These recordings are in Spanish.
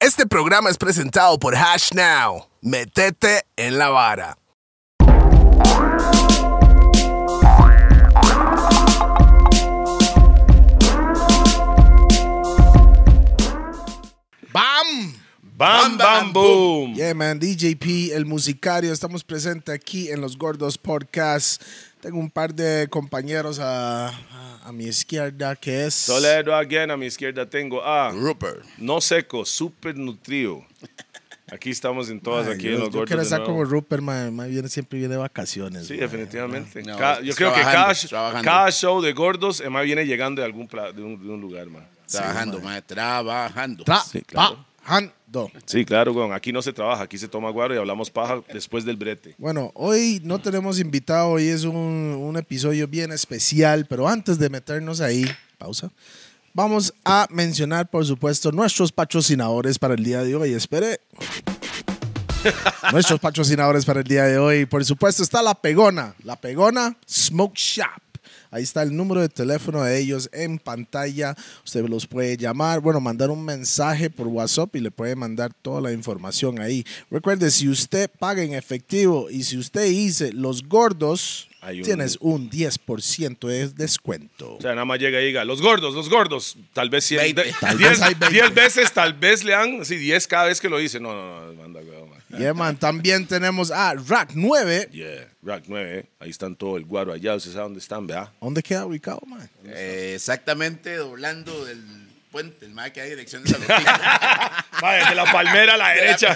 Este programa es presentado por Hash Now. Metete en la vara. ¡Bam! Bam, bam, boom. Yeah, man. DJP, el musicario. Estamos presentes aquí en los Gordos Podcast. Tengo un par de compañeros a, a- a mi izquierda que es. Toledo again, a mi izquierda tengo a Rupert. No Seco, Super Nutrio. Aquí estamos en todas, Ay, aquí yo, en los yo gordos. quiero de estar nuevo. como Rupert, man. Man, viene- siempre viene de vacaciones. Sí, man. definitivamente. No, Ca- yo es creo que trabajando, cada, trabajando. cada show de gordos, el más viene llegando de algún pla- de un, de un lugar, man. Trabajando, mae, trabajando. Tra- Sí, claro. Trabajando. Sí, claro, weón. Aquí no se trabaja, aquí se toma guaro y hablamos paja después del brete. Bueno, hoy no tenemos invitado, hoy es un, un episodio bien especial, pero antes de meternos ahí, pausa, vamos a mencionar, por supuesto, nuestros patrocinadores para el día de hoy. Espere. nuestros patrocinadores para el día de hoy, por supuesto, está La Pegona, La Pegona Smoke Shop. Ahí está el número de teléfono de ellos en pantalla. Usted los puede llamar, bueno, mandar un mensaje por WhatsApp y le puede mandar toda la información ahí. Recuerde, si usted paga en efectivo y si usted dice los gordos, Hay un- tienes un 10% de descuento. O sea, nada más llega y diga, los gordos, los gordos. Tal vez 100. Veinte. Tal vez hay 10 veinte. veces, tal vez le han. Sí, 10 cada vez que lo dice. No, no, no, manda, weón, man. Yeah, man. También tenemos a Rack 9. Yeah, Rack 9, eh. ahí están todo el guaro allá, ustedes saben dónde están, ¿verdad? ¿Dónde queda ubicado, man? Eh, exactamente doblando del puente, el mae que hay dirección de San Agustín. Mae, de la palmera a la derecha.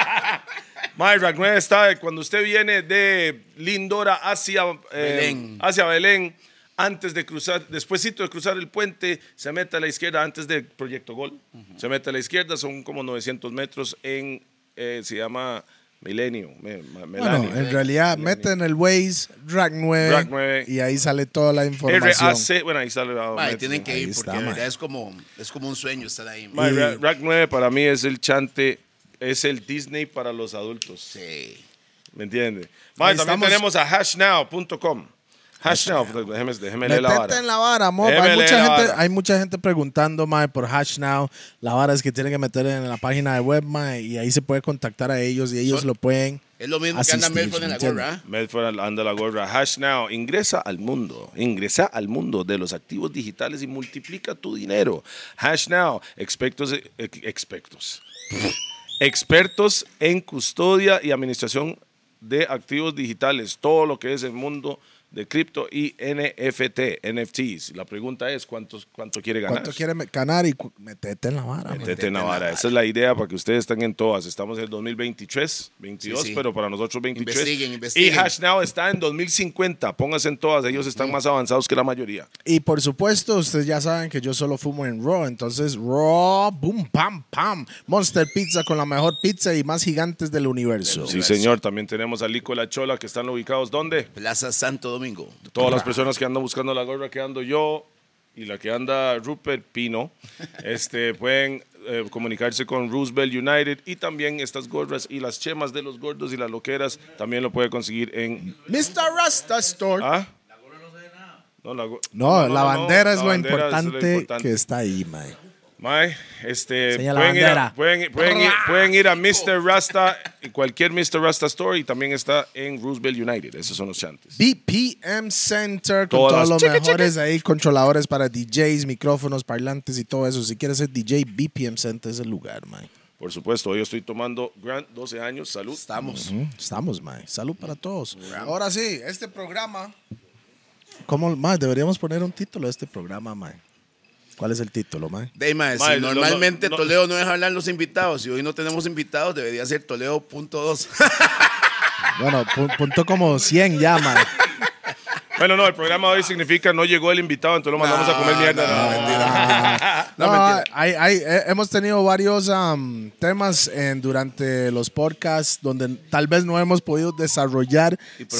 Mae, Rack 9 está cuando usted viene de Lindora hacia eh, Belén. hacia Belén, antes de cruzar, despuésito de cruzar el puente, se mete a la izquierda antes de Proyecto Gol. Se mete a la izquierda, son como 900 metros en, eh, se llama Milenio. me- ma- Bueno, Melanio. en realidad, meten el Waze, Rack 9, Rack 9. y ahí sale toda la información. RAC, bueno, ahí está. la- Mae, tienen que Ahí ir está, porque de mae. verdad es como, es como un sueño estar ahí. mae. Mae, Ra- Rack 9 para mí es el chante, es el Disney para los adultos. Sí. ¿Me entiende? Ahí Mae, también estamos. tenemos a hashnow.com. Hashnow, déjeme, déjeme leer la Metete vara. en la vara, amor. Déjeme Hay leer mucha, la gente, vara. hay mucha gente preguntando, mae, por Hash Now. La vara es que tienen que meter en la página de web, mae, y ahí se puede contactar a ellos y ellos Son- lo pueden. Es lo mismo que anda Asistir, Melford en Ah, ¿me la entiendes? gorra. ¿ah? Medford anda la gorra. Hashnow, ingresa al mundo. Ingresa al mundo de los activos digitales y multiplica tu dinero. Hashnow, expertos, eh, expertos. Expertos en custodia y administración de activos digitales. Todo lo que es el mundo de cripto y NFT, NFTs. La pregunta es, ¿cuántos, ¿cuánto quiere ganar? ¿Cuánto quieren me- ganar? Y cu- metete en la vara, mae. Tete Navarra. Esa es la idea para que ustedes estén en todas. Estamos en el 2023, 22, Sí, sí. pero para nosotros 23. Investiguen, investiguen. Mm. Y Hash Now está en 2050. Pónganse en todas. Ellos están más avanzados que la mayoría. Y por supuesto, ustedes ya saben que yo solo fumo en Raw. Entonces, Raw, boom, pam, pam. Monster Pizza con la mejor pizza y más gigantes del universo. Sí, señor. También tenemos a Lico y la Chola que están ubicados. ¿Dónde? Plaza Santo Domingo. Todas las personas que andan buscando la gorra que ando yo y la que anda Rupert Pino, este, pueden eh, comunicarse con Roosevelt United y también estas gorras y las chemas de los gordos y las loqueras también lo puede conseguir en Mr. Rasta Store. ¿Ah? No, la, go- No, la bandera es la lo bandera es lo importante que está ahí, mae. Mae, este, Enseña la pueden, ir a, bandera. pueden- pueden ir- pueden ir a Mr. Rasta, y cualquier Mr. Rasta Store y también está en Roosevelt United. Esos son los chantes. BPM Center con Todas todos las- los Chica, mejores ahí, controladores para DJs, micrófonos, parlantes y todo eso. Si quieres ser DJ, BPM Center es el lugar, mae. Por supuesto, hoy estoy tomando Grant 12 años. Salud. Estamos. Mm, Estamos, mae. Salud para todos. Ahora sí, este programa. ¿Cómo, mae? Deberíamos poner un título a este programa, mae. ¿Cuál es el título, mae? De ahí, mae, Mae, si no, no, normalmente no, no. Toledo no deja hablar los invitados y hoy no tenemos invitados, debería ser Toledo punto dos. Bueno, pu- punto como 100 ya, mae. Bueno, no, el programa hoy significa no llegó el invitado, entonces lo mandamos a Ah, comer mierda. No, No, No, mentira. hay- hay- eh, hemos tenido varios am, temas en- durante los podcasts donde tal vez no hemos podido desarrollar Y profundizar.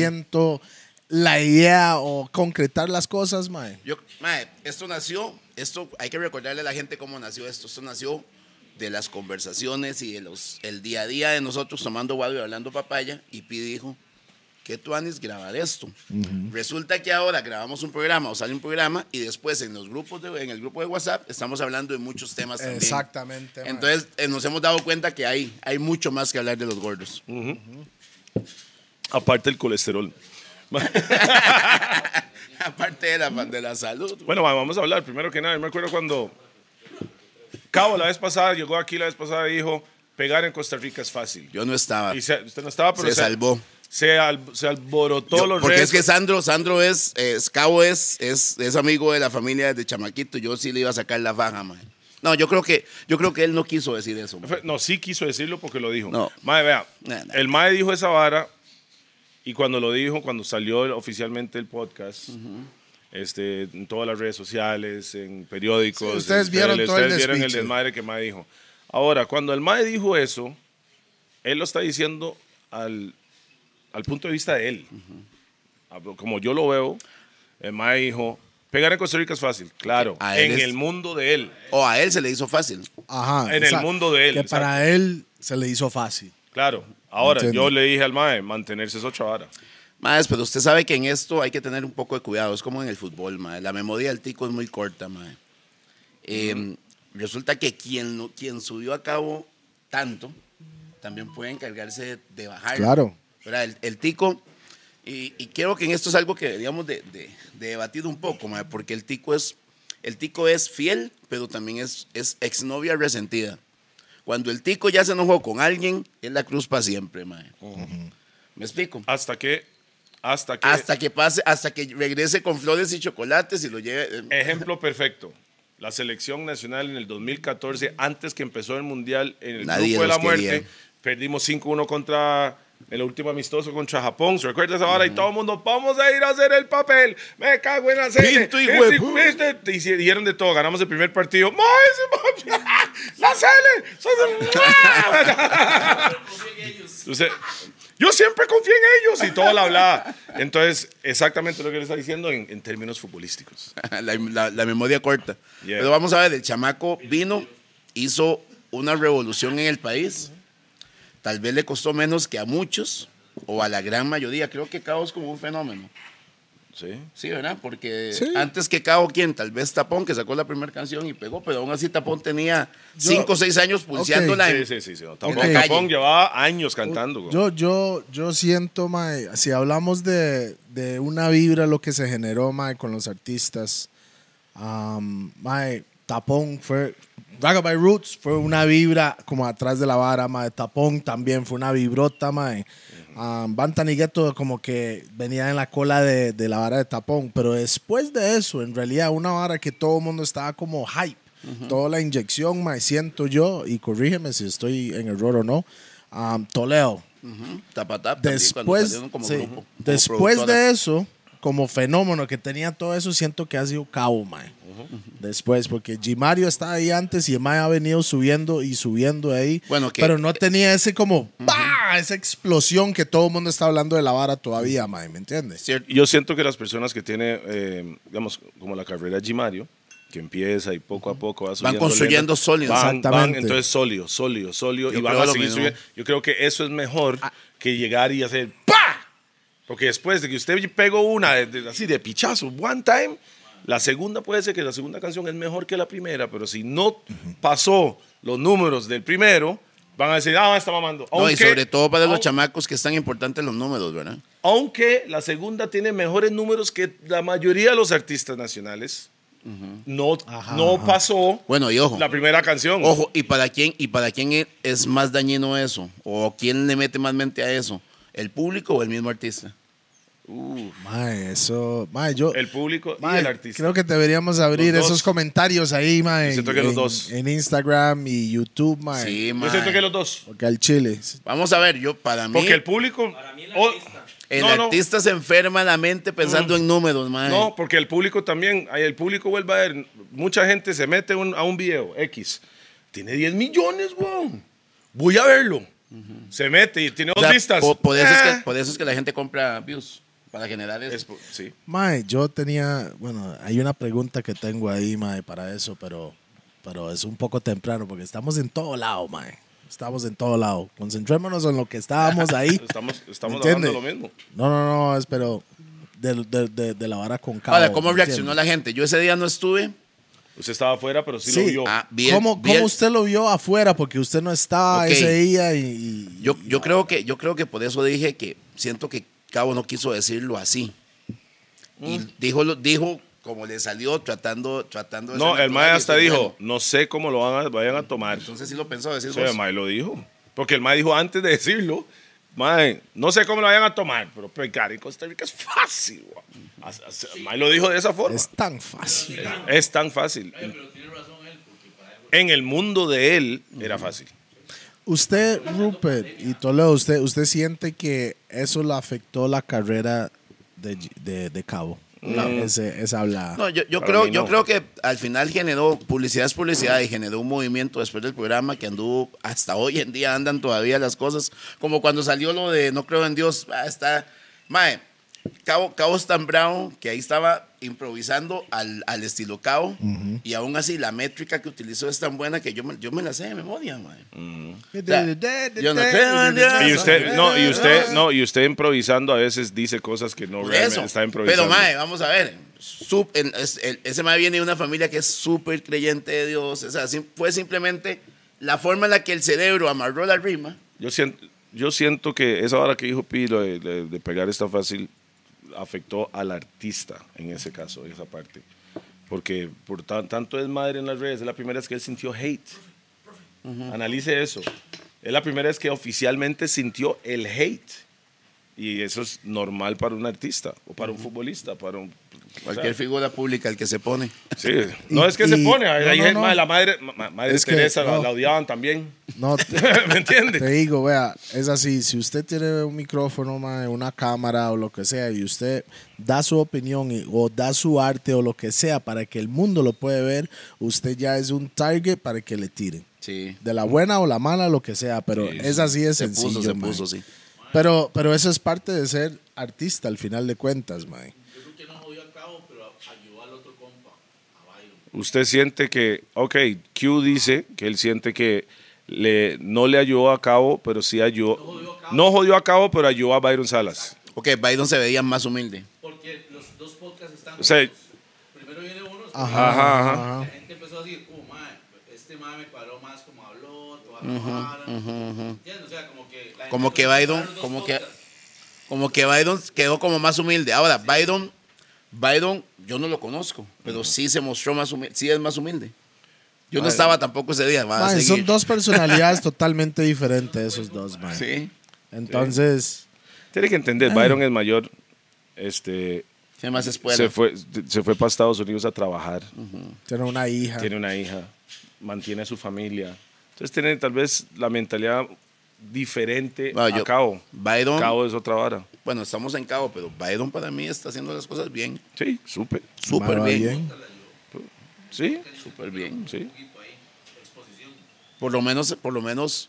100% la idea o concretar las cosas, mae. Yo, mae, esto nació, esto hay que recordarle a la gente cómo nació esto. Esto nació de las conversaciones y de los, el día a día de nosotros tomando guado y hablando papaya. Y Pi dijo, qué tuanis grabar esto. Resulta que ahora grabamos un programa o sale un programa y después en los grupos de- en el grupo de WhatsApp estamos hablando de muchos temas también. Exactamente, mae. Entonces eh, nos hemos dado cuenta que hay, hay mucho más que hablar de los gordos. Aparte el colesterol. Aparte de la, de la salud. güey. Bueno, va, vamos a hablar primero que nada. Yo me acuerdo cuando Cabo la vez pasada, llegó aquí la vez pasada y dijo, pegar en Costa Rica es fácil. Yo no estaba. Y se- usted no estaba, pero se salvó. Se, al- se alborotó Yo- los porque redes. es que Sandro, Sandro es, es Cabo es, es, es amigo de la familia desde Chamaquito. Yo sí le iba a sacar la faja, man. No, yo creo que, yo creo que él no quiso decir eso. man. Fe- No, sí quiso decirlo porque lo dijo. No. Mae, vea, No, no. el Mae dijo esa vara y cuando lo dijo, cuando salió el- oficialmente el podcast, este, en todas las redes sociales, en periódicos. Sí, ustedes en vieron tele, todo el ustedes vieron el despiche. desmadre que Mae dijo. Ahora, cuando el Mae dijo eso, él lo está diciendo al, al punto de vista de él. Hablo- Como yo lo veo, el Mae dijo, pegar en Costa Rica es fácil, claro, A en él es- el mundo de él. O a él se le hizo fácil. Ajá. En el mundo de él, Que para él se le hizo fácil. Claro. Ahora, Entiendo. yo le dije al mae, mantenerse es ocho horas. Más, pero usted sabe que en esto hay que tener un poco de cuidado. Es como en el fútbol, mae. La memoria del tico es muy corta, mae. Eh, Resulta que quien, no- quien subió a cabo tanto también puede encargarse de, de bajar. Claro. ¿Verdad? El, el tico. Y, y creo que en esto es algo que deberíamos de, de- de debatir un poco, mae, porque el tico es, el tico es fiel, pero también es, es exnovia resentida. Cuando el tico ya se enojó con alguien, es la cruz para siempre, mae. ¿Me explico? Hasta que, hasta que, Hasta que pase, hasta que regrese con flores y chocolates y lo lleve. eh, ejemplo perfecto. La selección nacional en el 2014, antes que empezó el mundial en el Nadie grupo de la los muerte, quería. perdimos 5-1 contra el último amistoso contra Japón. ¿Se recuerda esa hora? Y todo el mundo, vamos a ir a hacer el papel. Me cago en la serie. Pinto y Este, huepu- este. Y se dijeron de todo. Ganamos el primer partido. ¡Mae, ese mae! ¡La sele! Sos- Usted- yo siempre confié en ellos y todo la hablaba. Entonces, exactamente lo que le está diciendo en- en términos futbolísticos. la, la- la memoria corta. Eh. Yeah. Pero vamos a ver, el chamaco vino, hizo una revolución en el país. Tal vez le costó menos que a muchos o a la gran mayoría. Creo que Cabo es como un fenómeno. Sí. Sí, ¿verdad? Porque Sí. antes que Cabo, quien tal vez Tapón, que sacó la primera canción y pegó, pero aún así Tapón tenía Yo- 5 o 6 años em- pulseándola. en- Sí, sí, sí. sí. No, Tapón, Ok. Tapón llevaba años cantando. güey. Eh, Yo, yo, yo siento, mae, si hablamos de, de una vibra, lo que se generó, mae, con los artistas, am, mae, Tapón fue, Ragabay Roots fue una vibra como atrás de la vara, mae, Tapón también fue una vibrota, mae. Am, Bantan y Ghetto como que venía en la cola de, de la vara de Tapón, pero después de eso, en realidad, una vara que todo el mundo estaba como hype. Toda la inyección, mae, siento yo, y corrígeme si estoy en error o no, am, Toledo, Tapatap también, cuando después, salieron como sí, grupo, como después productora. de eso, como fenómeno que tenía todo eso, siento que ha sido cabo, mae. Después, porque Gimario estaba ahí antes y el mae ha venido subiendo y subiendo ahí. Bueno, que- pero no tenía ese como, ¡pa! esa explosión que todo el mundo está hablando de la vara todavía, mae, ¿me entiendes? Cierto. Yo siento que las personas que tienen, eh, digamos, como la carrera de Gimario, que empieza y poco a poco va subiendo construyendo lento, sólido. Van, Exactamente. van, entonces sólido, sólido, sólido. Yo y van creo a lo seguir mismo. Ah. subiendo. Yo creo que eso es mejor que llegar y hacer ¡pa! Porque después de que usted pegó una de- de- así de pichazo, one time, la segunda puede ser que la segunda canción es mejor que la primera, pero si no pasó los números del primero, van a decir, ah, está mamando. No, y Aunque- sobre todo para los aunque- chamacos que están importantes los números, ¿verdad? aunque la segunda tiene mejores números que la mayoría de los artistas nacionales, no, no pasó Bueno, y ojo. la primera canción. Ojo, ¿y para quién y para quién e- es más dañino eso? ¿O quién le mete más mente a eso? ¿El público o el mismo artista? Mae, eso, mae, yo... El público y mae, el artista. Creo que deberíamos abrir Los dos. esos comentarios ahí, mae. Siento en- que los en- dos. En Instagram y YouTube, mae. Sí, Yo mae. siento que los dos. Porque al chile. Vamos a ver, yo para mí Porque el público... o- el no, no, artista se enferma la mente pensando en números, mae. No, porque el público también, ay, el público vuelve a ver, mucha gente se mete un- a un video X, tiene 10 millones, weón. Voy a verlo. Se mete y tiene O dos sea, listas. po- por, eso es Eh, que, por eso es que la gente compra views para generar eso. es po- sí. Mae, yo tenía, bueno, hay una pregunta que tengo ahí, Mae, para eso, pero, pero es un poco temprano porque estamos en todo lado, Mae. Estamos en todo lado. Concentrémonos en lo que estábamos ahí. Estamos, estamos ¿Entiende? hablando lo mismo. No, no, no, es pero de, de, de- de la vara con cabo. Ahora, ¿cómo ¿me reaccionó entiende? la gente? Yo ese día no estuve. Usted estaba afuera, pero sí, Sí. lo vio. Ah, vi el- ¿Cómo, vi cómo el- usted lo vio afuera? Porque usted no estaba Ok. ese día y... y- Yo, yo, creo que, yo creo que por eso dije que siento que Cabo no quiso decirlo así. Y dijo, lo- dijo como le salió tratando, tratando de no, ser el mae natural y hasta decir, dijo, bueno, no sé cómo lo van a, vayan a tomar. entonces pues, sí lo pensó decir Sí, el vos. mae lo dijo. Porque el mae dijo antes de decirlo, mae, no sé cómo lo vayan a tomar, pero pecar en Costa Rica es fácil. guau. As- as- El mae lo dijo de esa forma. Es tan fácil. Es, es tan fácil. En el mundo de él era fácil. Usted, Rupert y Toledo, usted, usted siente que eso le afectó la carrera de, de, de Cabo. La- Mm. ese- esa hablada. No, yo, yo Para creo, mí yo no. creo que al final generó publicidad es publicidad y generó un movimiento después del programa que anduvo hasta hoy en día andan todavía las cosas como cuando salió lo de no creo en Dios ah, está mae Cabo, Cabo es tan bravo que ahí estaba improvisando al, al estilo Cabo y aún así la métrica que utilizó es tan buena que yo me, yo me la sé de memoria mae. yo no creo en Dios. Y usted, no, y usted, no, y usted improvisando a veces dice cosas que no Por realmente eso. está improvisando. Pero, mae, vamos a ver. Sup- en- es- el- ese mae viene de una familia que es súper creyente de Dios. O sea, sim- fue simplemente la forma en la que el cerebro amarró la rima. Yo siento, yo siento que esa hora que dijo Pi, lo de, de- de pegar está fácil, afectó al artista en ese caso, esa parte. Porque por tan- tanto es madre en las redes, es la primera vez que él sintió hate. Analice eso. Es la primera vez que oficialmente sintió el hate. Y eso es normal para un artista, o para un futbolista, para un... Cualquier figura pública, el que se pone. Sí. No es que se y- pone, hay, no, hay no, gente- no. madre, la madre, ma- ma- madre Es que, Teresa la- no. la odiaban también. No, te, ¿Me entiendes? te digo, vea, es así. Si usted tiene un micrófono, mae, una cámara o lo que sea, y usted da su opinión y- o da su arte o lo que sea para que el mundo lo puede ver, usted ya es un target para que le tiren. Sí. De la buena o la mala, lo que sea, pero es así de Se sencillo. puso, se mae. puso, sí. Pero, pero eso es parte de ser artista al final de cuentas, mae. Usted siente que, ok, Q dice que él siente que le, no le ayudó a cabo, pero sí ayudó. No jodió a cabo, pero ayudó a Byron Salas. Ok, Biden se veía más humilde. Porque los dos podcasts están. O sea, juntos. Primero viene uno, después Ajá, Ajá, ajá. ajá. la gente empezó a decir, uh, mae, este mae me cuadró más como habló, toda la vara". ¿Entiendes? O sea, como que. la gente Como que empezó a Biden- comparar los como dos que- podcasts. Como que Biden quedó como más humilde. Ahora, Biden, Biden, yo no lo conozco, pero sí se mostró más humilde. Sí es más humilde. Yo no estaba tampoco ese día. va a Mae, son seguir. dos personalidades totalmente diferentes esos dos, mae. Sí, Entonces, tiene que entender, Byron es mayor. Este, se más espuela. se, fue, se fue para Estados Unidos a trabajar. tiene una hija. Tiene una hija. Mantiene a su familia. Entonces tiene tal vez la mentalidad diferente Bueno, a Ah, yo- cabo. Byron- Cabo es otra vara. Bueno, estamos en Cabo, pero Biden para mí está haciendo las cosas bien. Sí, súper. Mae, Súper va bien. Sí, Súper bien. sí. Por lo menos, por lo menos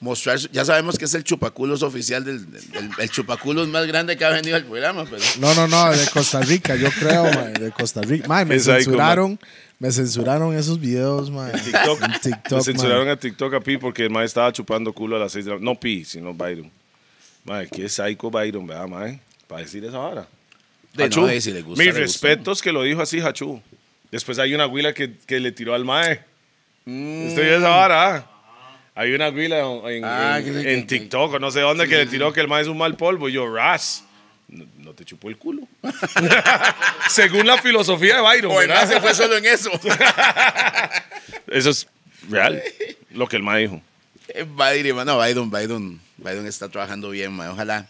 mostrar. su- Ya sabemos que es el chupaculos oficial del, del- del- el chupaculos más grande que ha venido al programa, pero. No, no, no, de Costa Rica, yo creo, mae, de Costa Rica. Mae, me Es ahí censuraron, me censuraron esos videos, mae. TikTok. En Le TikTok, censuraron mae. a TikTok a Pi porque el mae estaba chupando culo a las 6 de la No Pi, sino Byron. Mae, qué psycho Byron, ¿verdad, mae? Para decir esa hora. De Hachú, no, eh, si le gusta, mis le gusta. respetos que lo dijo así, Hachú. Después hay una huila que, que le tiró al mae. Mm. Usted vio esa vara, ah? Hay una huila en, en- Ah, en- que sí, en que- TikTok o no sé dónde que le tiró que el mae es un mal polvo. Y yo, Ras, no, no te chupó el culo. Según la filosofía de Byron, O el más ¿verdad? se fue solo en eso. Eso es real, lo que el mae dijo. Eh, Biden, bueno, Biden, Biden, Biden está trabajando bien, mae, ojalá.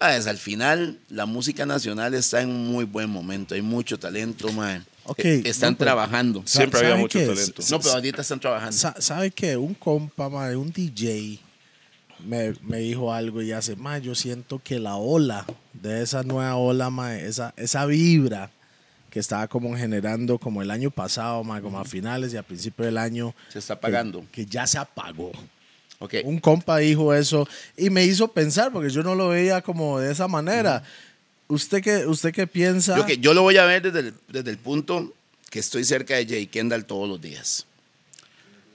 Mae, es al final, la música nacional está en un muy buen momento. Hay mucho talento, mae. Ok, Eh, están no, pero- trabajando. Sa- Siempre había ¿sabe mucho qué? talento. No, pero ahorita están trabajando. Sa- ¿Sabe qué? Un compa, mae, un DJ, me, me dijo algo y hace, mae, yo siento que la ola de esa nueva ola, mae, esa, esa vibra que estaba como generando como el año pasado, mae, como a finales y a principio del año. Se está apagando. Eh. Que, que ya se apagó. Ok. Un compa dijo eso y me hizo pensar, porque yo no lo veía como de esa manera. ¿Usted qué, usted qué piensa? Yo, que- yo lo voy a ver desde el, desde el punto que estoy cerca de Jay Kendall todos los días.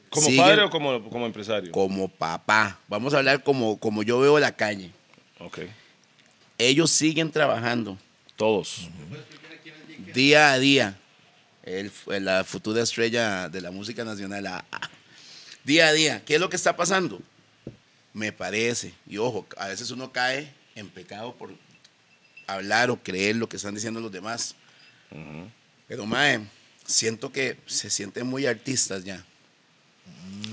¿Como sigue- padre o como, como empresario? Como papá. Vamos a hablar como, como yo veo la calle. ok. Ellos siguen trabajando Todos. día a día. El- la futura estrella de la música nacional. ah, ah. Día a día. ¿Qué es lo que está pasando? Me parece. Y ojo, a veces uno cae en pecado por hablar o creer lo que están diciendo los demás. Pero, mae, siento que se sienten muy artistas ya.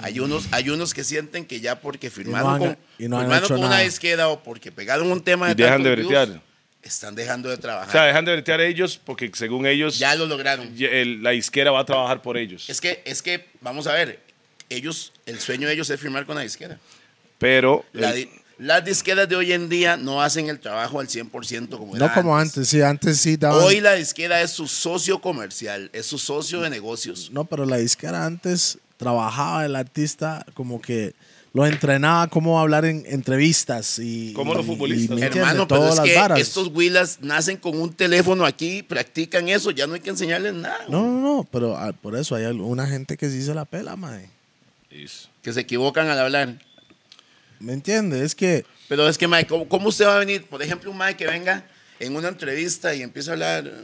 Hay unos, hay unos que sienten que ya porque firmaron han- con, y no han firmaron hecho con una nada. disquera o porque pegaron un tema Y dejan tantos de views, bretear. Están dejando de trabajar. O sea, dejan de bretear ellos porque según ellos, ya lo lograron. y- el- la izquierda va a trabajar por ellos. Es que, es que, vamos a ver, ellos, el sueño de ellos es firmar con la disquera. Pero La el- di- las disqueras de hoy en día no hacen el trabajo al 100% como No era como antes, sí, antes sí daban. Hoy la disquera es su socio comercial, es su socio de negocios. No, pero la disquera antes trabajaba el artista como que lo entrenaba cómo hablar en entrevistas y. Como los y- futbolistas. y, ¿me entiende? Hermano, pero Todas es las que varas. estos huilas nacen con un teléfono aquí, practican eso, ya no hay que enseñarles nada. No, no, no, pero ah, por eso hay una gente que sí se la pela, mae. Is- Que se equivocan al hablar. ¿Me entiendes? Es que. Pero es que, Mike, ¿cómo, cómo usted va a venir? Por ejemplo, un Mike que venga en una entrevista y empieza a hablar eh,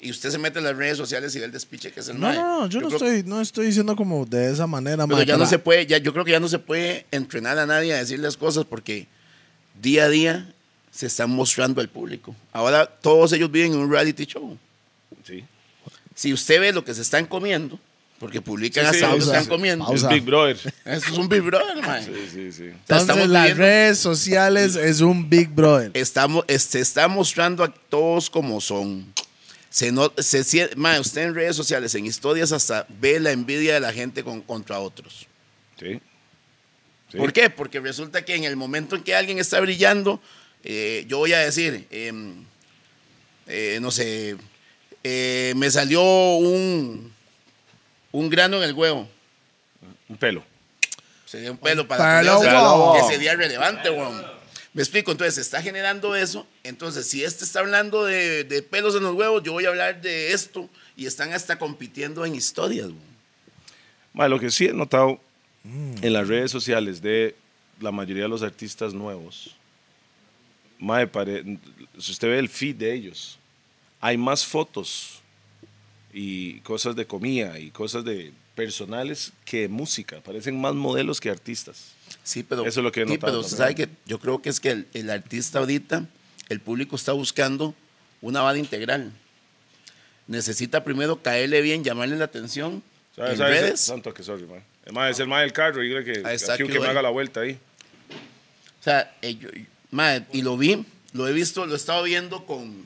y usted se mete en las redes sociales y ve el despiche que es el No, mae. no, no, yo, no, creo- estoy, no estoy diciendo como de esa manera, Pero mae, ya no para- se puede, ya, yo creo que ya no se puede entrenar a nadie a decir las cosas porque día a día se están mostrando al público. Ahora todos ellos viven en un reality show. sí. Si usted ve lo que se están comiendo, porque publican Sí, sí, hasta dónde pausa, están comiendo. Es pausa. Big Brother. Eso es un Big Brother, mae. Sí, sí, sí. O sea, estamos Entonces, las viviendo- redes sociales es un Big Brother. estamos, es- se está mostrando a todos como son. Se no, se, sie- mae, usted en redes sociales, en historias, hasta ve la envidia de la gente con, contra otros. Sí. Sí. ¿Por qué? Porque resulta que en el momento en que alguien está brillando, eh, yo voy a decir, em, eh, no sé, eh, me salió un, un grano en el huevo. Un pelo. Sería un pelo para Pelo, ponerse- wow. que sería relevante, weón. Me explico, entonces se está generando eso. Entonces, si este está hablando de, de pelos en los huevos, yo voy a hablar de esto. Y están hasta compitiendo en historias, weón. Ma, lo que sí he notado en las redes sociales de la mayoría de los artistas nuevos, ma, pare- si usted ve el feed de ellos, hay más fotos y cosas de comida y cosas de personales que música. Parecen más modelos que artistas. Sí, pero, Eso es lo que he sí, notado pero usted sabe también. que yo creo que es que el, el artista ahorita, el público está buscando una banda integral. Necesita primero caerle bien, llamarle la atención ¿Sabe- en sabe ese- redes. Santo que sorry, ma. Es más, es el ma del carro. Yo creo que, Ahí está, a Q que Q me ahí. haga la vuelta ahí. O sea, eh, yo- madre, y lo vi, lo he visto, lo he estado viendo con,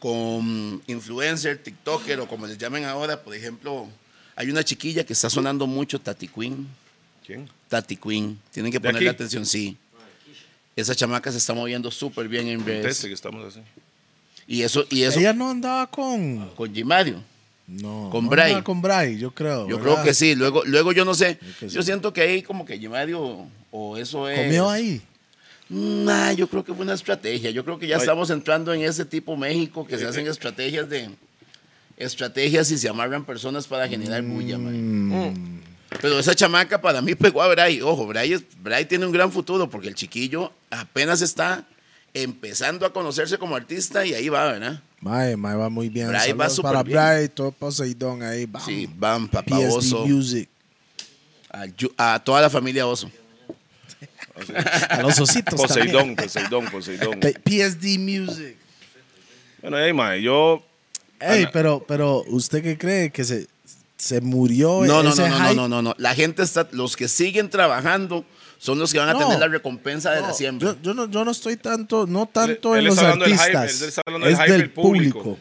con influencer, tiktoker o como les llamen ahora. Por ejemplo, hay una chiquilla que está sonando mucho, Tati Queen. ¿Quién? Tati Queen. Tienen que ¿De ponerle aquí? atención, sí. Esa chamaca se está moviendo súper bien en redes. Este que estamos haciendo. Y eso, y eso Ella no andaba con. con Gimario. No, Con no Bray. andaba Con Bray, yo creo. Yo ¿verdad? creo que sí. Luego, luego yo no sé. que Yo sí. siento que ahí como que Gimario o eso es. Comió ahí. Nah, yo creo que fue una estrategia. Yo creo que ya Ay. estamos entrando en ese tipo México que se hacen estrategias de estrategias y se amarran personas para generar bulla, mae. Mm. Pero esa chamaca para mí pegó a Bray. Ojo, Bray, es- Bray tiene un gran futuro porque el chiquillo apenas está empezando a conocerse como artista y ahí va, ¿verdad? Mae, mae va muy bien. Bray va Saludos súper para bien. Bray, todo Poseidón ahí. Bam. Sí, van, papá PSD Oso, Music. a, Yu- a toda la familia Oso. A los ositos Poseidón, también. Poseidón, Poseidón. Pe- PSD Music. Bueno, ahí, ma, yo Ey, Ana. pero, pero, ¿usted qué cree? ¿Que se, se murió No, no, no, ese no, no, hype? no, no, no. La gente está, los que siguen trabajando son los que van a No. tener la recompensa de la No, siembra. Yo, yo no, yo no estoy tanto, no tanto en Él- él los está hablando del hype, artistas. él está hablando del es hype del del público. público.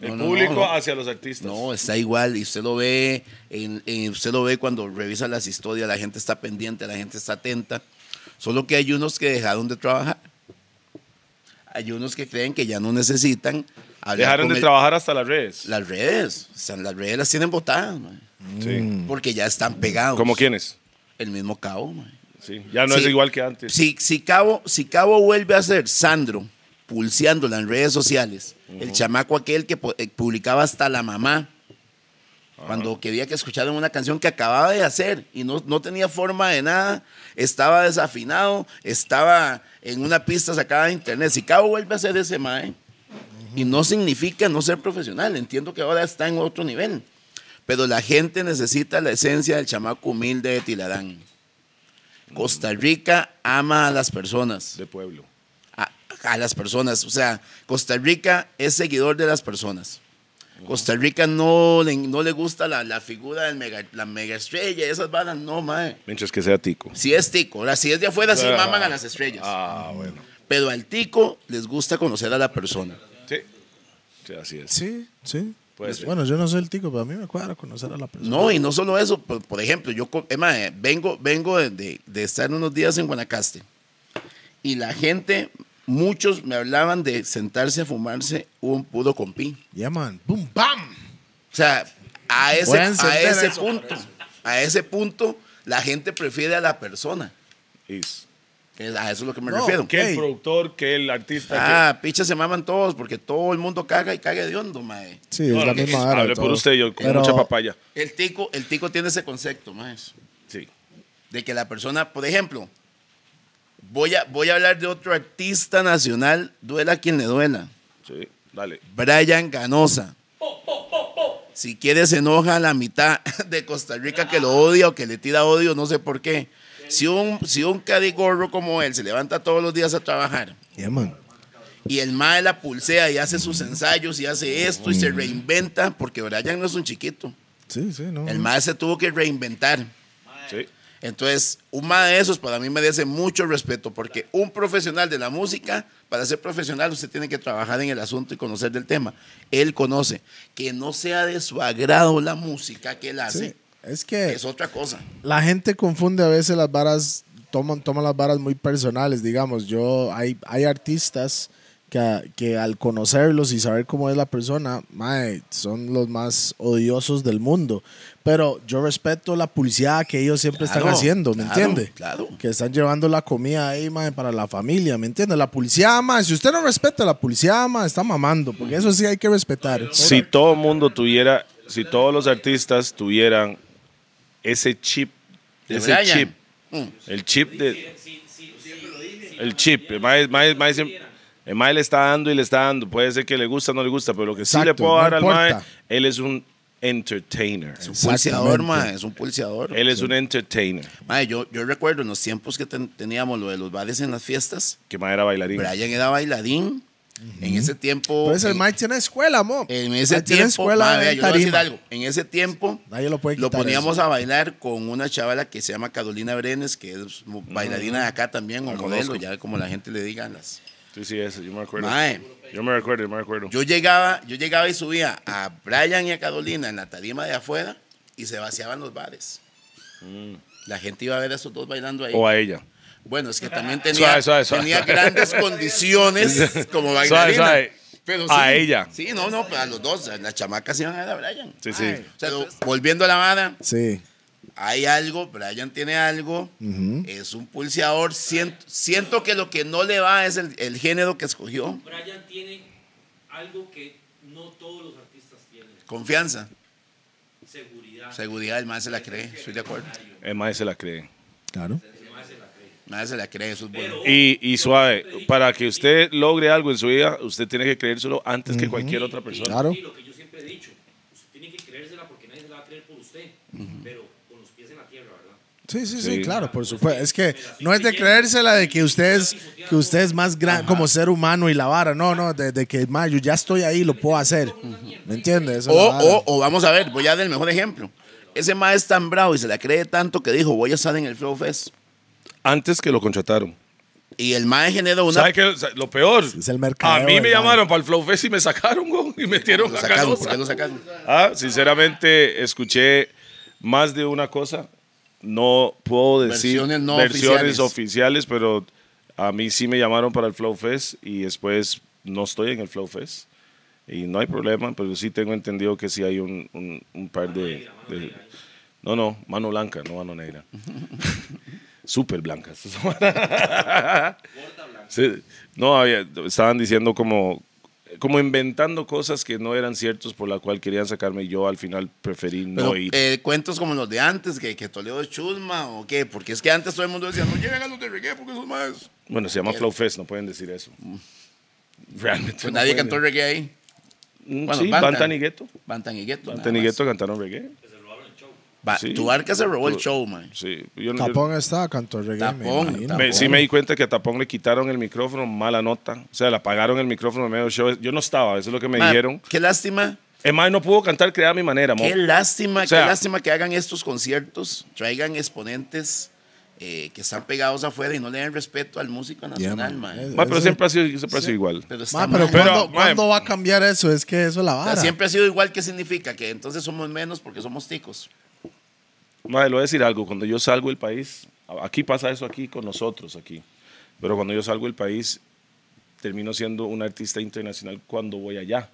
El No, no, público no, no. hacia los artistas. No, está igual y usted lo ve, en- en- usted lo ve cuando revisa las historias, la gente está pendiente, la gente está atenta. Solo que hay unos que dejaron de trabajar. Hay unos que creen que ya no necesitan hablar Dejaron con de el- trabajar hasta las redes. las redes. O sea, las redes las tienen botadas, man, Sí. porque ya están pegados. Mm. ¿Como quiénes? El mismo cabo. man. Sí. Ya no Sí. es igual que antes. Si, si, Cabo, si Cabo vuelve a ser Sandro, pulseándola en redes sociales, el chamaco aquel que pu- eh, publicaba hasta la mamá, Cuando quería que escucharan una canción que acababa de hacer y no, no tenía forma de nada, estaba desafinado, estaba en una pista sacada de internet. Si Cabo vuelve a ser ese mae, y no significa no ser profesional, entiendo que ahora está en otro nivel, pero la gente necesita la esencia del chamaco humilde de Tilarán. Costa Rica ama a las personas de pueblo. a, a las personas. O sea, Costa Rica es seguidor de las personas. Costa Rica no le, no le gusta la, la figura del mega, la mega estrella, esas balas, no, mae. Mientras que sea tico. Si es tico, ahora si es de afuera, sí maman a las estrellas. Ah, bueno. Pero al tico les gusta conocer a la persona. Sí. Sí, así es. Sí, sí. Puede ser. Bueno, yo no soy el tico, pero a mí me cuadra conocer a la persona. No, y no solo eso, por, por ejemplo, yo co- eh, mae, vengo, vengo de, de- de estar unos días en Guanacaste y la gente, muchos me hablaban de sentarse a fumarse un puro compí. Yeah, man. Boom, bam. O sea, a ese, Voy a encender a ese eso, punto, a ese punto, la gente prefiere a la persona. Is. Que A eso es lo que me No, refiero. Que el Ey. productor, que el artista. Ah, picha se maman todos porque todo el mundo caga y caga de hondo, mae. Sí, que... es No, la no, que- misma vara Hable de por todo. usted, yo con Pero- mucha papaya. El tico, el tico tiene ese concepto, mae. Sí. De que la persona, por ejemplo, voy a, voy a hablar de otro artista nacional, duela a quien le duela. Sí. Dale. Brian Ganosa. Si quiere se enoja a la mitad de Costa Rica que lo odia o que le tira odio, no sé por qué. Si un, si un cadigorro como él se levanta todos los días a trabajar Yeah, man. y el mae la pulsea y hace sus ensayos y hace esto y se reinventa, porque Brian no es un chiquito, Sí, sí, no. el mae se tuvo que reinventar. Sí. Entonces, un mae de esos para mí merece mucho respeto, porque un profesional de la música, para ser profesional, usted tiene que trabajar en el asunto y conocer del tema. Él conoce. Que no sea de su agrado la música que él hace, Sí. Es que es otra cosa. la gente confunde a veces las varas, toman, toman las varas muy personales, digamos. Yo, hay, hay artistas que, a- que al conocerlos y saber cómo es la persona, mae, son los más odiosos del mundo. Pero yo respeto la publicidad que ellos siempre están Claro, haciendo, ¿me claro, entiende? claro. Que están llevando la comida ahí, mae, para la familia, ¿me entiende? La publicidad, mae, si usted no respeta la publicidad, mae, está mamando, porque eso sí hay que respetar. Si todo el mundo tuviera, si todos los artistas tuvieran ese chip, De ese Brian. chip, Mm. el chip de, el chip, el mae- mae- mae siem- el mae le está dando y le está dando, puede ser que le gusta o no le gusta, pero lo que sí le Exacto, puedo no dar al mae, importa. él es un entertainer, Es un pulseador, Exactamente. mae, es un pulseador. él es un entertainer, Mae, yo, yo recuerdo en los tiempos que ten- teníamos lo de los bares en las fiestas, que mae era bailarín. Brian era bailadín. En ese tiempo. eh, Pero ese en- mae tiene escuela, mo. En ese Mae tiene tiempo, escuela mae, de vea, yo le voy a decir tarima. algo. En ese tiempo, Nadie lo puede quitar poníamos a bailar con una chavala que se llama Carolina Brenes, que es mu- bailarina Mm. de acá también, o modelo, conozco. ya como la gente le diga. Las... Sí, sí, ese, yo me acuerdo. Mae. Yo me recuerdo, yo me recuerdo. Yo llegaba, yo llegaba y subía a Brian y a Carolina en la tarima de afuera y se vaciaban los bares. Mm. La gente iba a ver a esos dos bailando ahí. o a ella. Bueno, es que también Suave, tenía, suave, suave. tenía grandes condiciones como bailarina. Suave, suave. Pero A sí, ella. Sí, no, no, pero a los dos. Las chamacas iban a ver a Brian. Sí, sí. O sea, volviendo a la vara, Sí. hay algo, Brian tiene algo, es un pulseador. Siento, siento que lo que no le va es el, el género que escogió, Brian tiene algo que no todos los artistas tienen, confianza. seguridad. Seguridad, el más se la cree, estoy de acuerdo. El mae se la cree. Claro. El más se la cree, eso es bueno. Y, y suave, para que usted logre algo en su vida, usted tiene que creérselo antes que cualquier otra persona. Claro. Y lo que yo siempre he dicho, usted tiene que creérsela porque nadie se la va a creer por usted, pero con los pies en la tierra, ¿verdad? Sí, sí, sí, Sí. claro, por supuesto. Es que no es de creérsela de que usted es, que usted es más gran como ser humano y la vara. No, no, de, de que ma, yo ya estoy ahí, lo puedo hacer. ¿Me entiendes? Esa O, es la vara. o, o vamos a ver, voy a dar el mejor ejemplo. Ese más es tan bravo y se la cree tanto que dijo, voy a estar en el Flow Fest. Antes que lo contrataron. Y el más generó una... ¿Sabe qué? O sea, Lo peor. Es el mercadeo, A mí me hermano. llamaron para el Flow Fest y me sacaron, güey, y metieron Lo la sacaron, ¿por canosa. qué lo sacaron? Ah, sinceramente, escuché más de una cosa. No puedo decir Versiones no versiones oficiales. oficiales, pero a mí sí me llamaron para el Flow Fest y después no estoy en el Flow Fest. Y no hay problema, pero sí tengo entendido que sí hay un, un- un par de, de- No, no, mano blanca, no mano negra. Súper blancas. Sí, no, había- estaban diciendo como como inventando cosas que no eran ciertos por la cual querían sacarme y yo al final preferí no Pero, ir. eh, cuentos como los de antes, que, que Toledo es chusma o qué, porque es que antes todo el mundo decía, no lleguen a los de reggae porque son más. bueno, se llama Flow Fest, no pueden decir eso. Realmente. eh, Mm. Pues no nadie pueden. cantó reggae ahí. Mm, bueno, sí, Bantan. Bantan y Ghetto. Bantan y Gueto. Bantan y Ghetto cantaron reggae. sí. Tu arca se robó el Tu- show, man. Sí, yo no. yo- Tapón está, cantó reggae. me Tapón, imagino. Tapón. me- sí me di cuenta que a Tapón le quitaron el micrófono, mala nota. O sea, le apagaron el micrófono en medio del show. Yo no estaba, eso es lo que me Ma, dijeron. Qué lástima, Es más, no pudo cantar Creada a mi manera, mo. qué lástima, O sea- qué lástima que hagan estos conciertos, traigan exponentes eh, que están pegados afuera y no le den respeto al músico Yeah, nacional, man. man. Es- Ma, pero Ese- siempre ha sido, siempre ha sido igual. Pero Ma, está pero, mal. Pero, ¿cuándo, mae, cuándo va a cambiar eso? Es que eso es la O vara. sea, siempre ha sido igual, ¿qué significa? Que entonces somos menos porque somos ticos. Madre, le voy a decir algo. Cuando yo salgo del país, a- aquí pasa eso aquí con nosotros, aquí. Pero cuando yo salgo del país, termino siendo un artista internacional cuando voy allá.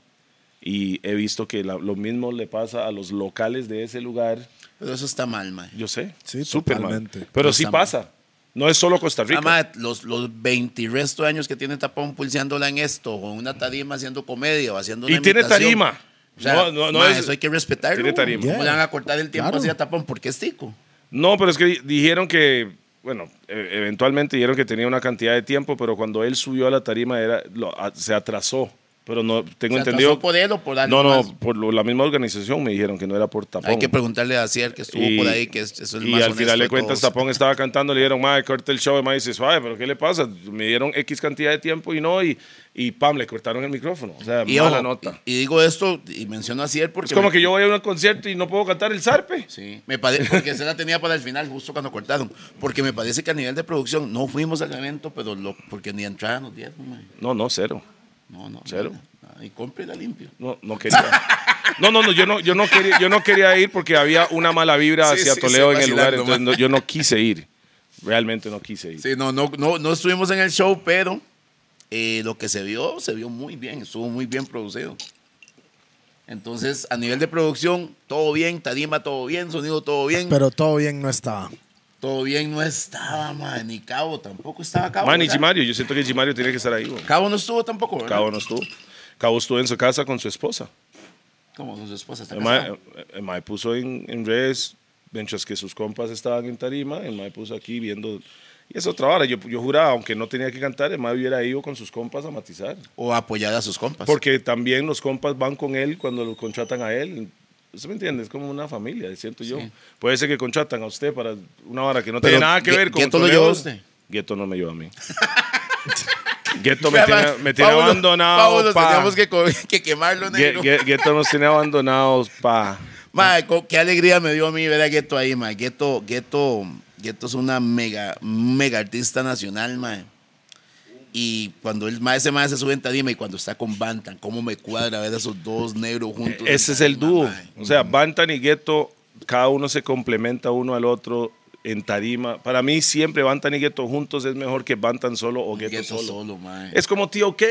Y he visto que la- lo mismo le pasa a los locales de ese lugar. Pero eso está mal, man. Yo sé, Sí, súper mal. totalmente. Pero No sí está mal. pasa. No es solo Costa Rica. Mamá, los, los 20 y resto de años que tiene Tapón pulseándola en esto, o en una tarima haciendo comedia, o haciendo una Y tiene imitación. tarima. O sea, No, no, no ma, es- eso hay que respetarlo. Tiene tarima. ¿Cómo le Yeah. van a cortar el tiempo Claro. así a Tapón? Porque es tico. No, pero es que di- dijeron que, bueno, e- eventualmente dijeron que tenía una cantidad de tiempo, pero cuando él subió a la tarima era, lo- a- se atrasó. Pero no tengo ¿Se entendido. atrasó por él o por alguien No, no, más? por lo- la misma organización me dijeron que no era por tapón. Hay que preguntarle a Cier que estuvo Y- por ahí, que es, eso es el y más al honesto final de de cuentas, todos. Tapón estaba cantando, le dijeron, madre, corta el show. El mae dice, suave, pero ¿qué le pasa? Me dieron X cantidad de tiempo y no, y, y pam, le cortaron el micrófono. O sea, Y, mala ojo, nota. y y digo esto y menciono a Cier porque. Es como me- que yo voy a un concierto y no puedo cantar el zarpe. Sí, me parece, porque se la tenía para el final, justo cuando cortaron. Porque me parece que a nivel de producción no fuimos al evento, pero lo, porque ni entrada nos dieron. man. No, no, cero. No, no. Cero. nada. Y cómprela limpio. No, no quería. No, no, no, yo no, yo no quería, yo no quería ir porque había una mala vibra Sí, hacia sí, Toledo sí, en el lugar, vacilando, entonces no- yo no quise ir. Realmente no quise ir. Sí, no, no, no, no estuvimos en el show, pero eh, lo que se vio, se vio muy bien, estuvo muy bien producido. Entonces, a nivel de producción, todo bien, tarima, todo bien, sonido, todo bien. Pero todo bien no estaba. todo bien no estaba, man, ni Cabo tampoco estaba Cabo. Man, y ¿verdad? Gimario, yo siento que Gimario tiene que estar ahí. güey. Cabo no estuvo tampoco, ¿verdad? Cabo no estuvo. Cabo estuvo en su casa con su esposa. Como con su esposa. está El casada. mae, el mae puso en, en redes, mientras que sus compas estaban en tarima, el mae puso aquí viendo. Y es otra hora. Yo, yo juraba, aunque no tenía que cantar, el mae hubiera ido con sus compas a matizar. O apoyar a sus compas. Porque también los compas van con él cuando lo contratan a él. ¿Usted me entiende? Es como una familia, siento yo. Puede ser que contratan a usted para una hora que no Pero tiene nada que Gue- ver con Gueto lo Toledo. llevó a usted. Gueto no me llevó a mí. Gueto me tiene, me tiene Pablo- abandonado, Pablo, pa. teníamos que, co- que quemarlo, Gue- negro. Gue- Gueto nos tiene abandonados, pa. Mae, co- qué alegría me dio a mí ver a Gueto ahí, mae. Gueto, Gueto, Gueto es una mega, mega artista nacional, mae. Y cuando el mae se mae se sube en tarima y cuando está con Bantan, cómo me cuadra ver a esos dos negros juntos. en E, Ese es el tarima, dúo. mae. O sea, Bantan y Gueto, cada uno se complementa uno al otro en tarima. Para mí siempre Bantan y Gueto juntos es mejor que Bantan solo o Gueto Gueto solo. solo, mae. Es como Tío K.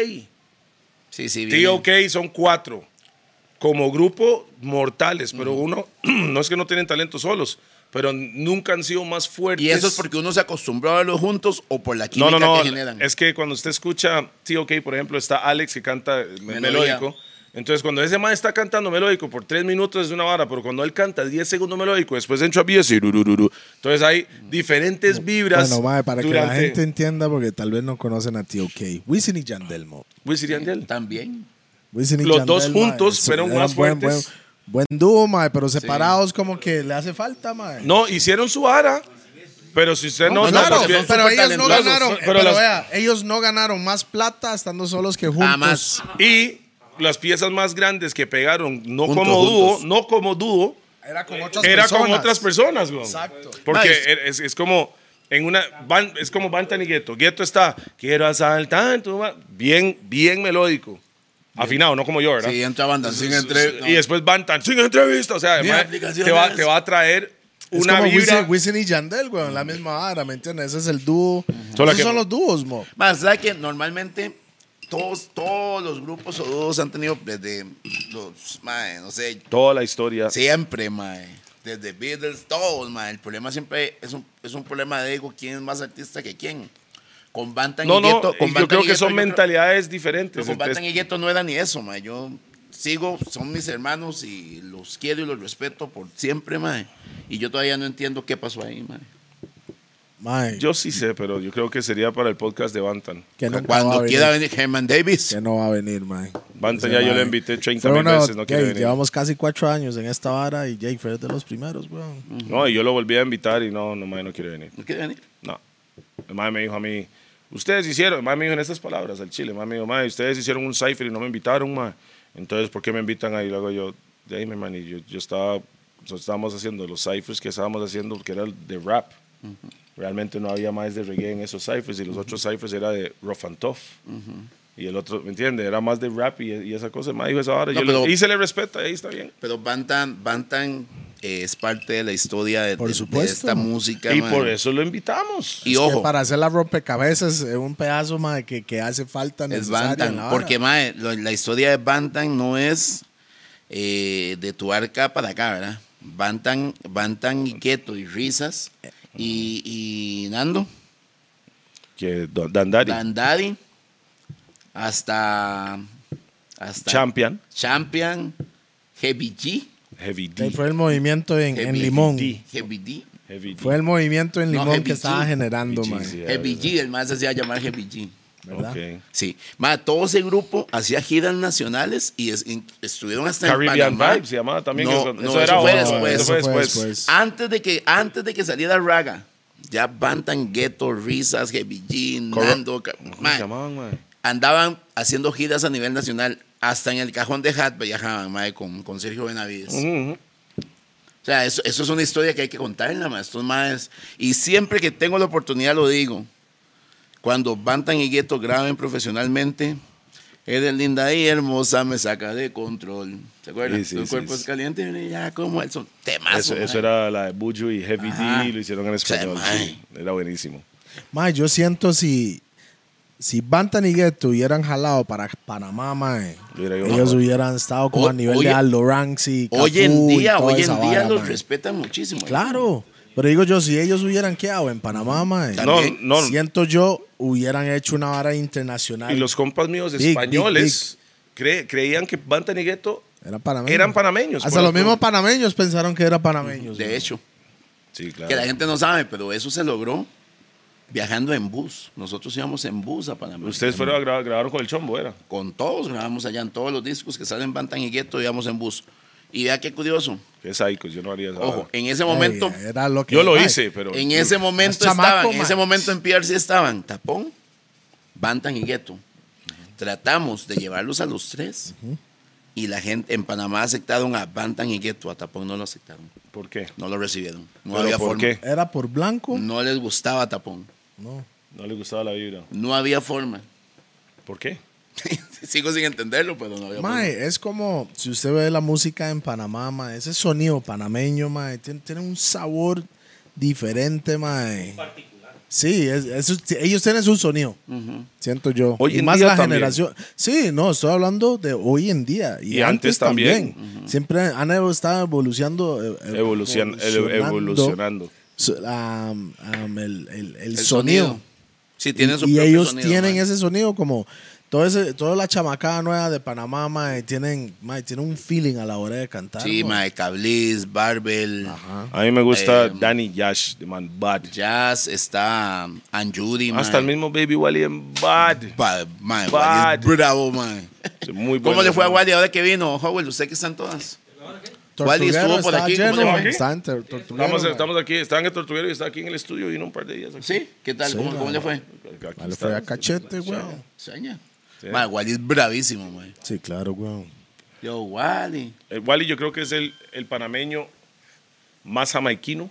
sí, sí, bien. TOK son cuatro. Como grupo, mortales. Pero uno, no es que no tienen talento solos, pero nunca han sido más fuertes. Y eso es porque uno se acostumbró a verlos juntos o por la No, no, química no. que generan. Es que cuando usted escucha TOK, por ejemplo, está Alex que canta eh, me- Melodía. melódico. Entonces, cuando ese man está cantando melódico por tres minutos es una vara, pero cuando él canta 10 segundos melódico, después entra a bies y rurururu. Entonces hay diferentes vibras. Bueno, mae, para que durante- la gente entienda, porque tal vez no conocen a Tío K. Wisin y Yandel, mo. Wisin y Yandel. También. Wisin y Los Yandel, dos mae, juntos se- fueron eran más buen- fuertes. Buen, buen dúo, mae, pero separados como que le hace falta, mae. No, hicieron su vara, pero si usted no, No, no, claro, pues bien. son pero ellos no supertalentosos. ganaron. Pero Pero, las- vea, ellos no ganaron más plata estando solos que juntos. Jamás. Y las piezas más grandes que pegaron, no Juntos, como dúo, juntos. no como dúo, Era con otras era personas. con otras personas, güey. Exacto. Porque Nice. er- es, es como en una van- es como Bantan y Gueto. Gueto está, quiero asaltar, tu ma-". bien, bien melódico. Afinado, no como yo, ¿verdad? Sí, entra Bantan sin entre. Y después Bantan, sin entrevista. O sea, además, te, Mira, va, aplicaciones. te va a traer Es una como vibra. Wisin, Wisin y Yandel, güey, la misma vara, ¿me entiendes? Ese es el dúo. Solo Esos que- son los dúos, mo. Más, ¿sabes que Normalmente todos, todos los grupos o dúos han tenido desde los, mae, no sé, Toda la historia. siempre, mae. Desde Beatles, todos, mae. El problema siempre es un, es un problema de ego, quién es más artista que quién. con Bantan No, y no, Gueto. con y yo Bantan creo y que Gueto, son yo creo- mentalidades diferentes. Pero con entonces- Bantan y Gueto no era ni eso, mae. Yo sigo, son mis hermanos y los quiero y los respeto por siempre, mae. Y yo todavía no entiendo qué pasó ahí, mae. Mae, yo sí sé, pero yo creo que sería para el podcast de Bantan. que nunca va a Cuando venir. quiera venir Herman Davis. Que no va a venir, mae. Bantan Ese ya yo mae. le invité 30 Fue mil una- veces, no quiere Jay, venir. Llevamos casi cuatro años en esta vara y Jay fue de los primeros, weón. Mm. No, y yo lo volví a invitar y no, no, mae, no quiere venir. ¿No quiere venir? No. El mae me dijo a mí, ustedes hicieron, el mae me dijo en estas palabras al chile, el mae me dijo, mae, ustedes hicieron un cipher y no me invitaron, mae. Entonces, ¿por qué me invitan ahí? Luego yo, de ahí, mi man, y yo, yo estaba, nosotros estábamos haciendo los ciphers que estábamos haciendo, que era de rap. Realmente no había más de reggae en esos ciphers y los otros ciphers era de rough and tough. Y el otro, ¿me entiendes? Era más de rap y, y esa cosa. El mae dijo esa hora. No, yo le- pero- y se le respeta, ahí está bien. Pero Bantan, Bantan eh, es parte de la historia de, Por de- de supuesto. esta música. Y mae. por eso lo invitamos. Y Es que ojo, para hacer la rompecabezas es un pedazo, mae, que, que hace falta es necesario en la Bantan. vara. Porque mae, lo- la historia de Bantan no es eh, de tu arca para acá, ¿verdad? Bantan, Bantan y Keto y Risas y, y Nando, Que Don- Dandari, Dandadi, hasta, hasta Champion, Champion, Heavy G, Heavy D. Ahí fue el movimiento en, en Heavy Limón. D. Heavy D, Heavy D. Fue el movimiento en No, Limón que Heavy estaba G. generando, Heavy G, mae. sí. Yeah, Heavy G, el más se hacía llamar Heavy G. ¿verdad? Ok. Sí, ma, todo ese grupo hacía giras nacionales y es- in- estuvieron hasta en Caribbean Panamá. Vibes se llamaba también. No, que no, eso fue después. eso fue después. Antes de que antes de que saliera Raga, ya Bantan Ghetto, Risas, Heavy G, Corro- Nando, ca- ¿Cómo se ma, llamaban, mae? andaban haciendo giras a nivel nacional, hasta en el cajón de Hat viajaban ma, con, con Sergio Benavides. Ujú, ujú. O sea, eso, eso es una historia que hay que contarla, ma, estos maes. Y siempre que tengo la oportunidad lo digo. Cuando Bantan y Gueto graben profesionalmente, eres linda y hermosa, me saca de control. ¿Se acuerdan? Sí, sí, tu sí, cuerpo sí. es caliente, y ya como el son temazo. Eso, ma. eso era la de Buju y Heavy Ah, Ajá. D, lo hicieron en sea, español. sí. Era buenísimo. Mae, yo siento si, si Bantan y Gueto hubieran jalado para Panamá, mae, Hubiera ido ellos mejor. hubieran estado como O- a nivel oye- de Aldo Ranxi, Hoy en Cafú y día, toda hoy en esa día vara, los mae. respetan muchísimo. ¿eh? Claro, pero digo yo, si ellos hubieran quedado en Panamá, mae, No, También no. siento yo, hubieran hecho una vara internacional. Y los compas míos big, españoles cre- creían que Bantan y Gueto Eran panameños. eran panameños, Hasta por los eso. mismos panameños pensaron que eran panameños. De mae. hecho, Sí, claro. que la gente no sabe, pero eso se logró viajando en bus. Nosotros íbamos en bus a Panamá. Ustedes fueron a grabar, grabaron con el chombo, era. con todos grabamos allá en todos los discos que salen Bantan y Gueto íbamos en bus y vea qué curioso Qué psychos, yo no haría esa ojo vara. en ese Ay, momento era lo que- Yo lo mae, hice, pero. mm, en ese momento chamaco, estaban en man. ese momento en PRC estaban Tapón Bantan y Gueto tratamos de llevarlos a los tres y la gente en Panamá aceptaron a Bantan y Gueto a Tapón no lo aceptaron ¿Por qué? no lo recibieron no ¿Pero había por forma qué? Era por blanco. no les gustaba Tapón No. No le gustaba la vibra. no había forma ¿Por qué? sigo sin entenderlo pero no había forma Mae, es como si usted ve la música en Panamá, mae, ese sonido panameño, mae, tiene, tiene un sabor diferente, mae. Sí, es- eso- sí, ellos tienen su sonido, siento yo. Hoy y en más día la también. generación. Sí, no, estoy hablando de hoy en día. Y, Y antes antes, también. también. Siempre han evo- estado evolucionando. eh, eh, Evolucion- el- evolucionando. su- la, um, um, el, el- el El sonido. sí tienen Y- su y propio ellos sonido, tienen man. ese sonido como todo ese, toda la chamacada nueva de Panamá, mae, tienen, mae, tienen un feeling a la hora de cantar. Sí, mae, Cablis, Barbel, Ajá. A mí me gusta Eh, Danny Yash, de Man Bad. Jazz, está Anjudi, mae. Hasta Ah, el mismo Baby Wally en Bad. Pa- mae, Bad. Wally es bravo, mae. Sí, Muy ¿Cómo bueno, le fue a ¿no? Wally ahora que vino? Howell, usted que están todas. Wally estuvo Tortuguero por está aquí, ¿cómo lleno, se llama mae, aquí? está en Tor- Tortuguero, Estamos, mae. estamos aquí, está en el tortuguero y está aquí en el estudio. Vino un par de días. Aquí. ¿Sí? ¿Qué tal? Sí, ¿Cómo, mae. cómo le fue? Aquí Mae, le está. fue a cachete, weón. Seña. Sí. Mae, Wally es bravísimo, mae. Sí, claro, weón. Yo, Wally. Eh, Wally, yo creo que es el, el panameño más jamaiquino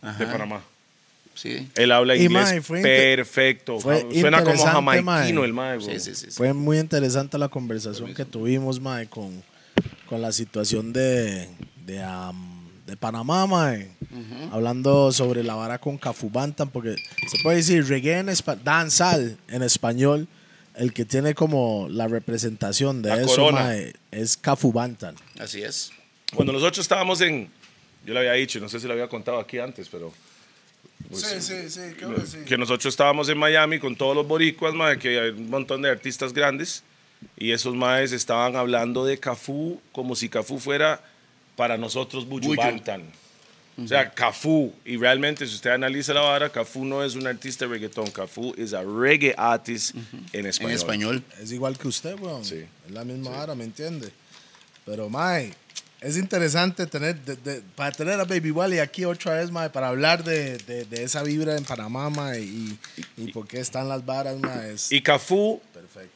de Ajá. Panamá. Sí. Él habla Y, inglés mae, fue inte- perfecto. fue Ja- Suena como interesante, jamaiquino mae. el mae. Sí, weón. sí, sí. sí. Fue muy interesante la conversación que tuvimos, mae, con, con la situación de, de, am, de Panamá, mae. Hablando sobre la vara con Cafubantan, porque se puede decir reggae en espa- danzal en español, el que tiene como la representación de La eso, corona. mae, es Cafubantan. Así es. Cuando nosotros estábamos en... Yo le había dicho, no sé si lo había contado aquí antes, pero Sí, sí, sí, creo que sí. que nosotros estábamos en Miami con todos los boricuas, mae, que hay un montón de artistas grandes, y esos maes estaban hablando de Cafú como si Cafú fuera para nosotros Bujubantan. O sea, Cafú, y realmente si usted analiza la vara, Cafú no es un artista de reggaetón, Cafú es a reggae artist en español. En español. Es igual que usted, weón. Sí. Es la misma vara, ¿me entiende? Pero, mae, es interesante tener, de- de- para tener a Baby Wally aquí otra vez, mae, para hablar de, de- de esa vibra en Panamá, mae, y, y por qué están las varas, mae. es Y Cafú perfecto.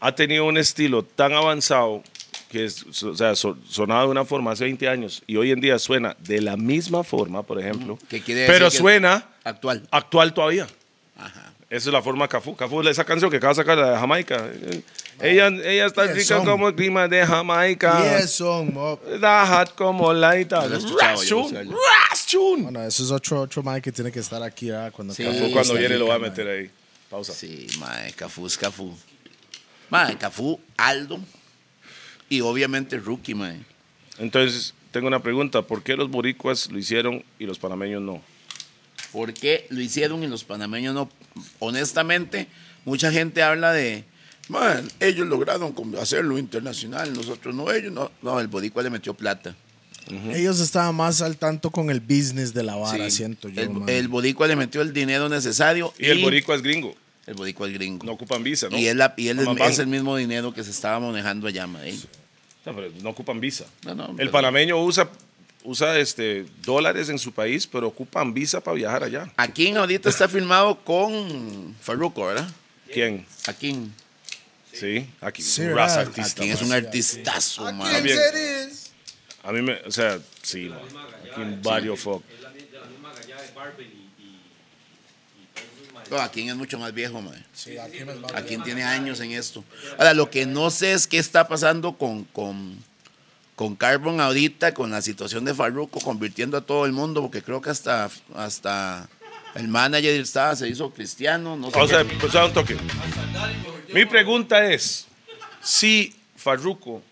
ha tenido un estilo tan avanzado que es, o sea, so- sonaba de una forma hace 20 años y hoy en día suena de la misma forma, por ejemplo, Que quiere decir pero que- suena Actual. actual todavía. Ajá. Esa es la forma Cafú. Cafú, esa canción que acaba de sacar, la de Jamaica. eh, Ella, ella está ¿Quiénes rica son? como el clima de Jamaica. Y eso, mo- La hat como laita. No la he escuchado, yo no Rashun. sé. Rashun. Bueno, eso es otro, otro mae que tiene que estar aquí, ¿verdad? Cuando, Sí, acabe. Cafú, está Cuando viene lo rica, va a man. meter ahí. Pausa. Sí, mae, Cafú es Cafú. Mae, Cafú, Aldo y obviamente Rookie, mae. Entonces, tengo una pregunta. ¿Por qué los boricuas lo hicieron y los panameños no? ¿Por qué lo hicieron y los panameños no? Honestamente, mucha gente habla de, man, ellos lograron com- hacerlo internacional, nosotros no, ellos no. No, el boricua le metió plata. Ellos estaban más al tanto con el business de la vara, Sí. siento yo, el, mae. el boricua le metió el dinero necesario Y el boricua es gringo. el boricua es gringo. No ocupan visa, ¿no? Y, es la- y él es, Nomás van. es el mismo dinero que se estaba manejando allá, mae. No, pero no ocupan visa. No, no, el pero- panameño usa, usa este, dólares en su país, pero ocupan visa para viajar allá. Akin ahorita está firmado con Farruko, ¿verdad? ¿Quién? Akin. Sí, aquí. Sí, raza ¿verdad? artista. Akin es un artistazo, mae. También. A mí me, o sea, sí, man. Aquí en varios fuck. Es la, mi- de la misma gallada de Barben y, y, y todos esos No, Akin es mucho más viejo, mae. Sí, aquí me- Akin tiene años en esto. Ahora, lo que no sé es qué está pasando con, con, con Carbon ahorita, con la situación de Farruko, convirtiendo a todo el mundo, porque creo que hasta, hasta el manager estaba, se hizo cristiano. No sé O sea, qué. pues, a un toque. Mi pregunta es, si Farruko,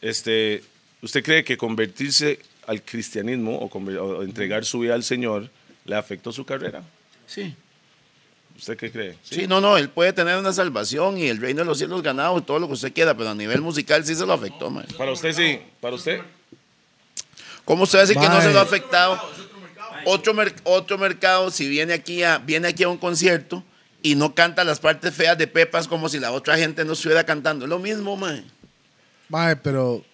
este, ¿usted cree que convertirse al cristianismo o, conver- o entregar su vida al Señor le afectó su carrera? sí. ¿Usted qué cree? sí, no, no, él puede tener una salvación y el reino de los cielos ganado y todo lo que usted quiera, pero a nivel musical sí se lo afectó, man. Para usted sí, para usted. ¿Cómo usted va a decir que no Mae. se lo ha afectado? Otro, mer- otro mercado, si viene aquí, a, viene aquí a un concierto y no canta las partes feas de Pepas como si la otra gente no estuviera cantando. Es lo mismo, man. Mae, pero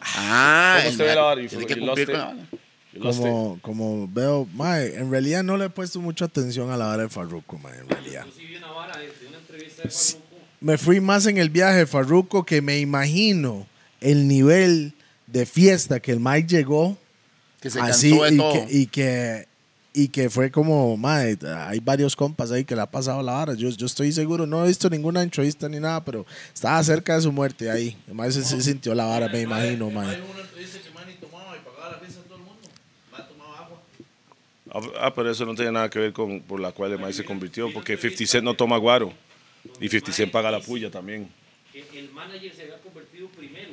Ah, ¿Cómo el usted ve la vara? You tiene que you cumplir lost con it. la vara. You lost it. como, como veo, mae, en realidad no le he puesto mucha atención a la hora de Farruko, mae, en realidad. Sí, vi una vara de, de una entrevista de Farruko. Me fui más en el viaje de Farruko que me imagino el nivel de fiesta que el mae llegó Que se así cansó de Ah, y todo. que, y que y que fue como, mae, hay varios compas ahí que le ha pasado la vara. Yo, yo estoy seguro, no he visto ninguna entrevista ni nada, pero estaba cerca de su muerte ahí. El mae se, se sintió la vara, me imagino, mae. Hay una entrevista que Manny tomaba y pagaba la fiesta a todo el mundo. Va tomaba agua. Ah, ah, pero eso no tiene nada que ver con por la cual el maíz se convirtió, porque 50 Cent no toma guaro. Y 50 Cent paga la puya también. Que el manager se había convertido primero.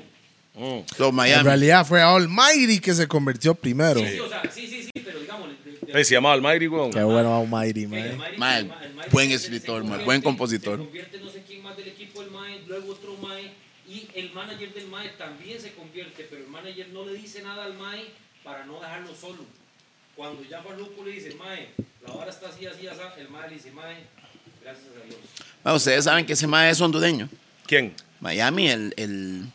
Mm. Los En Miami. realidad fue Almighty que se convirtió primero. Sí, o sea, sí, sí, sí, pero digamos. de- de- Ey, Pues se llama Almighty, weón. Qué bueno Almighty, el mae. Mike- el Mae, Ma- el Mike buen se- escritor, se mae, convierte- buen compositor. Se convierte no sé quién más del equipo del Mae, luego otro Mae, y el manager del Mae también se convierte, pero el manager no le dice nada al Mae para no dejarlo solo. Cuando ya Farruko le dice, Mae, la hora está así, así, así, el Mae le dice, Mae, gracias a Dios. Ah, ustedes saben que ese mae es hondureño. ¿Quién? Miami, el, el,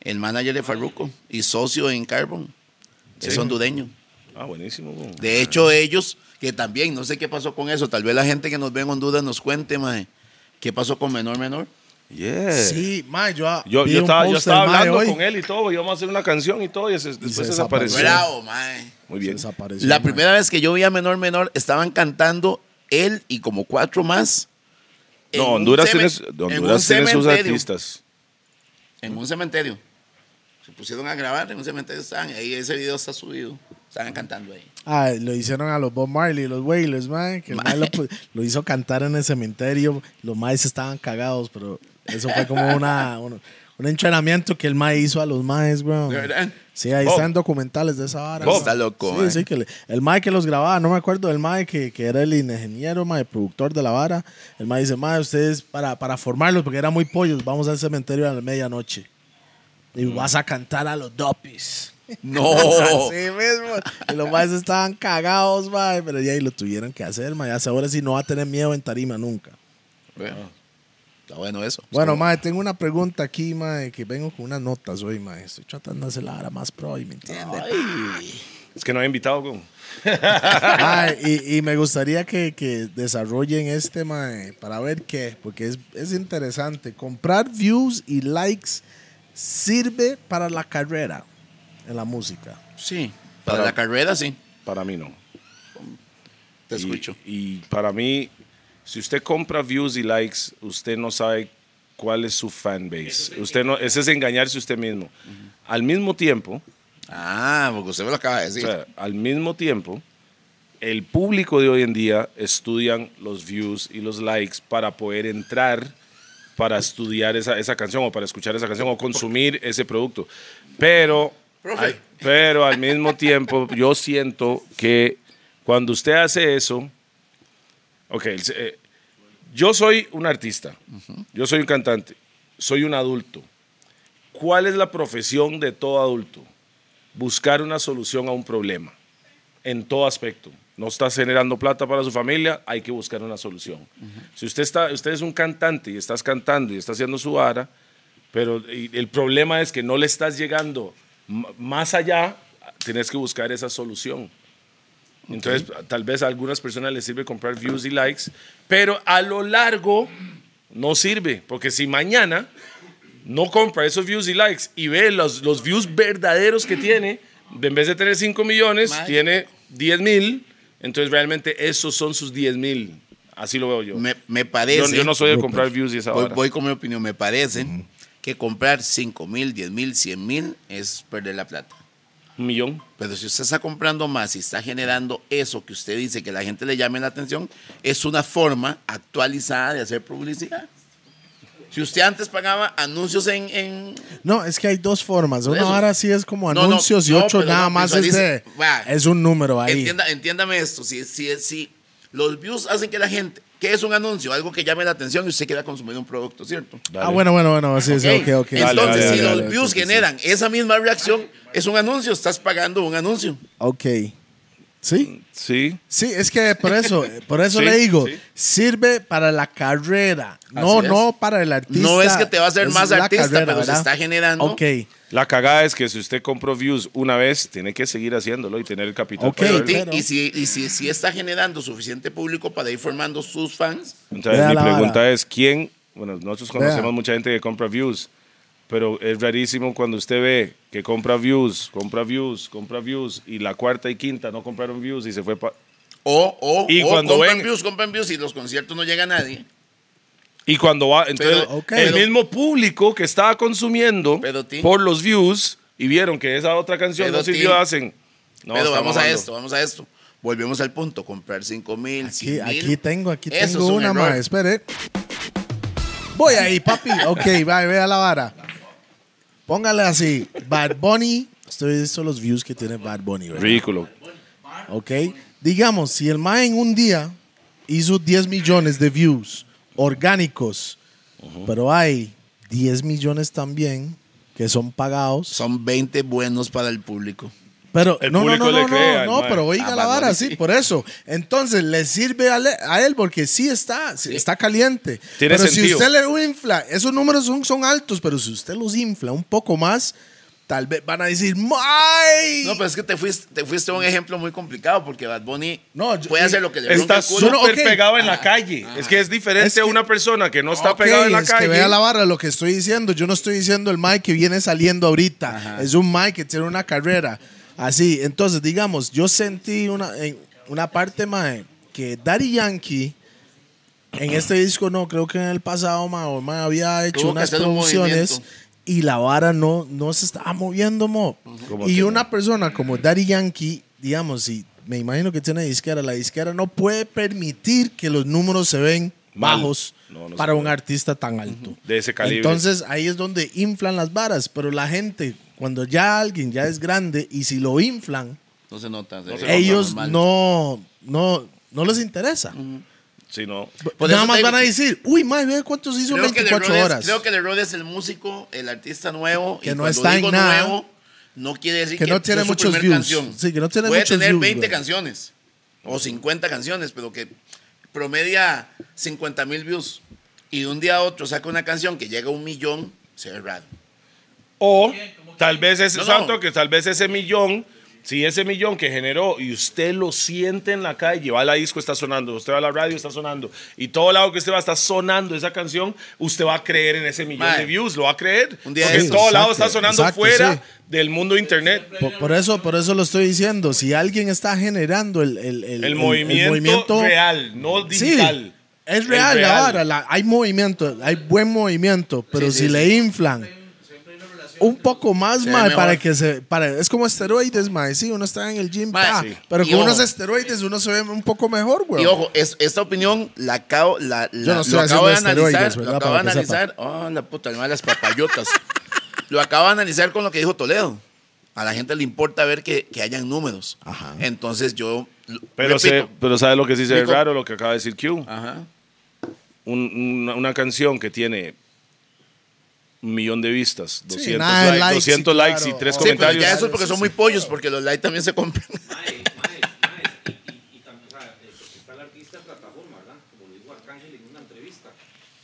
el manager de Farruko y socio en Carbon. Es Sí. hondureño. Ah, buenísimo, weón. De hecho, ellos, que también, no sé qué pasó con eso, tal vez la gente que nos ve en Honduras nos cuente, mae, qué pasó con Menor Menor. Yeah. Sí, mae, yo, Yo, vi yo un estaba, yo post del estaba mae hablando hoy. con él y todo, y íbamos a hacer una canción y todo, y se- después se desapareció. desapareció. Bravo, mae. Muy bien. Se desapareció, La mae. primera vez que yo vi a Menor Menor, estaban cantando él y como cuatro más. en No, un Honduras cemen- tiene, en Honduras un tiene sus cementerio. artistas. En un cementerio. Se pusieron a grabar en un cementerio, estaban ahí, ese video está subido. Estaban cantando ahí. Ah, lo hicieron a los Bob Marley, los Wailers, mae, que el mae lo, pu- lo hizo cantar en el cementerio. Los maes estaban cagados, pero eso fue como una, una, Un entrenamiento que el mae hizo a los maes, bro. ¿De verdad? Sí, ahí Bob. están documentales de esa vara. Bob. mae. Está loco, Sí, mae. sí, que le- el mae que los grababa, no me acuerdo del mae que, que era el ingeniero, mae, productor de la vara. El mae dice, mae, ustedes para, para formarlos, porque eran muy pollos, vamos al cementerio a la medianoche. Y vas a cantar a los dopis. No. Así mismo. Y los maes estaban cagados, mae, pero ya y lo tuvieron que hacer, mae. Hasta ahora sí no va a tener miedo en tarima nunca. Bueno, Está bueno eso. Bueno, mae, tengo una pregunta aquí, mae, que vengo con unas notas hoy, mae. Estoy tratando de hacer la vara más pro y me entiende. Es que no hay invitado, con. Mae, y, y me gustaría que, que desarrollen este, mae, para ver qué, porque es, es interesante. Comprar views y likes sirve para la carrera en la música. Sí. Para, la carrera, sí. Para mí no. Te Y- escucho. Y para mí, si usted compra views y likes, usted no sabe cuál es su fanbase. Usted no, ese es engañarse usted mismo. Al mismo tiempo, Ah, porque usted me lo acaba de decir. o sea, al mismo tiempo, el público de hoy en día estudian los views y los likes para poder entrar para estudiar esa, esa canción o para escuchar esa canción o consumir ese producto. Pero, Profe. al- pero al mismo tiempo yo siento que cuando usted hace eso, ok, el se- eh, yo soy un artista, yo soy un cantante, soy un adulto. ¿Cuál es la profesión de todo adulto? buscar una solución a un problema en todo aspecto. No está generando plata para su familia, hay que buscar una solución. Si usted, está, usted es un cantante y estás cantando y está haciendo su vara, pero y el problema es que no le estás llegando m- más allá, tienes que buscar esa solución. Entonces, tal vez a algunas personas les sirve comprar views y likes, pero a lo largo no sirve, porque si mañana no compra esos views y likes y ve los, los views verdaderos que tiene, de en vez de tener 5 millones, Mae. tiene 10 mil, entonces realmente esos son sus 10 mil. Así lo veo yo. Me, me yo, parece. yo no soy de comprar views y esa voy, vara. voy con mi opinión. Me parece que comprar 5 mil, 10 mil, 100 mil es perder la plata. Un millón. Pero si usted está comprando más y está generando eso que usted dice que la gente le llame la atención, es una forma actualizada de hacer publicidad. Si usted antes pagaba anuncios en. en- No, es que hay dos formas. Una Eso. vara sí es como No, no, anuncios no, y ocho pero nada no, más es de... visualice. Va. Es un número ahí. entienda, entiéndame esto: si, si, si los views hacen que la gente. ¿Qué es un anuncio? Algo que llame la atención y usted quiera consumir un producto, ¿cierto? Ah, bueno, bueno, bueno. Sí, sí, ok, ok. Entonces, Dale, dale, si dale, los dale, views sí, sí, sí. generan esa misma reacción, es un anuncio, estás pagando un anuncio. Ok. Sí. Mm. Sí. Sí, es que por eso, por eso Sí, le digo, sí. sirve para la carrera, no, es. no para el artista. No es que te va a hacer más la artista, pero se está generando. Ok, La cagada es que si usted compró views una vez, tiene que seguir haciéndolo y tener el capital. Ok. para Pero hacerlo. ti- claro. y si, y si, si está generando suficiente público para ir formando sus fans, Entonces, Vea mi la pregunta vara. es, ¿quién? Bueno, nosotros conocemos mucha gente que compra views, pero es rarísimo cuando usted ve que compra views, compra views, compra views, y la cuarta y quinta no compraron views y se fue pa- o, o, Y o cuando compran ven- views, compran views y los conciertos no llega nadie. Y cuando va, entonces Pero, ok. el pero- mismo público que estaba consumiendo Pero, Tim. por los views y vieron que esa otra canción Pero, no sirvió, Tim. hacen... No, pero está vamos a mamando. esto, vamos a esto. Volvemos al punto, comprar 5 mil, aquí, 100 mil. aquí tengo, aquí Eso es tengo un una error. más, espere. Voy ahí, papi. Ok, va, vea la vara. Póngale así, Bad Bunny, estos son los views que tiene Bad Bunny, ¿verdad? Ridículo. Ok, digamos, si el mae en un día hizo 10 millones de views orgánicos, pero hay 10 millones también que son pagados. Son 20 buenos para el público. Pero El no, no, público no, le no, cree no, al no, mae. pero oiga Ah, la Bad vara, Bunny, sí, sí. por eso. Entonces le sirve a, le- a él porque sí está, sí está caliente. Tiene pero si sentido. usted le infla, esos números son, son altos, pero si usted los infla un poco más, tal vez van a decir, ¡May! No, pero es que te fuiste, te fuiste a un ejemplo muy complicado porque Bad Bunny No, yo- puede hacer lo que le Está ronca el culo. solo- súper ok. pegado Ah. en la calle. Es que es diferente Es que- a una persona que no está Ok, pegado en la es calle. Que vea la barra lo que estoy diciendo. Yo no estoy diciendo el Mike que viene saliendo ahorita. Es un Mike que tiene una carrera. Así, entonces, digamos, yo sentí una, en una parte, Mike, que Daddy Yankee. En este disco no, creo que en el pasado ma, o, ma, había hecho Tuvo que unas hacer un producciones movimiento. y la vara no, no se estaba moviendo, mo. ¿Cómo Y que una persona como Daddy Yankee, digamos, y me imagino que tiene disquera, la disquera no puede permitir que los números se ven Mal. bajos. No, no para se un puede. artista tan alto. De ese calibre. Entonces ahí es donde inflan las varas, pero la gente, cuando ya alguien ya es grande y si lo inflan, No se nota. se No ve se nota, ellos normal. no, no, no les interesa. Sí, no. Por Nada eso más te van a digo- decir, uy, madre, ve cuántos hizo creo que el 24 error es- horas. creo que el error es el músico, el artista nuevo. Que y no cuando está en digo nada. nuevo, no quiere decir Que que, no sea tiene su muchos primer views. canción. Sí, que no tiene Puede muchos tener views, 20 güey. canciones o 50 canciones, pero que promedia 50 mil views. Y de un día a otro saca una canción que llega a un millón, se ve raro. O tal vez ese No, no. santo, que tal vez ese millón, si ese millón que generó y usted lo siente en la calle, va a la disco, está sonando, usted va a la radio, está sonando, y todo lado que usted va está sonando esa canción, usted va a creer en ese millón Mae. de views, lo va a creer. Un día porque de en esos. todo lado Exacto, está sonando exacto, fuera sí. del mundo internet. Por, por eso, por eso lo estoy diciendo. Si alguien está generando el, el, el- el- El el movimiento, real, no digital. Sí, es El real, ahora. la- hay movimiento, hay buen movimiento, pero Sí, si sí, le inflan un poco más, Se ve mae, mejor. para que se. Para, es como esteroides, mae. Sí, uno está en el gym, Mae, pa, sí. pero Y con unos ojo. esteroides uno se ve un poco mejor, güey. Y ojo, es- esta opinión la acabo, la, la- Yo no estoy lo acabo de haciendo esteroides, analizar. ¿verdad? Lo acabo de Para que analizar. Oh, la puta, el mae de las papayotas. lo acabo de analizar con lo que dijo Toledo. A la gente le importa ver que, que hayan números. Ajá. Entonces yo. lo- Pero, se, repito. pero ¿sabe lo que sí se ve Repito. raro? Lo que acaba de decir Q. Ajá. Un- una, una canción que tiene un millón de vistas, 200 nada de likes, likes, 200 sí, likes claro. y tres Sí, Sí, pero comentarios. ya eso Claro, es porque sí, son sí, muy pollos, porque los likes también se compran. Mae, mae, mae, y, y, y también, o sea, eh, porque está el artista en plataforma, ¿verdad? Como lo dijo Arcángel en una entrevista,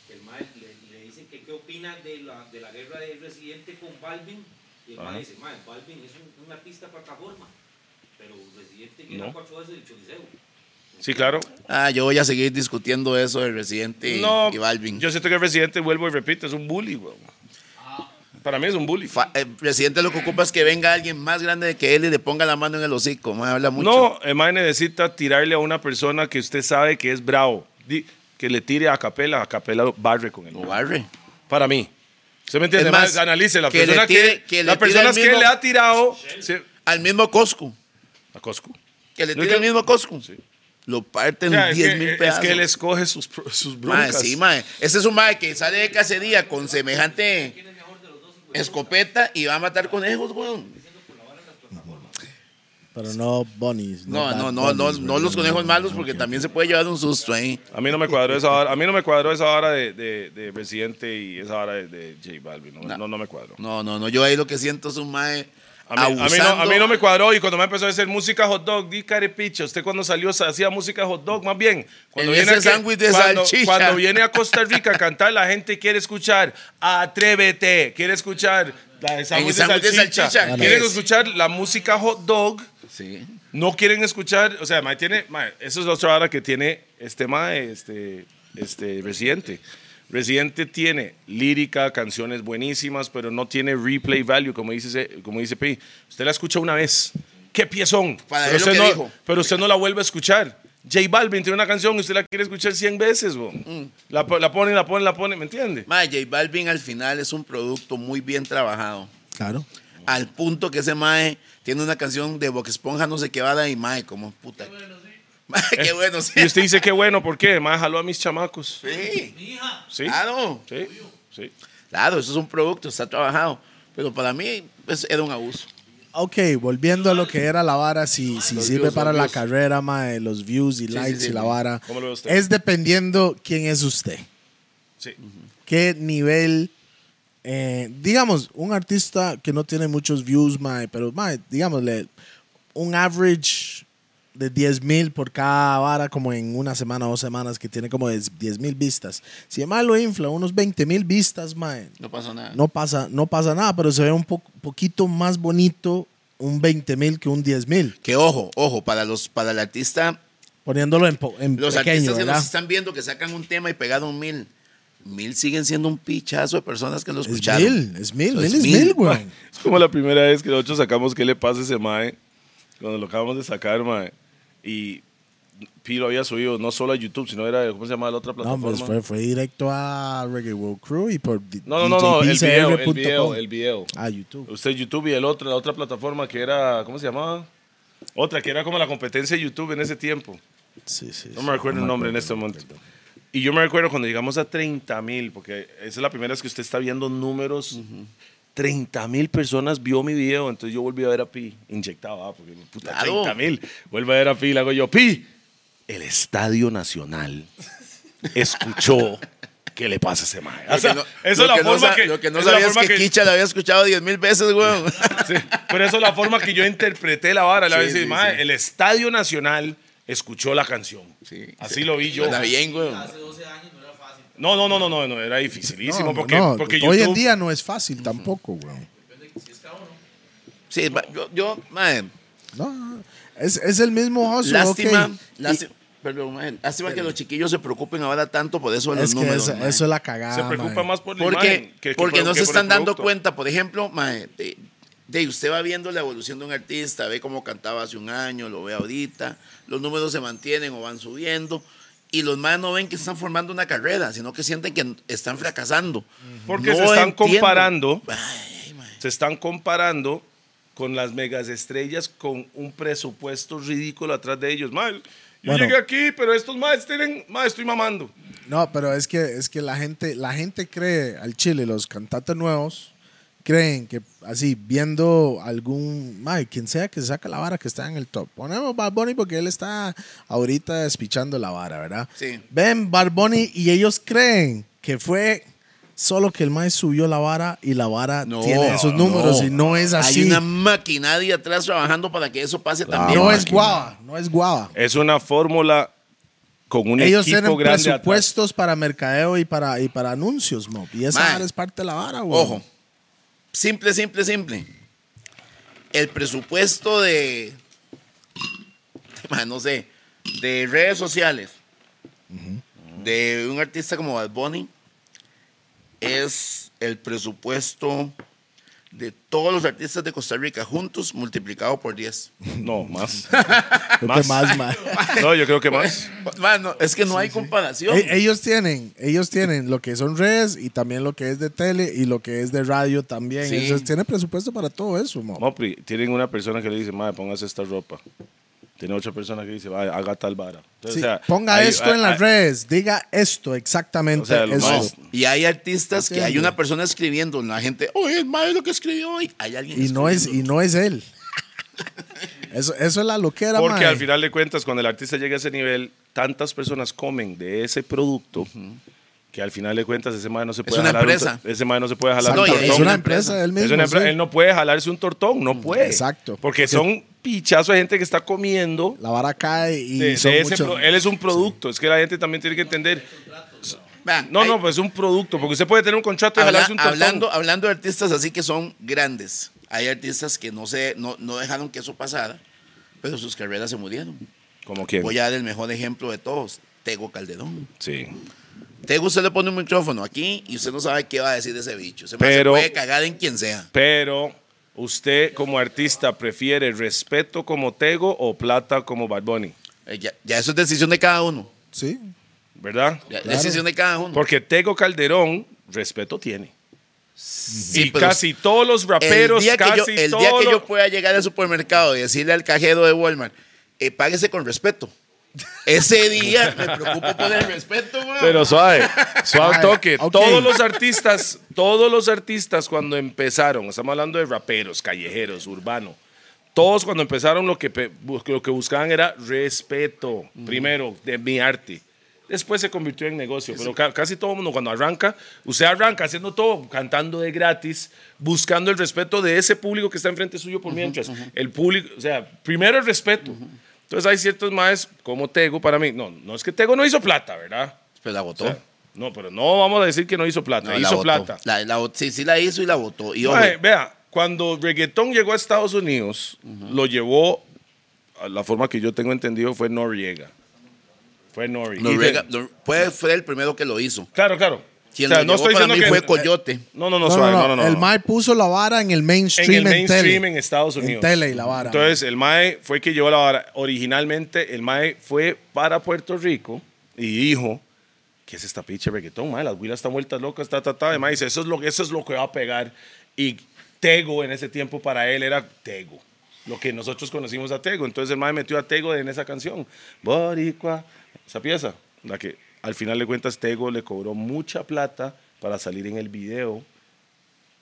que el mae le, le dicen que qué opina de la, de la guerra de Residente con Balvin, y el mae dice, mae, Balvin es un, un artista de plataforma, pero Residente llega No. cuatro veces del choriceo. Sí, claro. Ah, yo voy a seguir discutiendo eso de Residente y- No, y Balvin. Yo siento que el presidente, vuelvo y repito, es un bully, weón. Para mí es un bully. Fa- eh, Residente lo que ocupa es que venga alguien más grande que él y le ponga la mano en el hocico. Me habla mucho. No, el mae necesita tirarle a una persona que usted sabe que es bravo. Di- que le tire a capela, a capela lo barre con el Lo mae. barre. Para mí. ¿Se me entiende? Es más, Mae, analice la que le persona tire- que, que le las tire personas el que mismo- le ha tirado sí, Al mismo Coscu. a Costco. Que le No, que- tire el mismo Coscu. Sí. Lo parten O sea, es, 10 que, mil es pedazos. que él escoge sus, pro- sus Mae, broncas. sí, mae. Ese es un mae que sale de cacería con semejante escopeta y va a matar conejos, weón. Pero no bunnies. No, bad no, no, no, bunnies, no güey, los conejos malos porque ok. también se puede llevar un susto ahí. A mí no me cuadró esa hora, a mí no me cuadró esa hora de, de, de Residente y esa hora de, de J Balvin. No, no, no me cuadró. No, no, no, yo ahí lo que siento es un mae A mí, a mí no- a mí abusando. no, me cuadró y cuando me empezó a hacer música hot dog, di carepicha. Usted cuando salió sa- hacía música hot dog, más bien. Cuando En ese aquí- sándwich de cuando, salchicha. cuando viene a Costa Rica a cantar, la gente quiere escuchar Atrévete, quiere escuchar la de sándwich de sándwich de salchicha, salchicha, ¿qué quieren es? escuchar la música hot dog, Sí. no quieren escuchar, o sea, mae, tiene, mae, eso es la otra hora que tiene este mae, este, este Residente. Residente tiene lírica, canciones buenísimas, pero no tiene replay value, como dice, ese- como dice Pi. Usted la escucha una vez. ¡Qué piezón! Para pero, ver lo usted que no, dijo. pero usted no la vuelve a escuchar. J Balvin tiene una canción y usted la quiere escuchar 100 veces, bo. Mm. La, po- la pone, la pone, la pone, ¿me entiende? Mae, J Balvin al final es un producto muy bien trabajado. Claro. Al punto que ese Mae tiene una canción de Boca Esponja, no sé qué va y Mae, como puta. Mae, qué bueno, sí. Eh, Y usted dice, qué bueno, ¿por qué? Más jaló a mis chamacos. Sí, Sí, claro. sí, sí. Claro, eso es un producto, está trabajado. Pero para mí pues, era un abuso. Ok, volviendo a lo que era la vara, si, si Los sirve views, para los la views. carrera, mae, los views y likes sí, y la mae. vara, ¿Cómo lo ve usted? es dependiendo quién es usted. sí. qué nivel. eh, digamos, un artista que no tiene muchos views, mae, pero mae, digámosle, un average de 10 mil por cada vara, como en una semana o dos semanas, que tiene como 10 mil vistas. Si además lo infla, unos 20 mil vistas, mae, No pasó nada. no pasa, no pasa nada, pero se ve un po- poquito más bonito un 20 mil que un 10 mil, Que ojo, ojo, para los para el artista, poniéndolo en, po- en los pequeño, artistas que nos ¿verdad? están viendo que sacan un tema y pegan un mil. Mil siguen siendo un pichazo de personas que lo Es escucharon. mil, es mil, Los mil es mil. mil, güey. Es como la primera vez que nosotros sacamos qué le pasa a ese mae. Cuando lo acabamos de sacar, mae. Y Piro había subido no solo a YouTube, sino era, ¿cómo se llama la otra No, plataforma? hombre, fue, fue directo a Reggae World Crew y por di- no, no, no, no, el video, el djpcr.com. video, el video. Ah, YouTube. Usted YouTube y el otro, la otra plataforma que era, ¿cómo se llamaba? Otra que era como la competencia de YouTube en ese tiempo. Sí, sí. No me recuerdo el nombre en este momento. Y yo me recuerdo cuando llegamos a 30 mil, porque esa es la primera vez que usted está viendo números. 30 mil personas vio mi video, entonces yo volví a ver a Pi, inyectado, ah, porque puta, Claro. 30 mil. Vuelvo a ver a Pi, le hago yo, Pi, el Estadio Nacional escuchó qué le pasa a ese maje. O sea, Lo que esa no- es lo la que no forma sa- que... Lo que esa no es la sabía es forma que Kicha la había escuchado 10 mil veces, güey. Sí, pero eso es la forma que yo interpreté la vara. La Sí, vez sí, "Mae, sí. el Estadio Nacional escuchó la canción. Así lo vi yo. Está bien, güey. No, no, no, no, no, no, era dificilísimo No, porque, no, porque hoy en YouTube- día no es fácil tampoco, weón. Sí, ma- yo, yo, madre, No, no, es, es el mismo hustle. lástima. ok. lástima perdón, mae, lástima que los chiquillos se preocupen ahora tanto por eso de los Es que números. eso, mae. eso es la cagada. se preocupa mae. más por la imagen porque, que- que porque por- no que por se el están dando producto. cuenta, por ejemplo, mae, de, de usted va viendo la evolución de un artista, ve cómo cantaba hace un año, lo ve ahorita, los números se mantienen o van subiendo. Y los más no ven que están formando una carrera, sino que sienten que están fracasando. Porque No se están entiendo. comparando, Ay, mae. se están comparando con las megas estrellas con un presupuesto ridículo atrás de ellos. Mae, yo Bueno. llegué aquí, pero estos más tienen, mae, estoy mamando. No, pero es que, es que la, gente, la gente cree al Chile, los cantantes nuevos creen que así, viendo algún, mae, quien sea que saca la vara que está en el top. Ponemos Bad Bunny porque él está ahorita despichando la vara, ¿verdad? Sí. Ven Bad Bunny y ellos creen que fue solo que el mae subió la vara y la vara No, tiene esos números y no es así. Hay una maquinaria atrás trabajando para que eso pase también. no es guava, no es guava. Es una fórmula con un Ellos equipo tienen grande atrás. presupuestos para mercadeo y para, y para anuncios, Mob. Y esa Mae. vara es parte de la vara, güey. Ojo. Simple, simple, simple. El presupuesto de. Ma, no sé. De redes sociales. De un artista como Bad Bunny. Es el presupuesto de todos los artistas de Costa Rica juntos multiplicado por 10. No, más. Creo Más. que más, mae. No, yo creo que más. Mano, es que no hay comparación. E- ellos tienen, ellos tienen lo que son redes y también lo que es de tele y lo que es de radio también. Sí. Entonces tienen presupuesto para todo eso, Mob. Mopri, tienen una persona que le dice, madre, póngase esta ropa. Tiene otra persona que dice, "Mae, haga tal vara. Sí, Entonces, o sea, ponga hay- esto hay- en las hay- redes, diga esto exactamente. O sea, lo eso. más- Y hay artistas que hay Entiendo. una persona escribiendo, la gente, oye, es malo lo que escribió hoy. Hay alguien Y no es, y escribiendo. no es él. Eso, eso es la loquera, Porque mae. al final de cuentas, cuando el artista llega a ese nivel, tantas personas comen de ese producto que al final de cuentas ese madre no se puede una jalar un empresa. tor- ese madre no se puede jalar Exacto, un No, y- tortón. es una una empresa empresa. él mismo. Es una empre- sí. Él no puede jalarse un tortón, no puede. Exacto. Porque son pichazos de gente que está comiendo La vara cae y de- de son ese muchos- pro- él es un producto. Es que la gente también tiene que entender. Vean, No, hay- no, pues es un producto. Porque usted puede tener un contrato y Habla- jalarse un tortón. hablando, hablando de artistas así que son grandes, hay artistas que no, se, no, no dejaron que eso pasara, pero sus carreras se murieron. Como quién. Voy a dar el mejor ejemplo de todos, Tego Calderón. Sí. Tego usted le pone un micrófono aquí y usted no sabe qué va a decir de ese bicho. Se Pero- puede cagar en quien sea. Pero, ¿usted como artista prefiere respeto como Tego o plata como Bad Bunny? Eh, Ya, ya eso es decisión de cada uno. Sí. ¿Verdad? Ya- Claro. Decisión de cada uno. Porque Tego Calderón, respeto tiene. Sí, y pero casi todos los raperos, el día, que yo, casi el todos día que los- yo pueda llegar al supermercado y decirle al cajero de Walmart, eh, páguese con respeto. Ese día me preocupo por el respeto, güey. Pero suave, suave Ay, toque. ok. Todos los artistas, todos los artistas cuando empezaron, estamos hablando de raperos, callejeros, urbano. Todos cuando empezaron lo que, pe- bu- lo que buscaban era respeto, primero, de mi arte. Después se convirtió en negocio, pero ca- casi todo mundo cuando arranca, usted arranca haciendo todo, cantando de gratis, buscando el respeto de ese público que está enfrente suyo por mientras. El público, o sea, primero el respeto. Entonces hay ciertos más como Tego para mí. No, no es que Tego no hizo plata, ¿verdad? Pero la votó. O sea, no, pero no vamos a decir que no hizo plata. No, la hizo votó. plata. La- la vot- sí, sí la hizo y la votó. Y ojo, Mae, vea, cuando reggaetón llegó a Estados Unidos, lo llevó, a la forma que yo tengo entendido, fue Noriega. Fue Noriega. Noriega- Nor- fue, fue el primero que lo hizo. Claro, claro. Quien O sea, lo llevó para mí eh, fue Coyote. No, no, no, No, suave, no, no, no, no, no. El Mae puso la vara en el mainstream. en el mainstream tele. en Estados Unidos. En tele y la vara. Entonces, el MAE fue que llevó la vara. Originalmente, el MAE fue para Puerto Rico y dijo, ¿qué es esta pinche reggaetón, mae? Las huilas están vueltas locas, ta, ta, ta. El mae dice, eso es, lo, eso es lo que va a pegar. Y Tego, en ese tiempo, para él era Tego. Lo que nosotros conocimos a Tego. Entonces, el MAE metió a Tego en esa canción. Boricua. Esa pieza. La que... Al final de cuentas, Tego le cobró mucha plata para salir en el video.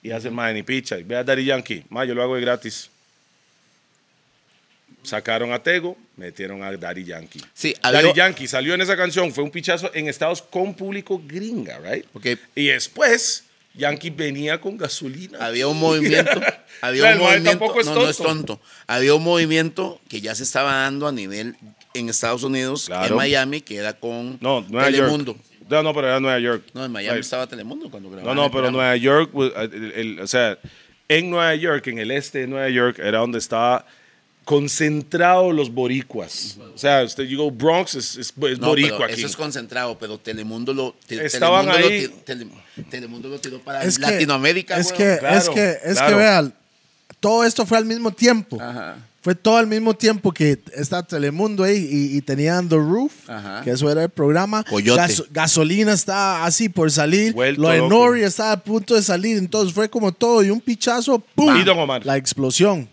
Y hace, madre, ni picha. Ve a Daddy Yankee. Ma, yo lo hago de gratis. Sacaron a Tego, metieron a Daddy Yankee. Sí, Daddy había- Yankee salió en esa canción. Fue un pichazo en Estados con público gringa, ¿right? Ok. Y después, Yankee venía con gasolina. Había un movimiento. Había Claro, el un mae movimiento. tampoco es no, no es tonto. tonto. Había un movimiento que ya se estaba dando a nivel en Estados Unidos, Claro. en Miami, que era con No, Nueva Telemundo. York. No, no, pero era Nueva York. No, en Miami Right. estaba Telemundo cuando No, grabaron. no, el pero programa. Nueva York, was- el- el- o sea, en Nueva York, en el este de Nueva York, era donde estaba concentrado los boricuas. O sea, usted digo Bronx es, es- es No, boricua pero aquí. Eso es concentrado, pero Telemundo lo, te- Estaban Telemundo ahí. Lo, ti- Tele- Telemundo lo tiró para Es que- Latinoamérica. Es weón. que, es Claro, que, es claro. que vean, todo esto fue al mismo tiempo. Ajá. Fue todo al mismo tiempo que está Telemundo ahí y, y tenían The Roof, Ajá. que eso era el programa. Coyote. gasolina está así por salir. Vuelto Lo de loco. Nori estaba a punto de salir. Entonces fue como todo y un pichazo, ¡pum! Y Don Omar. La explosión.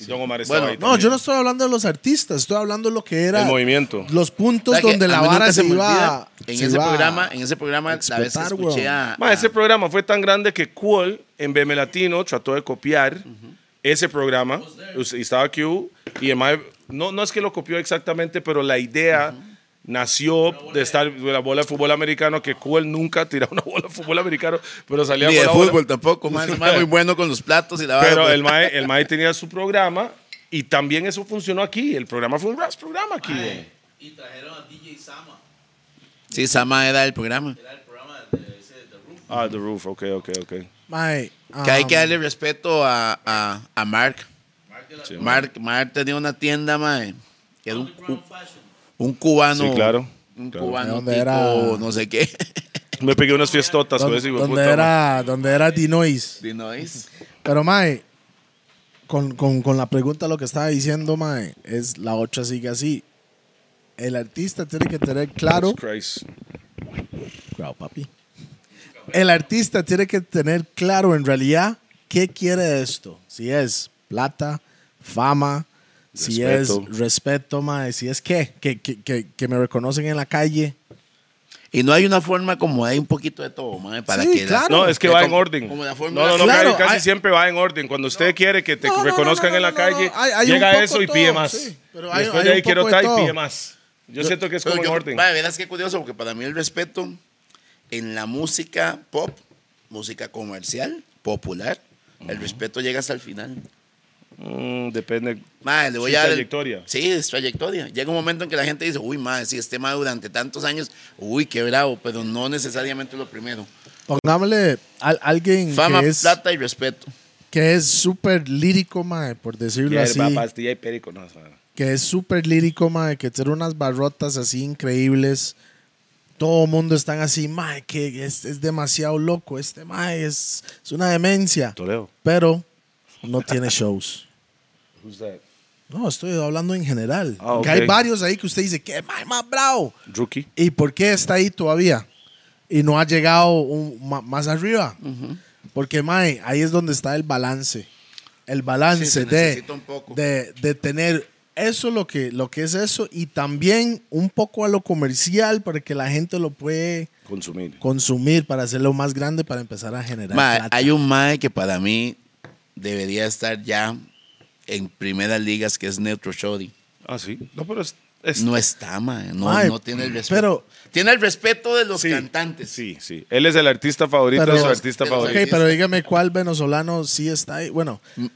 Y Don Omar estaba Bueno, ahí No, también. yo no estoy hablando de los artistas, estoy hablando de lo que era. El movimiento. Los puntos O sea que donde a la mí nunca vara se, me iba. olvida, En se ese iba a- programa, en ese programa, la vez que explotar, escuché weón. a. Ma, ese a- programa fue tan grande que Cool en BM Latino trató de copiar ese programa. Us- y Estaba Q y el mae- no, no es que lo copió exactamente, pero la idea nació de estar de la bola de fútbol americano, que Cool nunca tiraba una bola de fútbol americano, pero salía Ni con de la bola. fútbol tampoco, man. Ese man muy bueno con los platos y la vara, pues. Pero weón. el mae, el mae tenía su programa y también eso funcionó aquí. El programa fue un ras programa aquí. güey. Y trajeron a DJ Sama, Sí, Sama era el programa. era el programa de ese de Roof. Ah, The Roof, ok, ok, ok. Mae, Que hay que um, darle respeto a, a, a Mark. Sí, Mark. Mark tenía una tienda, mae. Que era un, Underground Fashion. un cubano. Sí, claro, Un claro. cubano ¿Dónde tipo, era? no sé qué. Me pegué unas fiestotas con Donde, ese hijo de donde puta, mae. era, donde era Dinois. The Noise. Pero, Mae, con, con- con la pregunta lo que estaba diciendo, Mae, es la otra sigue así. El artista tiene que tener claro. Jesus Christ. Cuidado, papi. El artista tiene que tener claro en realidad qué quiere esto. Si es plata, fama, si Respeto. es respeto, Mae, si es qué, que, que- que- que me reconocen en la calle. Y no hay una forma como hay un poquito de todo, mae, para Sí, que la- claro. No, es que que va como- en orden. como la no, fórmula- no, no, Claro, casi, casi hay- siempre va en orden. Cuando usted quiere que te No, no, no, reconozcan no, en la no, no, calle, no. Hay- hay un llega poco eso y todo, pide más. sí, pero Y hay- Después hay de ahí un quiero poco de tal y pide todo. más. Yo, siento que es Pero como en yo- orden. mae, verás qué curioso, porque para mí el respeto en la música pop, música comercial, popular, el respeto llega hasta el final. Mm, depende. Mae, le voy Su a dar el- trayectoria. Sí, es trayectoria. Llega un momento en que la gente dice, uy, mae, si este mae durante tantos años, uy, qué bravo, pero no necesariamente lo primero. Pongámosle a alguien Fama, que es plata y respeto. que es súper lírico, Mae, por decirlo así. Hierba, pastilla y perico. No, o sea, que es súper lírico, mae, que tiene unas barrotas así increíbles. Todo el mundo están así, mae, que es, es demasiado loco. Este mae es, es una demencia. Toledo. Pero no tiene shows. Who's that? No, estoy hablando en general. Ah, Que hay ok. varios ahí que usted dice, que mae más bravo? Rookie. ¿Y por qué está ahí todavía? Y no ha llegado un- ma- más arriba. Porque, mae, ahí es donde está el balance. El balance Sí, se de, necesita un poco. de, de tener eso, lo que, lo que es eso, y también un poco a lo comercial para que la gente lo puede Consumir. consumir, para hacerlo más grande, para empezar a generar. Mae, plata. hay un mae que para mí debería estar ya en primeras ligas, que es Neutro Shorty. Ah, sí. No, pero es. es- No está, mae. No, Mae, no tiene el respeto. pero- tiene el respeto de los sí, cantantes. Sí, sí. Él es el artista favorito Pero- de su artista pero- Ok, favorito. pero dígame cuál venezolano sí está ahí. Bueno, Mm.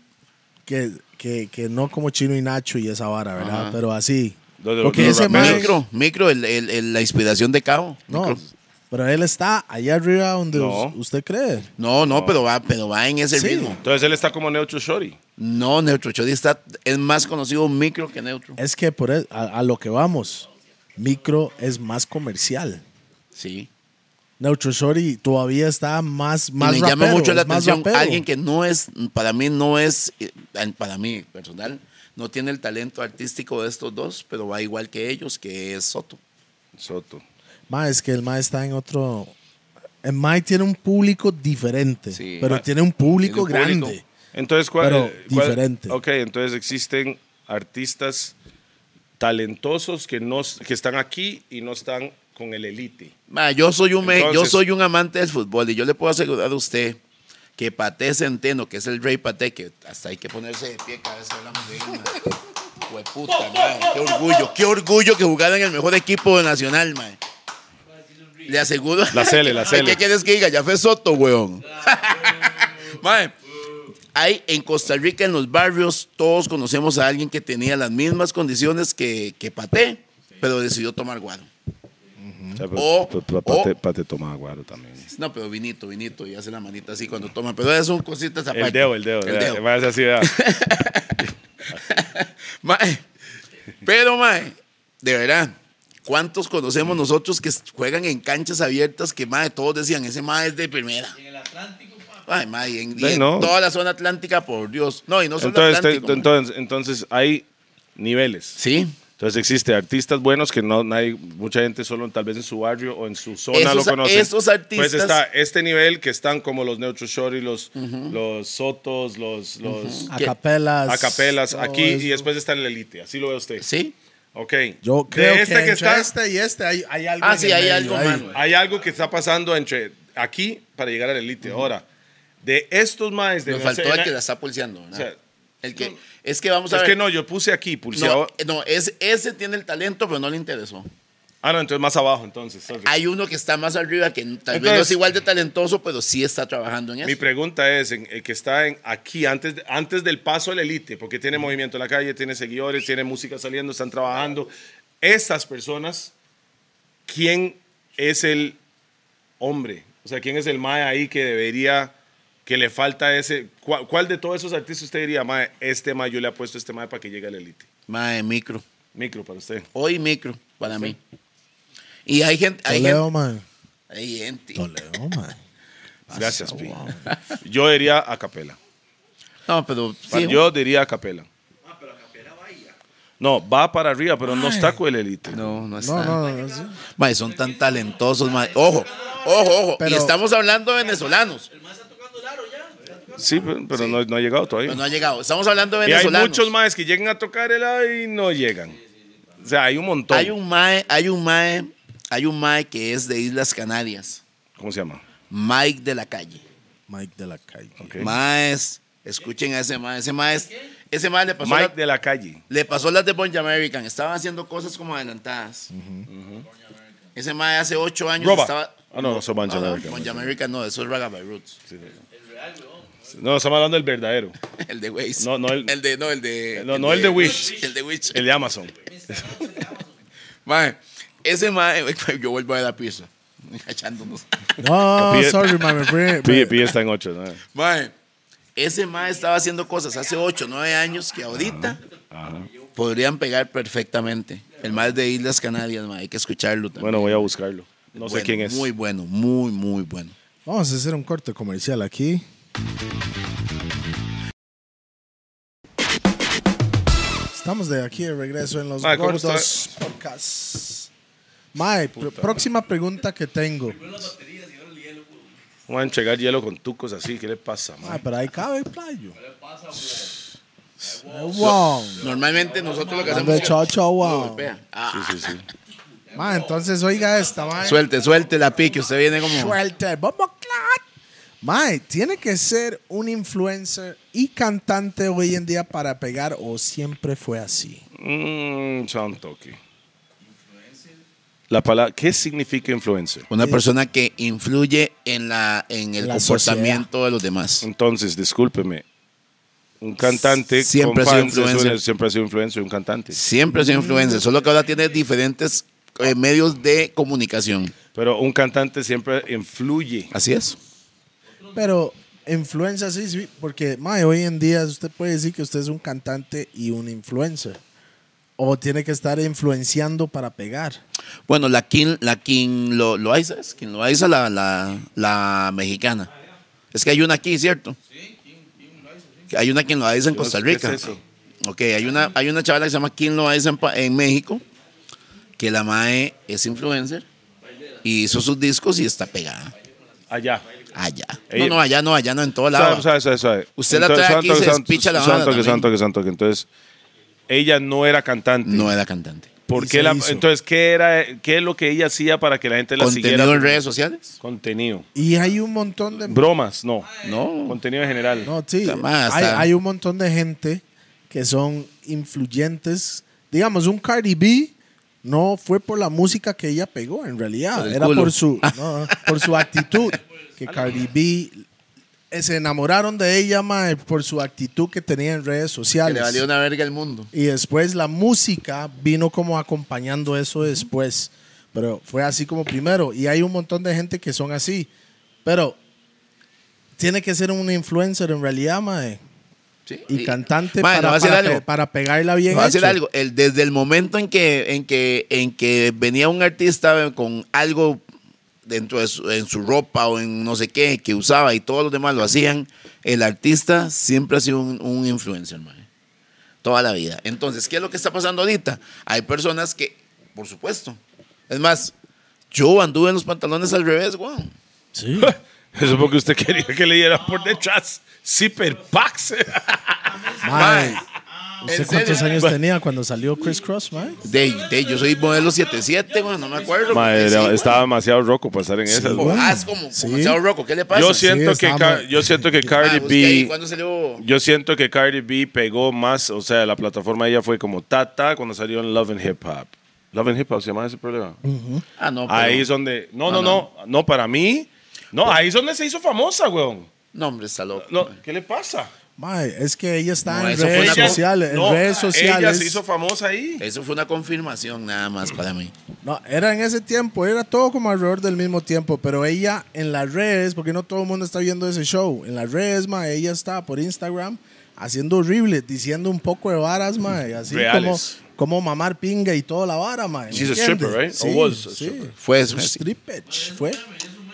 que, que, que no como Chino y Nacho y esa vara, ¿verdad? Ajá. Pero así. Los de- Porque los ese raperos. mae- Micro, micro, el- el- el- la inspiración de Cabo. No, Micro. pero él está allá arriba donde No. us- usted cree. No, no, pero va, pero va en ese Sí. ritmo. Entonces él está como Neutro Shorty. No, Neutro Shorty está, es más conocido micro que neutro. Es que por e- a, a lo que vamos, Micro es más comercial. Sí. Neutro Shorty todavía está más Y más me llama rapero, mucho la es más atención rapero. alguien que no es, para mí no es, eh, para mí personal, no tiene el talento artístico de estos dos, pero va igual que ellos, que es Soto. Soto. Ma, es que el Mae está en otro... El Mae tiene un público diferente, Sí. pero Ma- tiene un público tiene un público. grande. Entonces, ¿cuál? Pero eh, cuál- diferente. Ok, entonces existen artistas talentosos que, no, que están aquí y no están con el elite. Ma, yo, soy un, me- yo Entonces- soy un amante del fútbol y yo le puedo asegurar a usted que Paté Centeno, que es el rey Paté, que hasta hay que ponerse de pie cada vez que hablamos de él. ma. Jueputa, ma, qué orgullo, qué orgullo que jugara en el mejor equipo nacional, ma. Le aseguro. La Cele, la Ay, Cele. ¿Qué quieres que diga? Ya fue Soto, weón. Mae, hay en Costa Rica, en los barrios, todos conocemos a alguien que tenía las mismas condiciones que, que Paté, pero decidió tomar guaro. O sea, Mm. O- pa- pa- o- Pate, Pate toma guaro también. No, pero vinito, vinito, y hace la manita así cuando toma. Pero es un cosita zapata. El dedo, el dedo. eh, El dedo. Más así, vea. Mae, Pero, mae, de verdad, ¿cuántos conocemos nosotros que juegan en canchas abiertas que, mae, todos decían, ese mae es de primera? En el Atlántico, pa. Ay, mae, y en, y Sí, en no. toda la zona atlántica, por Dios. No, y no solo entonces, atlántico. te- mae. entonces, entonces hay niveles. sí, Entonces existe artistas buenos que no nadie, mucha gente solo tal vez en su barrio o en su zona Esos- lo conoce. esos artistas- Pues está este nivel que están como los Neutro Shorty, los, los Sotos, los, los ¿Qué? Acapelas. Acapelas todo aquí eso. y después está el Elite. Así lo ve usted. Ah, sí. Ok. Yo De creo este que, que está está, este y este hay, hay algo. Ah, en sí, el hay medio algo, ahí. mano. hay algo que está pasando entre aquí para llegar al Elite. Ahora, de estos maes de Nos no sé, faltó el na- que la está pulseando. ¿verdad? o sea, el que, es que vamos a es ver. que no, yo puse aquí no, eh, pulseado. no, es, ese tiene el talento, pero no le interesó. Ah, no, entonces más abajo entonces. sorry. Hay uno que está más arriba que tal vez no Entonces- es igual de talentoso, pero sí está trabajando en Mi eso. pregunta es, en- el que está en- aquí antes, de- antes del paso al elite, porque tiene movimiento en la calle, tiene seguidores, tiene música saliendo, están trabajando. Estas personas, ¿quién es el hombre? O sea, ¿quién es el mae ahí que debería, que le falta ese? ¿Cuál, cuál de todos esos artistas usted diría, mae, este mae, yo le apuesto a este mae para que llegue al elite? Mae, micro. Micro para usted. Hoy micro, para mí. Y hay gente. Hay Toledo, man. gente. Hay gente. Toledo, man. Gracias, Pi. Yo diría a capela. No, pero sí. Yo diría a capela. No, va para arriba, pero no está con el elite. No, no está. No, no, no. sí. Mae, son tan talentosos, mae. Ojo, ojo, ojo. y Pero- estamos hablando de venezolanos. El man está tocando el aro ya. Está tocando. Sí, pero, pero No, no ha llegado todavía. Pero no ha llegado. Estamos hablando de y hay venezolanos. muchos maes que llegan a tocar el lado y no llegan. O sea, hay un montón. Hay un mae, hay un mae, hay un mae que es de Islas Canarias. ¿Cómo se llama? Mike de la calle. Mike de la calle. Ok. Maes, escuchen a ese mae. Ese mae, es- ese mae le pasó Mike la- de la calle. Le pasó las de Bonja American. Estaban haciendo cosas como adelantadas. Ese mae hace ocho años Roba. estaba. Ah, no, eso es Bonja Ah, American. Bonja American no, eso es Ragabay Roots. No, estamos hablando del verdadero. El de Waze. No, no, el- el, de. No, el de. No, no, el de Wish. El de Wish. El de Amazon. Mae, ese mae. Yo vuelvo a la pizza. Cachándonos. No, Pide- sorry, man. me fui- Pille, me- pille está en ocho. ¿no? Mae, ese mae estaba haciendo cosas hace ocho, nueve años que ahorita podrían pegar perfectamente. El mae es de Islas Canarias, mae. Hay que escucharlo también. Bueno, voy a buscarlo. No sé Bueno, quién es. Muy bueno, muy, muy bueno. Vamos a hacer un corte comercial aquí. Estamos de aquí de regreso en los Mae, ¿cómo Gordos Podcasts. Mae, pr- próxima pregunta que tengo. Vamos a enchegar hielo con tucos así. ¿Qué le pasa, mae? Mae, pero ahí cabe el playo. Ay, Wow. Normalmente nosotros lo que hacemos De es chao, chao, wow. golpea. Ah, Sí, sí, sí. Mae, entonces oiga esta, mae. suelte, suelte la pique. Usted viene como. Suelte, bombo clat. Mae, tiene que ser un influencer y cantante hoy en día para pegar o siempre fue así. Mmm, chantoque. La palabra, ¿qué significa influencer? Una persona que influye en, la, en el La comportamiento de los demás. Entonces, discúlpeme. Un cantante Siempre ha con sido fans es un- influencer. siempre ha sido influencer, un cantante. Siempre ha sido influencer, solo que ahora tiene diferentes eh, medios de comunicación. Pero un cantante siempre influye. Así es. Pero influencer sí, sí, porque mae, hoy en día usted puede decir que usted es un cantante y un influencer. O tiene que estar influenciando para pegar. Bueno, la Kim, la Kim lo, Loaiza es Kim Loaiza, la, la, la mexicana. Es que hay una aquí, ¿cierto? Que Hay una Kim Loaiza en Costa sé qué Rica. es eso. Ok, hay una, hay una chavala que se llama Kim Loaiza en, pa- en México, que la mae es influencer y hizo sus discos y está pegada. Allá. Allá. No, Ella- no, allá no, allá no, en todo lado. Sabe, sabe, sabe, sabe. Usted la trae aquí y se despicha la santo, banda que, también. santo, que, santo, que. Entonces, ella no era cantante. No era cantante. ¿Por Y qué se la- hizo. entonces, ¿qué, era, ¿qué es lo que ella hacía para que la gente la siguiera? ¿Contenido en redes sociales? Contenido. Y hay un montón de... Bromas, no. No. Contenido en general. No, sí. Está más, hay, está- hay un montón de gente que son influyentes. Digamos, un Cardi B no fue por la música que ella pegó, en realidad. Por el Era culo. por su, no, por su actitud. Que Cardi B eh, se enamoraron de ella mae, por su actitud que tenía en redes Que sociales. le valió una verga al mundo. Y después la música vino como acompañando eso después. Pero fue así como primero. Y hay un montón de gente que son así. Pero tiene que ser un influencer en realidad, mae. Sí. Y cantante Mae, para, le voy a decir para algo. pe- para pegarla bien. Le voy a decir hecho. algo. El, desde el momento en que, en, que, en que venía un artista eh, con algo dentro de su, en su ropa o en no sé qué que usaba y todos los demás lo hacían, el artista siempre ha sido un, un influencer, mae. Toda la vida. Entonces, ¿qué es lo que está pasando ahorita? Hay personas que, por supuesto. Es más, yo anduve en los pantalones al revés, guau. Sí. Eso es porque usted quería que le diera por detrás. Zipper Pax. Mae, ¿En ¿Usted cuántos serio? años tenía cuando salió Chris Cross, mae? De, de- yo soy modelo 77, guau, no me acuerdo. Madre, Sí, era- guau. estaba demasiado roco para estar en esas. güey. Ah, es como, como Sí. demasiado roco. ¿Qué le pasa? Yo siento, que estaba Car- mal. yo siento que Ah, Cardi busqué ahí, B. ¿Cuándo salió? Yo siento que Cardi B pegó más, o sea, la plataforma de ella fue como Tata cuando salió en Love and Hip Hop. Love and Hip Hop se llama ese programa. Ah, no. Ahí pero- Ah, es donde. No, no, no, no. para mí. No, ahí es donde se hizo famosa, weón. No, hombre, está loco. No, ¿Qué le pasa? Mae, es que ella está No, en eso fue redes una- sociales. En no, redes sociales. Ella se hizo famosa ahí. Eso fue una confirmación nada más para mí. No, era en ese tiempo, era todo como alrededor del mismo tiempo, pero ella en las redes, porque no todo el mundo está viendo ese show, en las redes, ma, ella estaba por Instagram haciendo horrible, diciendo un poco de varas, ma, y así Reales. como como mamar pinga y toda la vara, ma. ¿me She's a entiendes? stripper, right? Or Sí, was a sí. stripper. Fue eso. Un strippage, fue.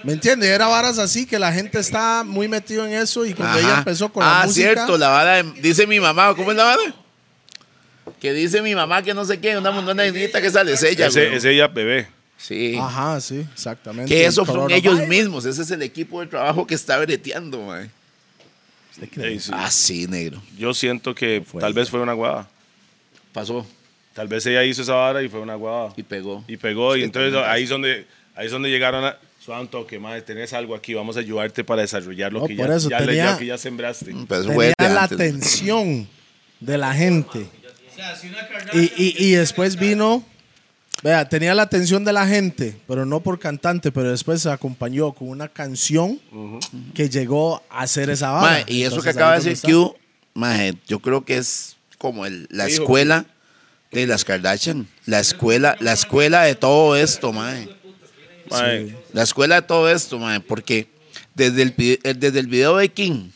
¿Me entiendes? Era varas así que la gente está muy metido en eso y cuando ella Ajá. empezó con ah, la música, cierto, la vara. de- dice mi mamá, ¿cómo es la vara? Que dice mi mamá que no sé qué, una mundana niñita que sale, es ella, Ese- güey. es ella, bebé. Sí. ajá, sí, exactamente. Que El eso son ellos coronavirus. mismos, ese es el equipo de trabajo que está breteando, güey. Ey, sí. Ah, sí, negro. Yo siento que tal vez fue una guada. Pasó Tal vez ella hizo esa vara y fue una guada. y pegó. Y pegó, y Sí, entonces también. ahí es donde, ahí es donde llegaron a. Suave un toque, madre, tenés algo aquí, vamos a ayudarte para desarrollar lo No, que, por ya, eso ya le- tenía- ya que ya sembraste. Pero eso fue tenía Pues, de la antes. atención de la gente. O sea, si una Y, Kardashian- y- y después vino, vea, tenía la atención de la gente, pero no por cantante, pero después se acompañó con una canción que llegó a hacer esa Ma, banda. y eso que acaba de decir Q, ma, eh, yo creo que es como el- la Hijo. escuela de las Kardashian. La escuela, la escuela de todo esto, mae. Madre, La escuela de todo esto, mae. Porque desde el, pi- eh, desde el video de King,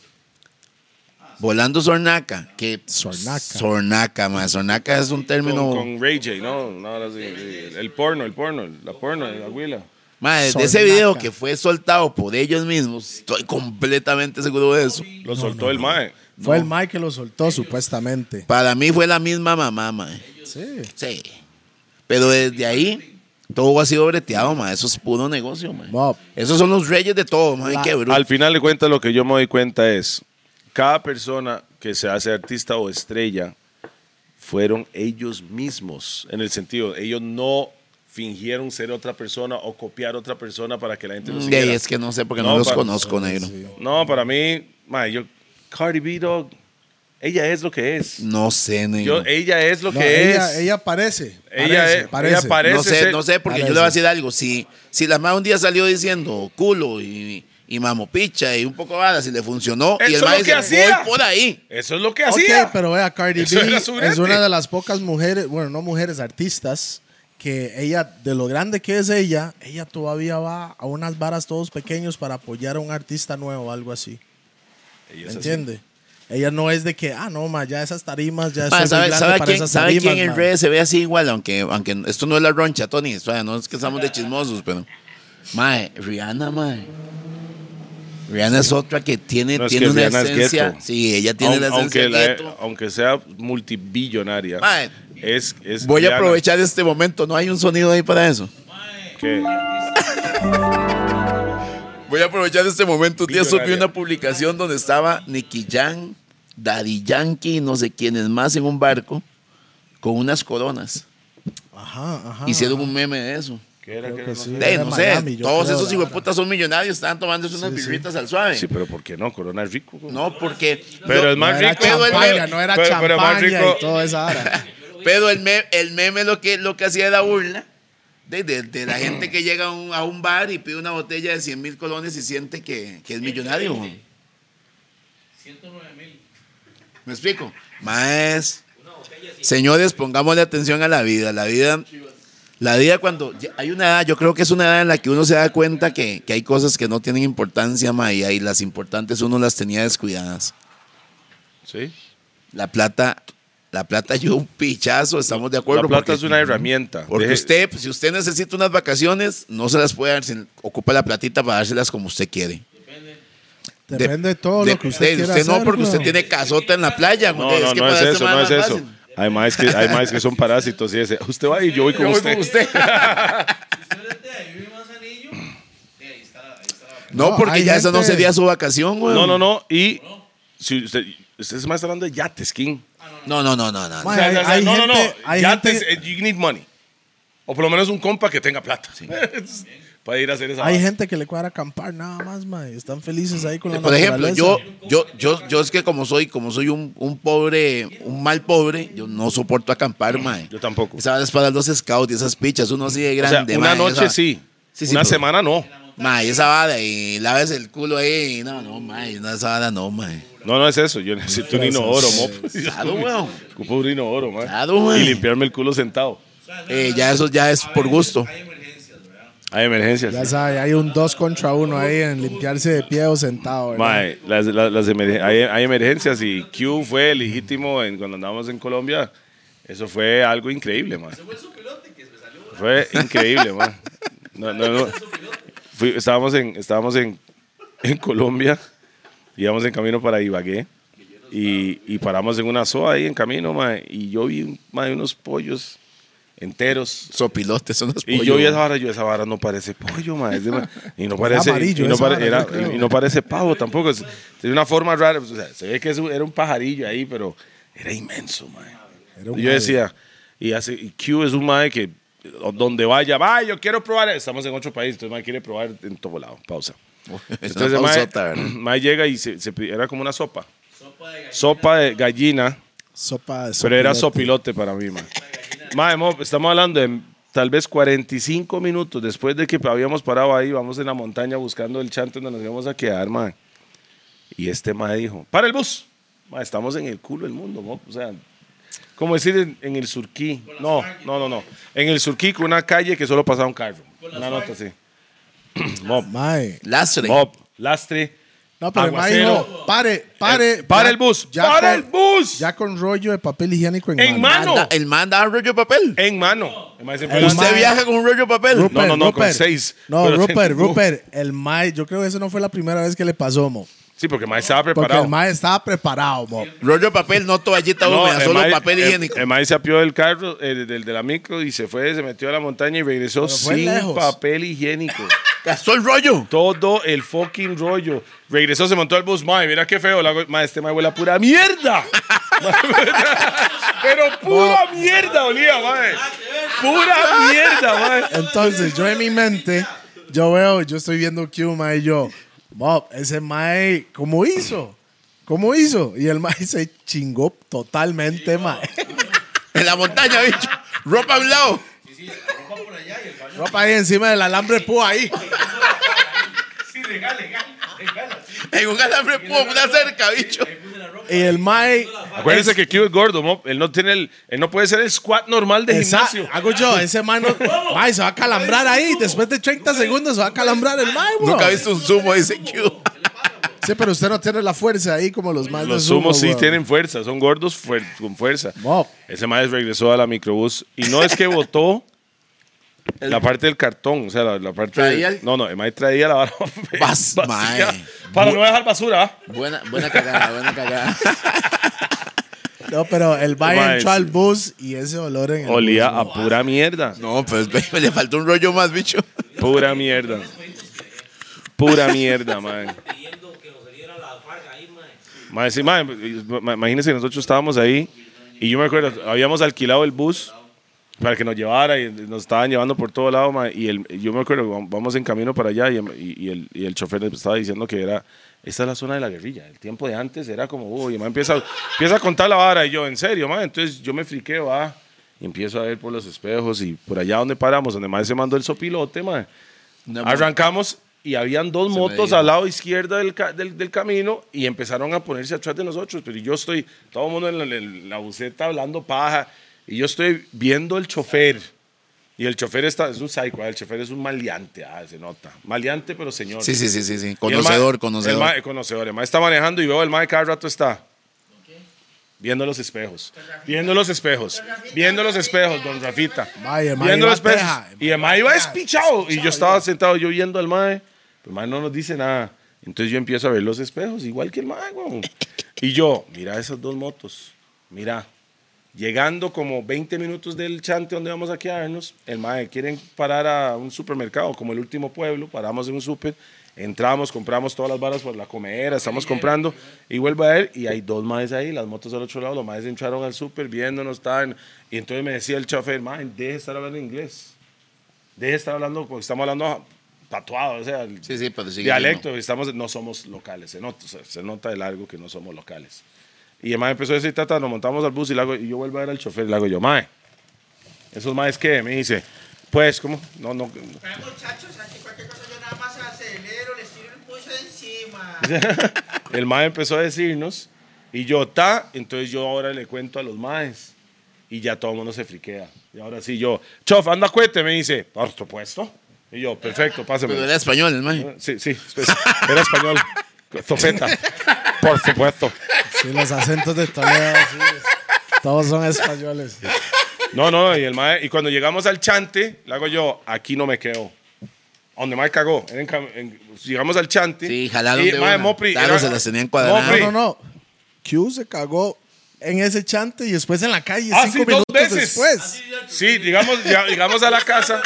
volando Sornaca, que. Sornaca. Sornaca, mae. Sornaca es un Con, término. con Ray J, no, no, ahora sí, sí, el porno, el porno, la porno, la huila. mae, de ese Sornaca. video que fue soltado por ellos mismos, estoy completamente seguro de eso. Lo soltó el mae. Fue el Mike que lo soltó, supuestamente. Para mí fue la misma mamá, mae. Sí. Sí. Pero desde ahí, todo ha sido breteado, ma. Eso es puro negocio, ma. Bob. Esos son los reyes de todo, ma. La- Qué bruto. Al final de cuentas, lo que yo me doy cuenta es, cada persona que se hace artista o estrella, fueron ellos mismos, en el sentido, ellos no fingieron ser otra persona o copiar otra persona para que la gente los Mm, siguiera. de ahí es que no sé porque no, No, los pa- conozco, negro. No, para mí, mae, yo, Cardi B, dog, ella es lo que es. No sé, Yo, eh, negro. ella es lo No, que ella, es. ella parece. Ella parece, es- ella parece no sé, ser- no sé, porque parece. yo le voy a decir algo. Si, si la mamá un día salió diciendo culo y, y mamopicha y un poco varas y le funcionó, Eso y es el ma lo dice, que hacía. voy por ahí. Eso es lo que Ok, hacía. pero vea, Cardi Eso era su B es brete. una de las pocas mujeres, bueno, no mujeres, artistas, que ella, de lo grande que es ella, ella todavía va a unas varas todos pequeños para apoyar a un artista nuevo o algo así. Ella ¿Me es así. entiende? Ella no es de que, ah, no, ma, ya esas tarimas, ya estoy Ma, muy ¿Sabe, grande sabe para quién, esas sabe tarimas, quién en ma". redes se ve así igual? Aunque, aunque esto no es la roncha, Tony. o sea, no es que estamos de chismosos, pero. Mae, Rihanna, mae. Rihanna es otra que tiene, No, es tiene que una Rihanna es esencia. gueto. Sí, ella tiene Aun- la esencia. aunque, la- e- gueto. aunque sea multibillonaria. Mae, es, es voy a Rihanna, aprovechar este momento. No hay un sonido ahí para eso. que- Voy a aprovechar este momento. Un día subí Billonaria. una publicación donde estaba Nicky Jan, Daddy Yankee, no sé quiénes más en un barco. con unas coronas. Ajá, ajá. Hicieron un meme de eso. ¿Qué era? Creo ¿Qué que era? sí. No sé. Ey, era no Miami, sé, yo todos creo, esos la hijueputas son millonarios, estaban tomándose unas birritas al suave. Sí, pero ¿por qué no? Corona es rico. güey. No, porque. Pero no- es más no era rico. champaña, no era pero- champaña pero más rico. y toda esa vara. Pero el, me- el meme lo que, lo que hacía era burla de, de- de la gente que llega a un, a un bar y pide una botella de 100 mil colones y siente que, que es millonario. güey. 109 mil. ¿Me explico? Más. Señores, pongámosle atención a la vida. La vida, la vida cuando ya- hay una edad, yo creo que es una edad en la que uno se da cuenta que, que hay cosas que no tienen importancia, ma, y ahí las importantes uno las tenía descuidadas. Sí. La plata, la plata yo un pichazo, estamos de acuerdo. La plata porque- es una herramienta. Porque Deje- usted, pues, si usted necesita unas vacaciones, no se las puede dar, se ocupa la platita para dárselas como usted quiere. Depende de todo de- lo que usted quiera usted no, hacer, porque usted weón. tiene casota en la playa. No, güey, no, que no para es este eso, man no es más eso. fácil. Hay más que, hay más que son parásitos y ese. Usted va y yo voy con Yo voy usted. con usted. Si usted es de ahí, vive en Manzanillo, de ahí está, ahí está. la- No, No, porque hay ya esa no gente- sería su vacación, güey. No, no, no. Y si usted, usted se más hablando de yates, King. No, no, no, no, no. Ma, hay- hay no, no, no. gente- hay yates, gente- eh, you need money. O por lo menos un compa que tenga plata. Para ir a hacer esa. Hay vara. gente que le cuadra acampar nada más, ma, y están felices ahí con la Por ejemplo, naturaleza. yo, yo, yo, yo es que como soy, como soy un, un pobre, un mal pobre, yo no soporto acampar, mae. Yo tampoco. Esa vara es para los scouts y esas pichas, uno así de O sea, grande, una mae, noche esa- sí. Sí, sí, Una pero- semana no. Mae, esa vara y laves el culo ahí. No, no, mae, no, esa vara no, mae. No, no es eso. Yo necesito un inodoro, mop. Claro, weón. Ocupo un inodoro, man. Claro, weón. Y limpiarme el culo sentado. Eh, ya eso ya es por gusto. Hay emergencias, ¿verdad? Hay emergencias. Ya sabe, hay un dos contra uno ahí en limpiarse de pie o sentado, ¿verdad? Mae, las, las- las emergen- hay, hay emergencias y Q fue legítimo en, cuando andábamos en Colombia. Eso fue algo increíble, mae. Fue su pilote que me salió. volando. Fue increíble, mae. No, no, no. Fui- estábamos en, estábamos en, en Colombia, íbamos en camino para Ibagué y, y paramos en una soa ahí en camino, mae, y yo vi un- mae, unos pollos enteros Sopilotes son los y pollos. yo vi esa vara, yo esa vara no parece pollo, ma, es de ma- y no parece amarillo y no, esa pare- vara, era- yo creo. y no parece pavo tampoco, es- tiene una forma rara, o sea, se ve que eso era un pajarillo ahí, pero era inmenso, ma. Era un Y yo mae. decía, y hace y Q es un mae que o- donde vaya, va, yo quiero probar, estamos en otro país, entonces mae quiere probar en todo lado, pausa. Es una Entonces mae- pausota, ¿verdad? mae llega y se, se pi- era como una sopa, Sopa de sopa de gallina. Sopa de Pero era sopilote. sopilote para mí, man. Mae, mo, estamos hablando de tal vez 45 minutos después de que habíamos parado ahí, vamos en la montaña buscando el chante donde nos íbamos a quedar, man. Y este mae dijo, para el bus. Mae, estamos en el culo del mundo, mo. O sea, como decir en, en el surquí. No, no, no, no. En el surquí con una calle que solo pasaba un carro. Una nota así. Mop, Mae. Lastre. mop, lastre. No, pero mae Aguacero. dijo, pare, pare. Eh, para el bus, para el bus. Ya con rollo de papel higiénico en, En mano. Anda, el man da un rollo de papel. En mano. El mae siempre El la- Usted man- viaja con un rollo de papel. Rupert, No, no, no, con Rupert. seis. No, Pero- Rupert, Rupert, el mae, yo creo que esa no fue la primera vez que le pasó, mo. Sí, porque el mae estaba Porque preparado. el mae estaba preparado, mo. Rollo de papel, no toallita No, húmeda, el solo mae- eh, papel el- higiénico. El maíz se apió del carro, eh, del, del de la micro, y se fue, se metió a la montaña y regresó Pero fue sin lejos. papel higiénico. Gastó el rollo. Todo el fucking rollo. Regresó, se montó al bus. Mae, mira qué feo. La, mae, este mae huele a pura mierda. Pero pura mierda olía, mae. Pura mierda, mae. Entonces, yo en mi mente, yo veo, yo estoy viendo Q, mae, y yo, Bob, ese mae, ¿cómo hizo? ¿Cómo hizo? Y el mae se chingó totalmente, mae. En la montaña, bicho. Ropa a un lado. Ropa ahí encima del alambre de púa ahí. Sí, regale, regale, regala. Sí, En un alambre de púa, una cerca, bicho. ahí puse la ropa. Y el mae, Acuérdense que Q es gordo, mo. Él no tiene el, él no puede ser el squat normal de esa- gimnasio. hago yo, ese mae, no, mae se va a calambrar ahí. Después de 30 segundos se va a calambrar el mae, weón. Nunca he visto un zumo, dice Q. Sí, pero usted no tiene la fuerza ahí como los más de Los sumo, sumos sí weón. tienen fuerza, son gordos fuer- con fuerza. Mop. Ese maestro regresó a la microbús y no es que botó la parte del cartón, o sea, la, la parte. Traía el- No, no, el maestro traía la barra Bas- vacía mae. para no dejar basura. ¿ah? Buena, buena cagada, buena cagada. No, pero el Mae, mae entró sí. al bus y ese olor en el Olía bus, a pura mierda, No, pues baby, le faltó un rollo más, bicho. pura mierda, pura mierda, man. pidiendo que nos saliera la farga ahí, mae. Mae, sí, mae, ma- imagínense que nosotros estábamos ahí Y yo me acuerdo, habíamos alquilado el bus para que nos llevara y nos estaban llevando por todo lado. ma, y el, yo me acuerdo, vam- vamos en camino para allá y, em, y- y el, y el chofer nos estaba diciendo que era, esta es la zona de la guerrilla. El tiempo de antes era como, uy, ma, empieza, empieza a contar la vara. Y yo, en serio, ma, entonces yo me friqué, va. Y empiezo a ver por los espejos y por allá donde paramos, donde más se mandó el sopilote, ma. Ah, Arrancamos y habían dos motos dijo. al lado izquierdo del, ca- del- del camino y empezaron a ponerse atrás de nosotros. Pero yo estoy, todo el mundo en la, en la buceta hablando paja y yo estoy viendo el chofer. Y el chofer está, es un psycho, ah, el chofer es un maleante, ah, se nota. Maleante, pero señor. Sí, sí, sí, sí, sí. Y el ma- Conocedor, El conocedor. ma, conocedor. El ma está manejando y veo el ma cada rato está viendo los espejos. Viendo los espejos. Viendo los espejos, don Rafita. Ma, y el ma Viendo iba los espejos. teja, el ma Y el ma iba espichado. Y yo estaba sentado yo viendo al mae. Pero el mae no nos dice nada. Entonces yo empiezo a ver los espejos, igual que el mae, weón. Y yo, mira esas dos motos. Mira. Llegando como 20 minutos del chante donde vamos a quedarnos, el mae quieren parar a un supermercado, como el último pueblo, paramos en un super, entramos, compramos todas las varas por la comedera, estamos comprando y vuelvo a ver y hay dos maes ahí, las motos al otro lado, los maes entraron al super viéndonos, estaban, y entonces me decía el chofer, mae, deje de estar hablando inglés, deje de estar hablando, porque estamos hablando tatuado, o sea, el Sí, sí, pero sí. dialecto, estamos, no somos locales, se nota, se, se nota de largo que no somos locales. Y el mae empezó a decir, tata, nos montamos al bus y, le hago- y yo vuelvo a ver al chofer y le hago yo, mae, esos maes que me dice, pues, ¿cómo? No, no, Ay, muchachos, aquí cualquier cosa yo nada más acelero, les tiro el pulso de encima. el mae empezó a decirnos y yo, ta, entonces yo ahora le cuento a los maes y ya todo el mundo se friquea. Y ahora sí yo, chof, anda cuete, me dice, por supuesto. Y yo, perfecto, pásame. Pero era español, el man. Sí, sí, pues, era español. Topeta, por supuesto. Sí, los acentos de Toledo, sí, es- todos son españoles. No, no, y el mae, y cuando llegamos al chante, le hago yo, aquí no me quedo. A Donde mae cagó, era en cam- en- pues, llegamos al chante. Sí, jalaron y, de mae, una. Mopri, Claro, era- se las tenían cuadradas. Mopri, No, no, no. Q se cagó en ese chante y después en la calle, Ah, cinco sí, dos minutos veces. Ah, después. Sí, llegamos, ya- llegamos a la casa.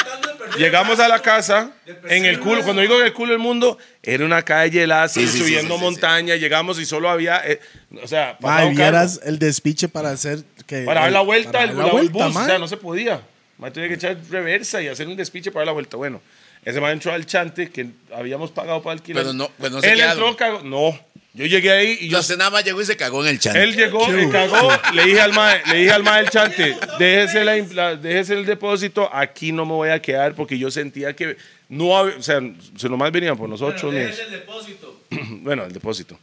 Llegamos a la casa. En el culo, cuando digo que el culo del mundo, era una calle helada, Sí, sí, sí, subiendo sí, sí, montaña. Llegamos y solo había. eh, o sea, Ma, pasaba un carro vieras el despiche para hacer que. para dar la vuelta, para al dar la- al bus. ma. O sea, no se podía. Mae tenía que echar reversa y hacer un despiche para dar la vuelta. Bueno, ese mae entró al chante que habíamos pagado para alquilar. Pero no- pero no se Él quedaron. entró, cagó. No. Yo llegué ahí y yo Yo sé, nada más llegó y se cagó en el chat. él llegó, le cagó, le dije al mae, le dije al mae del chante, déjese, la, la- déjese el depósito, aquí no me voy a quedar porque yo sentía que no había, o sea, se nomás venían por nosotros. ni- el depósito. bueno, el depósito.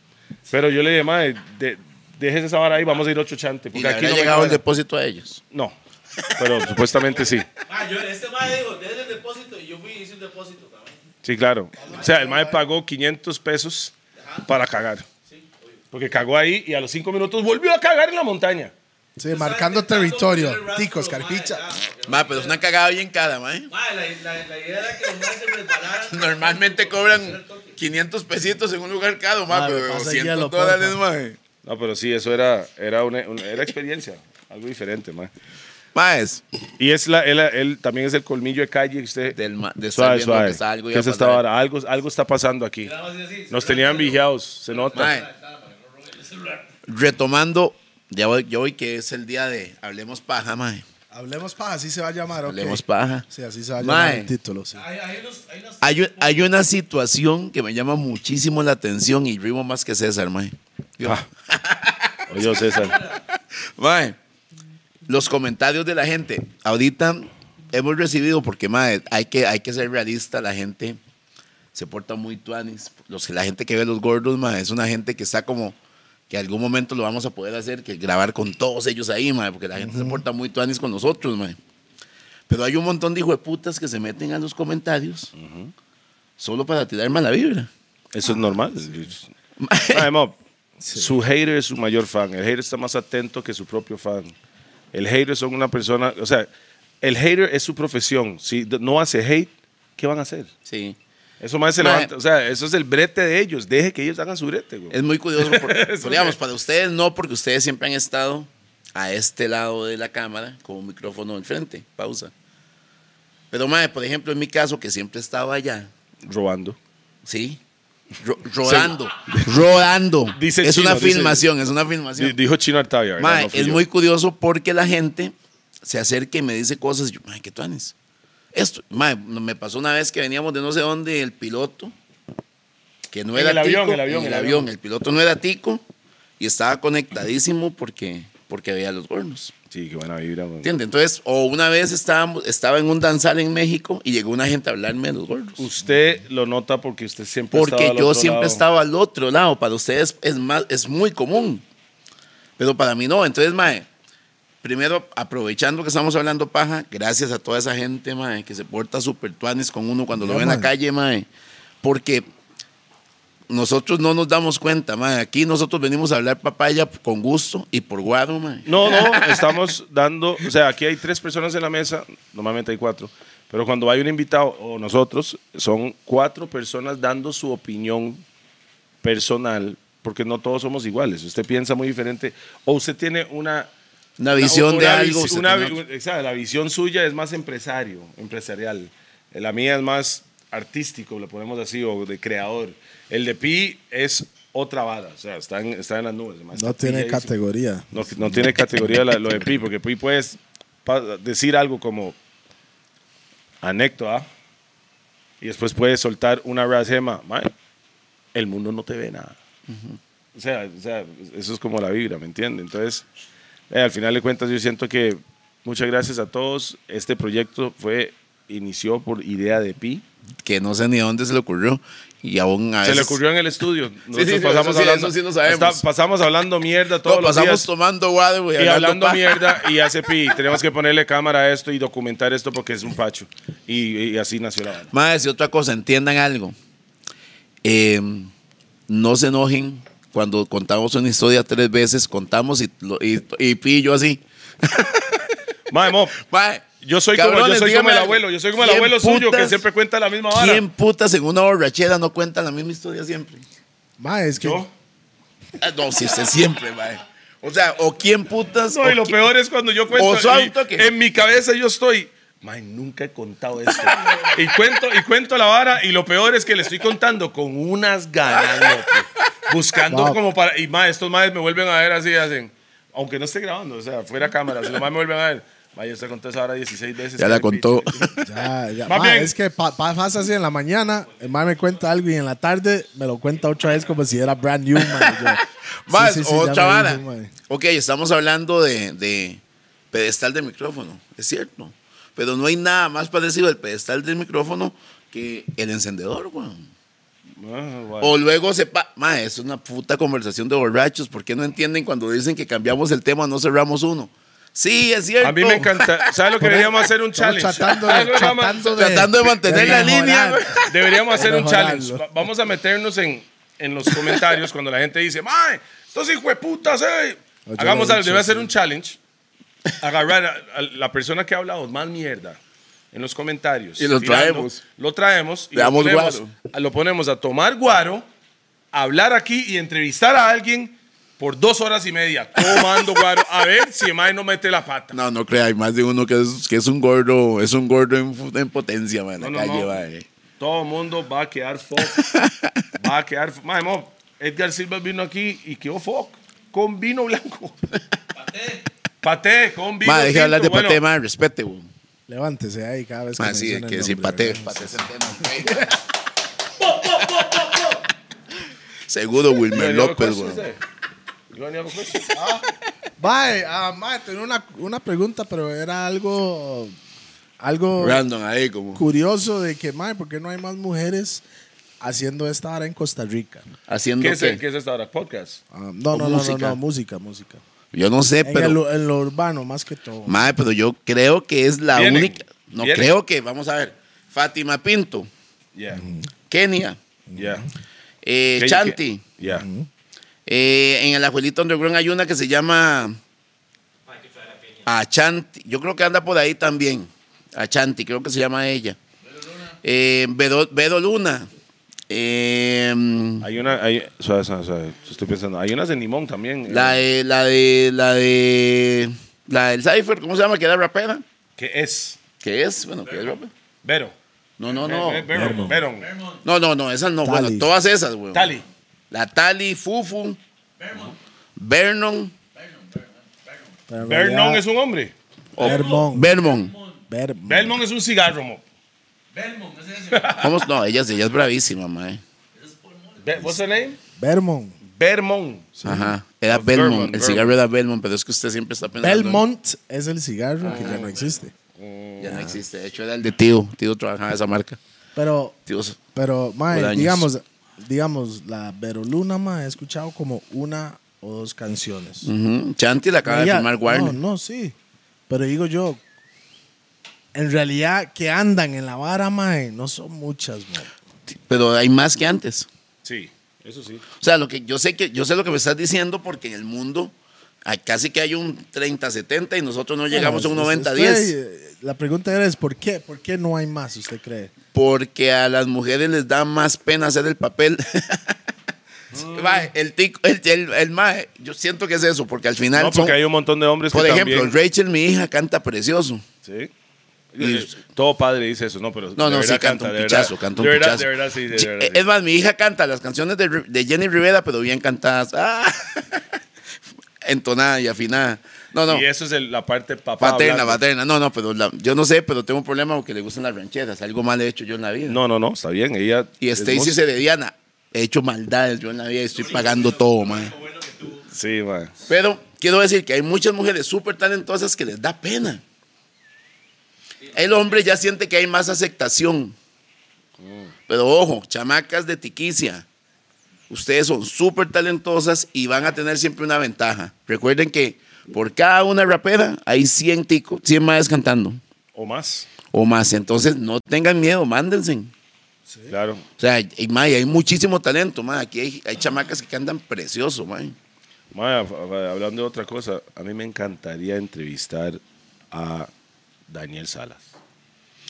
Pero yo le dije, mae, de- déjese esa vara ahí, vamos a ir otro chante. Y Porque le aquí había no me llegado el cuadra". depósito a ellos. No, pero supuestamente sí. Ah, yo, este madre dijo, desde el depósito. Y yo fui y hice un depósito también. Sí, claro. O sea, el mae pagó 500 pesos para cagar. Porque cagó ahí y a los cinco minutos volvió a cagar en la montaña. Sí, marcando territorio. Ticos, carpicha. Ma, pero es una cagada bien cara, ¿eh? man. Madre, la, la, la idea era que los madres se resbalaran. Normalmente cobran 500 pesitos en un lugar caro, ma, Ma, me pero pasa 200 hielo, dólares, eh. porfa. mae. No, pero sí, eso era, era, una, una- era experiencia, algo diferente, mae. Maes, Y es la, él, él también es el colmillo de calle que usted. del ma- de estar suave, viendo suave. que está algo ¿Qué iba a es esta pasar. vara? Algo, algo está pasando aquí. Nos tenían vigiados, se nota. Mae, eh. retomando, ya voy, yo voy que es el día de Hablemos Paja, mae. Hablemos paja, así se va a llamar. ok. Hablemos Paja. Sí, así se va a Ma. llamar el título. Sí. Hay, hay unos, hay unos Hay, u- hay una situación que me llama muchísimo la atención y rimo más que César, mae. Ah. Oye, César. Mae, los comentarios de la gente. Ahorita hemos recibido, porque mae, hay que, hay que ser realista, la gente se porta muy tuanis. Los, la gente que ve los gordos, mae, es una gente que está como que algún momento lo vamos a poder hacer, que grabar con todos ellos ahí, mae, porque la gente se porta muy tuanis con nosotros, mae. Pero hay un montón de hijueputas que se meten a los comentarios solo para tirar mala vibra. Eso es normal. Mae, Mob, su hater es su mayor fan. El hater está más atento que su propio fan. El hater son una persona. O sea, el hater es su profesión. Si no hace hate, ¿qué van a hacer? Sí. Eso más se Mae. levanta. O sea, eso es el brete de ellos. Deje que ellos hagan su brete, güey. Es muy curioso, por- pero Eso digamos, que- para ustedes no, porque ustedes siempre han estado a este lado de la cámara con un micrófono enfrente. Pausa. Pero, madre, por ejemplo, en mi caso, que siempre estaba allá, Robando. ¿sí? Ro- rodando. Rodando. Dice es Chino, una dice- filmación, es una Di- filmación. Dijo Chino Artavia, ¿verdad? Mae, No fui es yo. muy curioso porque la gente se acerca y me dice cosas. y Yo, mae, ¿qué tuanes? Esto, mae, no- me pasó una vez que veníamos de no sé dónde, el piloto, que no En era el avión, tico, el avión, en el el avión. avión, el piloto no era tico y estaba conectadísimo porque, porque veía los gornos. Sí, qué buena vibra, güey. ¿Entiendes? Entonces, o una vez estábamos, estaba en un danzal en México y llegó una gente a hablarme de los gordos. Usted lo nota porque usted siempre estaba Porque al yo otro siempre lado. estaba al otro lado. Para ustedes es, más, es muy común. Pero para mí no. Entonces, Mae, primero, aprovechando que estamos hablando paja, gracias a toda esa gente, Mae, que se porta súper tuanes con uno cuando lo Ya, ve en la mae. calle, Mae. Porque nosotros no nos damos cuenta, Mae. Aquí nosotros venimos a hablar papaya con gusto y por guaro, Mae. No, no, estamos dando, o sea, aquí hay tres personas en la mesa, normalmente hay cuatro, pero cuando hay un invitado o nosotros, son cuatro personas dando su opinión personal, porque no todos somos iguales, usted piensa muy diferente, o usted tiene una... Una visión o- o de una algo. visi- usted una tiene vi- otra. exacto, la visión suya es más empresario, empresarial, la mía es más artístico, lo ponemos así, o de creador, el de Pi es otra vara, o sea, está en, está en las nubes. además, No está tiene pilladísimo. categoría. No, no tiene categoría la- lo de Pi, porque Pi puedes pa- decir algo como anécdota y después puedes soltar una rasema. "Mae, El mundo no te ve nada. o, sea, o sea, eso es como la vibra, ¿me entiendes? Entonces, eh, al final de cuentas, yo siento que muchas gracias a todos. Este proyecto fue inició por idea de Pi. Que no sé ni dónde se le ocurrió. Y aún a Se le veces- ocurrió en el estudio. Nosotros sí, pasamos eso sí, hablando, eso sí lo sabemos. pasamos hablando mierda No, todos los pasamos días. tomando guaro y, Y hablando paja. mierda y hace pi. Tenemos que ponerle cámara a esto y documentar esto porque es un pacho. Y, y así nació la banda. Más, y otra cosa, entiendan algo. Eh, no se enojen cuando contamos una historia tres veces, contamos y, lo- y, y pillo así. Mae, mo, Mae, yo soy como, yo cabrones, soy como dígame el algo. abuelo. Yo soy como el ¿Quién abuelo suyo que putas- siempre cuenta la misma vara. ¿Quién putas en una borrachera no cuenta la misma historia siempre? Mae, es que. Yo. Ah, no, si usted siempre, mae. O sea, o quién putas. No, o y lo qui- peor es cuando yo cuento. O suave y un toque. en mi cabeza yo estoy. Mae, nunca he contado esto. y, cuento, y cuento la vara. Y lo peor es que le estoy contando con unas ganas, loco. Buscando Wow. como para. Y mae, estos maes me vuelven a ver así, hacen. Aunque no esté grabando, o sea, fuera cámara. Si los maes me vuelven a ver. Mae, yo te conté esa vara 16 veces. Ya la contó. Ya, ya. Más Mae, bien. es que pa- pa- pasa así en la mañana, el mae me cuenta algo y en la tarde me lo cuenta otra vez como si era brand new, mae. Yo, Más, sí, sí, sí, ya otra me vara. dijo, mae. Ok, estamos hablando de, de pedestal de micrófono, es cierto. Pero no hay nada más parecido al pedestal del micrófono que el encendedor, weón. Ah, guay. O luego se pa. Ma, es una puta conversación de borrachos. ¿Por qué no entienden cuando dicen que cambiamos el tema, no cerramos uno? Sí, es cierto. A mí me encanta. ¿Sabes lo que deberíamos hacer? Un Estamos challenge. Tratando ¿Sabes lo de, que vamos a- tratando de- Tratando de mantener la mejorar. línea, güey. Deberíamos hacer un Mejorarlo. challenge. Va- Vamos a meternos en, en los comentarios cuando la gente dice, ¡Mae! Estos hijos de putas, eh". yo Hagamos lo he algo. hecho, Debe hacer un challenge. Agarrar a, a la persona que ha hablado más mierda en los comentarios. Y lo tirando, traemos. Lo traemos. Y Le lo damos ponemos, guaro. a- lo ponemos a tomar guaro, a hablar aquí y entrevistar a alguien por dos horas y media tomando guaro. A ver si el Mae no mete la pata. No, no crea, hay más de uno que es, que es un gordo, es un gordo en, fu- en potencia, man, en la No, no, calle, no. va, eh. Todo el mundo va a quedar fuck. va a quedar. Mae, mo, Edgar Silva vino aquí y quedó fuck. Con vino blanco. Paté. Paté, con vino Ma, deje de hablar de tinto. Pate, Bueno, ma, respete, güey. Levántese ahí cada vez que Ma, Ah, sí, menciona que el sí, nombre, Pate, ¿verdad? Pate es el tema. Seguro yo Wilmer venía López, con güey. questions, eh. Yo venía con questions. Mae, ah, mae, tenía una, una pregunta, pero era algo. Algo Random ahí, como. curioso de que, mae, ¿por qué no hay más mujeres haciendo esta hora en Costa Rica? Haciendo ¿Qué es, qué? el- ¿Qué es esta hora? Podcast. Ah, no, no, no, no, música. no, música, música. Yo no sé, En, pero. el- en lo urbano, más que todo. Mae, pero yo creo que es la Vienen, única. No vienen. creo que, vamos a ver. Fátima Pinto, Yeah. Kenia, Yeah. Mm-hmm. eh, ¿Qué- Chanti. Mm-hmm. qué- Yeah. eh, en el abuelito underground hay una que se llama. Achanti. Yo creo que anda por ahí también. Achanti, creo que se llama ella. Eh, Bedo, Bedo Luna. Eh, Hay una. Hay, suave, suave, suave. Yo Estoy pensando. Hay unas en Limón también. la eh, de. La de. La de. La del Cypher, ¿cómo se llama? Que era rapera. Que es. ¿Qué es? Bueno, que es rapera. Vero. Eh, No, no, no. Ver- ver- Vermont. Vermont. No, no, no, esas no. Tali. Bueno, todas esas, güey. Tali. La Tali, Fufu, Vermont. Vernon Pero en Vernon realidad- es un hombre. o Vermont. Vermont. Vermont. Vernon es un cigarro, mo. Belmont, es ese. mae. ¿Cómo? No, ella, sí, ella es bravísima, mae. Be- What's her name? Vermont. Vermont. Ajá. Era Vermont, Belmont. el Vermont. cigarro era Belmont, pero es que usted siempre está pensando. en- Belmont es el cigarro que ya no existe. Ya no existe. De hecho, era el de tío. Tío trabajaba en esa marca. Pero, Tío. pero, Por mae, años. digamos, digamos, la Veroluna, mae, he escuchado como una o dos canciones. Ujú. Chanti la Mm. acaba de Ya- firmar Warner. No, no, sí. Pero digo yo, en realidad, que andan en la vara, mae, no son muchas, mae. Pero hay más que antes. Sí, eso sí. O sea, lo que yo sé que yo sé lo que me estás diciendo porque en el mundo hay- casi que hay un 30-70 y nosotros no llegamos Bueno, a un usted- 90-10 usted, eh, La pregunta era es, ¿por qué? ¿Por qué no hay más, usted cree? porque a las mujeres les da más pena hacer el papel. Mae, el tico, el, el- el mae, yo siento que es eso porque al final No, son- porque hay un montón de hombres por que ejemplo, también... Rachel, mi hija, canta precioso. Sí. Eh, Todo padre dice eso, no, pero. No, de no, verdad sí, canta un de pichazo, verdad. canta un de verdad, pichazo. De verdad, sí, de Sí, verdad. sí. Es más, mi hija canta las canciones de, Ri- de Jenny Rivera, pero bien cantadas. Ah, entonada y afinada. No, no. Y eso es el- la parte papá. Paterna, hablando. paterna. No, no, pero la- yo no sé, pero tengo un problema porque le gustan las rancheras. Algo mal he hecho yo en la vida. No, no, no, está bien. Ella. Y este es Stacy música. Serediana, he hecho maldades yo en la vida y estoy pagando todo, man. Sí, man. Pero quiero decir que hay muchas mujeres súper talentosas que les da pena. El hombre ya siente que hay más aceptación. Pero ojo, chamacas de tiquicia, ustedes son súper talentosas y van a tener siempre una ventaja. Recuerden que por cada una rapera hay 100 ticos, 100 más cantando O más. o más. Entonces no tengan miedo, mándense. Claro. O sea, y, mae, hay muchísimo talento, mae. Aquí hay, hay chamacas que cantan precioso, mae. Ma, af- af- hablando de otra cosa, a mí me encantaría entrevistar a Daniel Salas,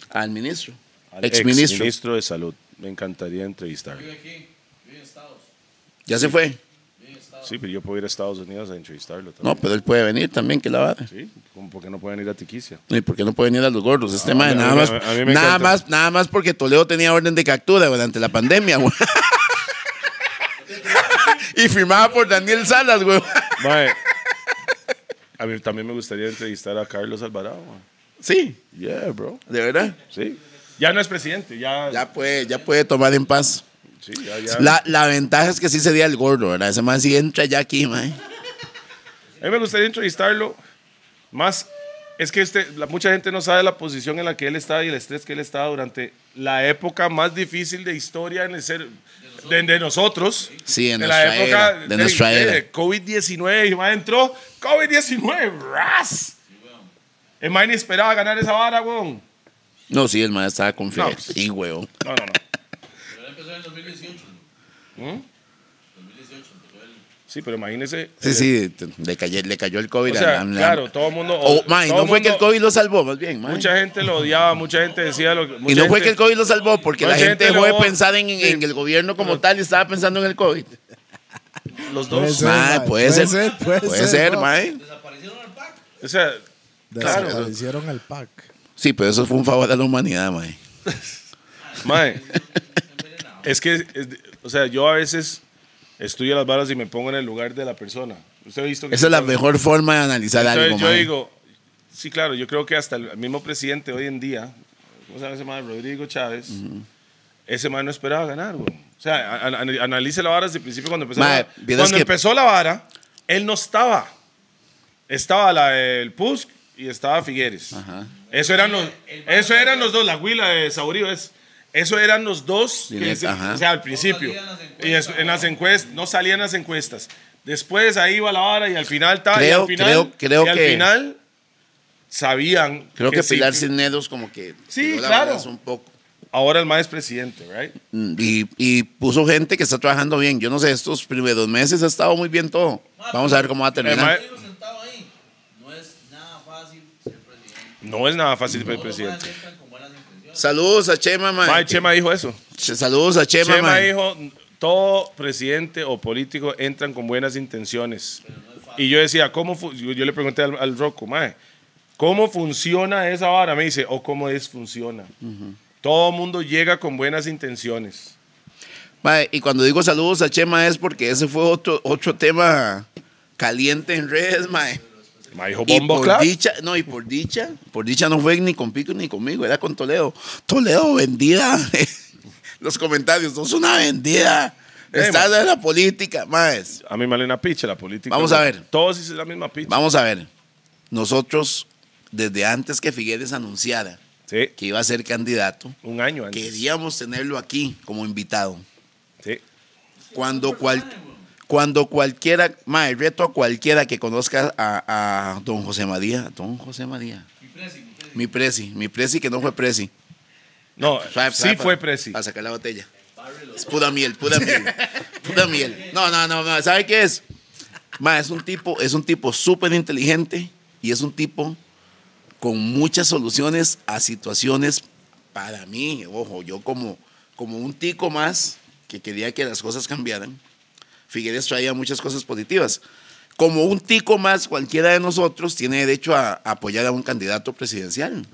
Al ministro, al exministro. exministro de Salud. Me encantaría entrevistarlo. Ya se fue. Sí, pero yo puedo ir a Estados Unidos a entrevistarlo No, también. pero él puede venir también, que la vara. Sí, ¿cómo- ¿por qué no pueden ir a Tiquicia? ¿Y por qué no pueden ir a los gordos? Este mae, a mí- nada a mí- más, a mí me nada encanta. más, nada más porque Toledo tenía orden de captura durante la pandemia, güey. y firmada por Daniel Salas, güey. Mae, a mí también me gustaría entrevistar a Carlos Alvarado. ma. Sí, Yeah, bro. de verdad. Sí. Ya no es presidente, ya. Ya puede, ya puede tomar en paz. sí, ya, ya. La, la ventaja es que sí sería el gordo, ¿verdad? Ese man sí entra ya aquí, mae. A mí me gustaría entrevistarlo más. Es que este, la- mucha gente no sabe la posición en la que él estaba y el estrés que él estaba durante la época más difícil de historia en el ser, de, de nosotros. Sí, en De nuestra era, de nuestra era. COVID-19. eh, Y más entró COVID-19. ¡Ras! El man ni esperaba ganar esa vara, weón. No, sí, el mae estaba confiado. No, pues- Sí, güey. No, no, no. Pero él empezó en el 2018. ¿Mm? 2018 empezó él. Sí, pero imagínese. eh, Sí, sí, te- le cayó, le cayó el COVID. O a- sea, a- a- claro, todo el mundo. Oh, mae, todo no fue que el mundo- COVID lo salvó, más bien, mae. Mucha gente lo odiaba, mucha gente decía lo que. Y mucha no fue gente- que el COVID lo salvó, porque la Mucha gente gente dejó de lo- pensar en, en- sí. en el gobierno como tal y estaba pensando en el COVID. Los Puede dos. ser, Mae, mae, puede ser, puede, ser, mae. mae. Desaparecieron al PAC. O sea, Claro. Desaparecieron al pack. Sí, pero eso fue un favor a la humanidad, mae. Mae, es que, es de- o sea, yo a veces estudio las varas y me pongo en el lugar de la persona. Usted ha visto que Esa es la mejor forma de analizar Entonces, algo, yo mae. digo, sí, claro, yo creo que hasta el mismo presidente hoy en día, ¿cómo se llama ese man? Rodrigo Chávez, ese man no esperaba ganar, güey. O sea, a- a- a- analice la vara desde el principio cuando empezó Mae, la vara. vieras Cuando que- empezó la vara, él no estaba. Estaba la del PUSC y estaba Figueres. Eso eran los, eso eran los dos, la huila de Saurio es. Eso eran los dos, que Directo, se- ajá. o sea, al principio. salían las encuestas, y es- en las encuestas, no salían las encuestas. Después ahí iba la vara y al final estaba. Ah, y Creo- al final, creo- creo y al que- final sabían. Creo que, sí. Pilar Cisneros como que Sí, tiró la claro. balanza un poco. Ahora el maestro es presidente, ¿right? Mm, Y, y puso gente que está trabajando bien. Yo no sé, estos primeros meses ha estado muy bien todo. Vamos a ver cómo va a El terminar. mae- Yo sentado ahí. No es nada fácil ser presidente. no es nada fácil ser Todos los maes presidente. entran con buenas intenciones. Saludos a Chema, mae. Mae, Chema dijo eso. Che- Saludos a Chema, Chema, mae. dijo, todo presidente o político entran con buenas intenciones. y yo decía, ¿cómo fu-?" yo, yo le pregunté al, al Rocco, mae, ¿cómo funciona esa vara? Me dice, o cómo es funciona. Todo mundo llega con buenas intenciones. Mae, y cuando digo saludos a Chema es porque ese fue otro, otro tema caliente en redes, mae. Ma dijo Y Bombo por Clap. dicha, no, y por dicha, por dicha no fue ni con Pico ni conmigo, era con Toledo. Toledo, vendida. Los comentarios, sos una vendida. Eh, Estás ma- en la política, maes. A mí me vale una picha la política. Vamos ma. a ver. Todos hicieron la misma picha. Vamos a ver. Nosotros, desde antes que Figueres anunciara Sí, que iba a ser candidato, un año antes. queríamos tenerlo aquí como invitado. Sí. Cuando, cual, cuando cualquiera, mae, reto a cualquiera que conozca a, a don José María, don José María, Mi presi, mi presi. mi presi, mi presi que no fue presi. No, Suave, sí suave, fue para- Presi. Para sacar la botella. Es pura miel, pura miel. Pura miel. No, no, no, no. ¿Sabe qué es? Ma, es un tipo, es un tipo súper inteligente y es un tipo con muchas soluciones a situaciones para mí. Ojo, yo como, como un tico más que quería que las cosas cambiaran, Figueres traía muchas cosas positivas. Como un tico más, cualquiera de nosotros tiene derecho a apoyar a un candidato presidencial.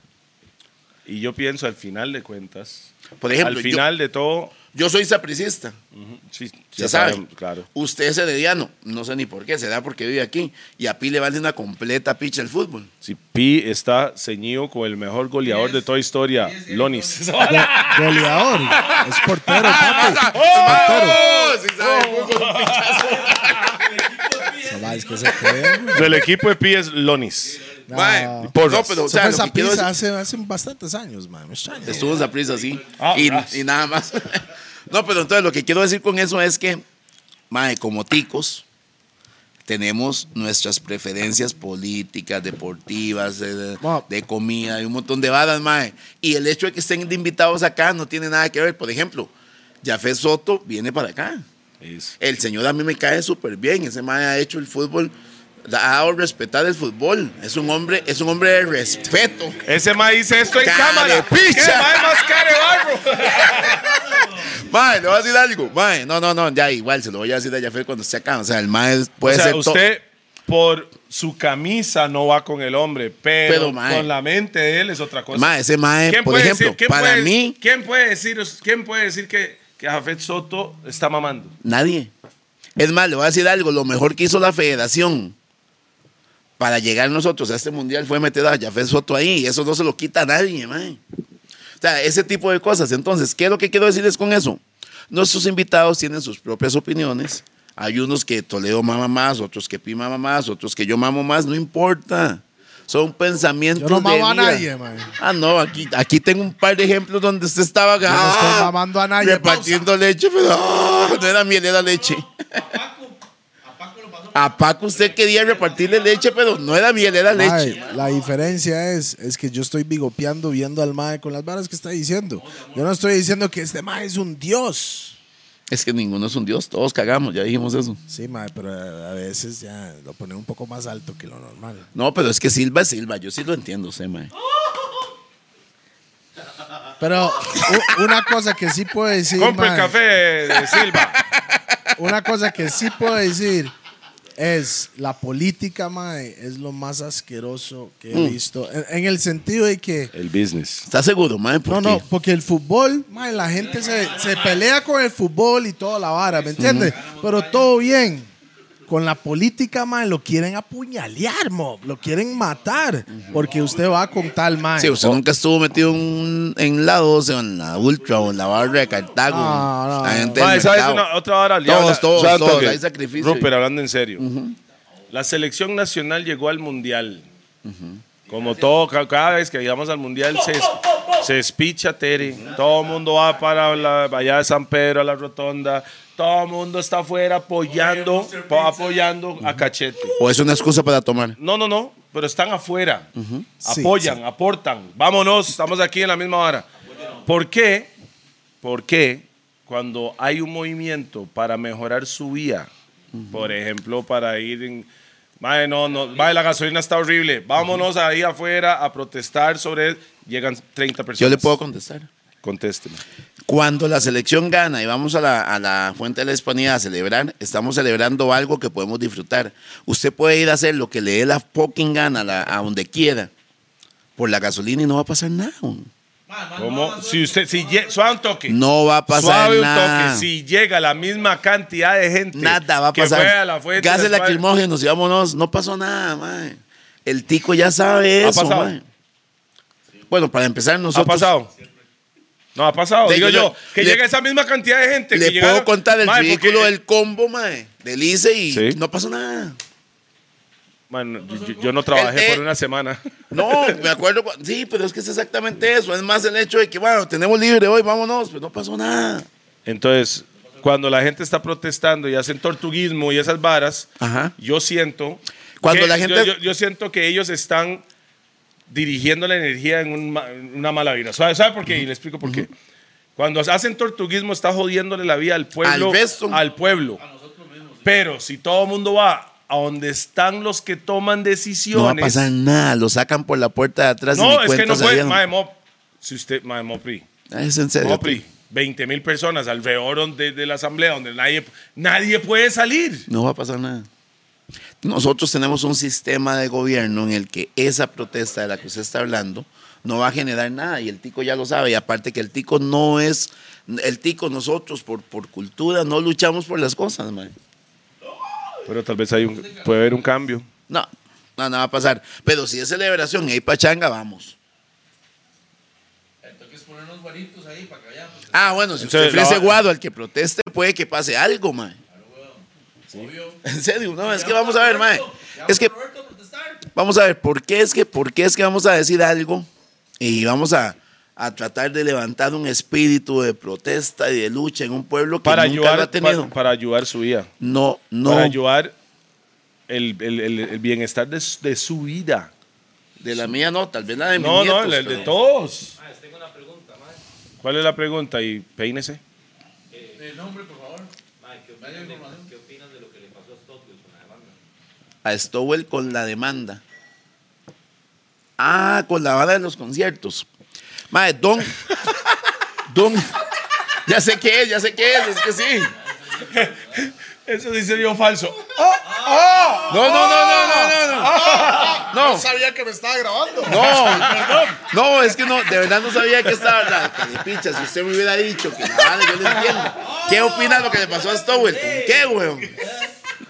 Y yo pienso al final de cuentas. Por ejemplo, al yo- final de todo. Yo soy sapricista. ujú, sí, Se ya sabe. saben, Claro. Usted es herediano. No sé ni por qué. Será porque vive aquí. Y a Pi le vale una completa picha el fútbol. Si Pi está ceñido con el mejor goleador de toda historia, Yes, yes, Lonis. Goleador. Es portero, papi. Ah, ¡Oh! Sí sabe el fútbol. No, va, es que se cree, güey. Del equipo de Pi es Lonis. No. Mae, Eso Porras. No, pero o sea, fue lo esa que quiero pizza decir- hace, hace bastantes años, man. Me extraña. Oh. estuvo en Saprissa, sí. Ah, y, bras. y nada más. No, pero entonces lo que quiero decir con eso es que, mae, como ticos, tenemos nuestras preferencias políticas, deportivas, de, de- Ma. de comida, y un montón de balas, mae. Y el hecho de que estén de invitados acá no tiene nada que ver. Por ejemplo, Jafé Soto viene para acá. Es- El señor a mí me cae súper bien. Ese man ha hecho el fútbol, ha dado respetar el fútbol. Es un hombre, es un hombre de respeto. Ese ma dice esto en Care cámara. picha. ¡Qué mae más care barro! Mae, le voy a decir algo. Mae, no, no, no, ya igual se lo voy a decir a Jaffer cuando esté acá. O sea, el mae O puede sea, ser to- usted por su camisa no va con el hombre, pero, Pero, mae. con la mente de él es otra cosa. Mae, ese mae, ¿Quién por puede ejemplo, decir- quién para puede- mí, ¿Quién puede decir, quién puede decir que, que Jafet Soto está mamando? nadie. Es más, le voy a decir algo. Lo mejor que hizo la federación para llegar nosotros a este mundial fue meter a Jaffer Soto ahí. Y eso no se lo quita a nadie, mae. O sea, ese tipo de cosas. Entonces, ¿qué es lo que quiero decirles con eso? Nuestros invitados tienen sus propias opiniones. Hay unos que Toledo mama más, otros que Pi mama más, otros que yo mamo más, no importa. Son pensamientos. Yo no de mamo a vida. nadie, man. Ah, no, aquí, aquí tengo un par de ejemplos donde usted estaba no ah, estoy mamando a nadie, repartiendo leche, pero ah, no era miel, era leche. A Paco, a Paco lo pasó. A Paco usted quería repartirle leche, pero no era miel, era Mae, leche. la diferencia es, es que yo estoy bigopeando viendo al mae con las varas que está diciendo. Yo no estoy diciendo que este mae es un dios. Es que ninguno es un dios, todos cagamos, ya dijimos eso. Sí, mae, pero a veces ya lo pone un poco más alto que lo normal. No, pero es que Silva es Silva, yo sí lo entiendo, sé, mae. Pero u- una cosa que sí puedo decir, Compre el mae, café de Silva. una cosa que sí puedo decir es la política, mae, es lo más asqueroso que he visto. En, en el sentido de que El business. ¿Estás seguro, mae? ¿Por No, no, qué? porque el fútbol, mae, la gente se, se pelea con el fútbol y toda la vara, ¿me entiendes? Pero todo bien. Con la política, mae, lo quieren apuñalear, mo, lo quieren matar, porque usted va con tal mae. Sí, usted nunca estuvo metido en, un- en la 12 o en la Ultra o en la barra de Cartago. No, no, la no. gente Ma, del ¿sabes mercado. una- otra hora? Todos, Habla- todos, ¿sabes todos, qué? hay sacrificio. Rupert, hablando en serio. La selección nacional llegó al mundial. Como todo, ca- cada vez que llegamos al mundial se, es- se espicha Tere. Todo el mundo va para la, allá de San Pedro, a la rotonda. Todo el mundo está afuera apoyando, pa- apoyando a Cachete. O es una excusa para tomar. No, no, no, pero están afuera. Sí, Apoyan, aportan. Vámonos, estamos aquí en la misma hora. ¿Por qué? ¿Por qué cuando hay un movimiento para mejorar su vía, por ejemplo, para ir en... Mae, no, no, mae, la gasolina está horrible. Vámonos ahí afuera a protestar sobre... Llegan 30 personas. Yo le puedo contestar. Contésteme. Cuando la selección gana y vamos a la, a la Fuente de la Hispanidad a celebrar, estamos celebrando algo que podemos disfrutar. Usted puede ir a hacer lo que le dé la fucking gana, la- a donde quiera, por la gasolina y no va a pasar nada. aún. ¿Cómo? Si usted, si lle- suave un toque. No va a pasar Suave un nada. toque. Si llega la misma cantidad de gente. Nada va a Que fue a pasar. la fuente. Gases después- lacrimógenos y vámonos. No pasó nada, mae. El tico ya sabe ¿Ha eso, pasado? mae. Bueno, para empezar, ¿Ha nosotros. pasado? No, ha pasado. De- Digo yo- yo, que le- llega esa misma cantidad de gente. Le que llegaron- puedo contar el Mae, porque- ridículo del combo, mae. Del ICE y Sí. no pasó nada. Man, yo, yo- yo no trabajé El- eh, por una semana. No, me acuerdo. cua- Sí, pero es que es exactamente eso. Es más el hecho de que, bueno, tenemos libre hoy, vámonos. Pues no pasó nada. Entonces, cuando la gente está protestando y hacen tortuguismo y esas varas, Ajá. yo siento. Cuando que- la gente- Yo, yo- yo siento que ellos están dirigiendo la energía en un ma- en una mala vida. ¿Sabe, sabe por qué? Y le explico por qué. Cuando hacen tortuguismo, está jodiéndole la vida al pueblo. Al resto. al pueblo. Pero si todo el mundo va a donde están los que toman No va a decisiones. pasar nada. Lo sacan por la puerta de atrás. y No, ni es que cuenta no puede. salieron. Mae, Mop, si usted, mae, Mopri. Ah, Es en serio. Mopri, 20 mil personas alrededor de, de la asamblea donde nadie, nadie puede salir. No va a pasar nada. Nosotros tenemos un sistema de gobierno en el que esa protesta de la que usted está hablando no va a generar nada y el tico ya lo sabe. Y aparte que el tico no es, el tico nosotros por, por cultura no luchamos por las cosas, man. Pero tal vez hay un, puede haber un cambio. No, no, no va a pasar. Pero si es celebración y hay pachanga, vamos. Entonces ponernos guaritos ahí para que vayamos. Ah, bueno, si Entonces, usted ofrece la- guado al que proteste, puede que pase algo, man. Obvio. En serio, no, es que vamos a ver, man. Es que Roberto a protestar. Vamos a ver, ¿por qué es que, por qué es que vamos a decir algo y vamos a, a tratar de levantar un espíritu de protesta y de lucha en un pueblo que Para nunca lo ha ayudar, pa- tenido? para, ayudar su vida. no, no. Para ayudar el, el- el- el bienestar de, su- de su vida. de la mía no, tal vez la de mi No, no, nietos, el, el de pero- todos. Maes, tengo una pregunta, maes. ¿Cuál es la pregunta? Y peínese. El nombre, por favor. Maes, ¿qué opinas, de, ¿qué opinas de lo que le pasó a Stotfield con la demanda? A Stowell con la demanda. Ah, con la banda de los conciertos. Mae, Don. Don. Ya sé qué es, ya sé qué es, es que sí. Eso sí se vio falso. No, no, no, no, no, no, no. No. sabía que me estaba grabando. No, no, es que no, de verdad no sabía que estaba la calipicha. Si usted me hubiera dicho que nada, yo le entiendo. ¿Qué opina lo que le pasó a Stowell? ¿Con qué, weón?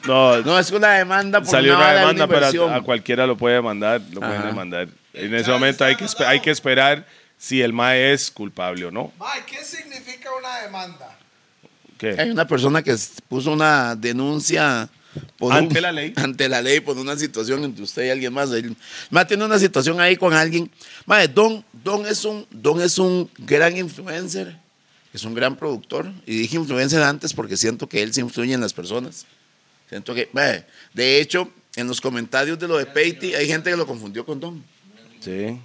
No, No, es que una demanda por salió una vara de demanda, pero inversión. a, a cualquiera lo puede mandar, lo pueden Ajá. demandar. En ese momento hay que, espe- hay que esperar si el MAE es culpable o no. Mae, ¿qué significa una demanda? ¿Qué? Hay una persona que s- puso una denuncia. por Ante la ley. Ante la ley, por una situación entre usted y alguien más. El- Más tiene una situación ahí con alguien. Madre, Don, Don, es un, Don es un gran influencer, es un gran productor. Y dije influencer antes porque siento que él se influye en las personas. Siento que, madre, de hecho, en los comentarios de lo de Peiti hay gente que lo confundió con Don. Sí.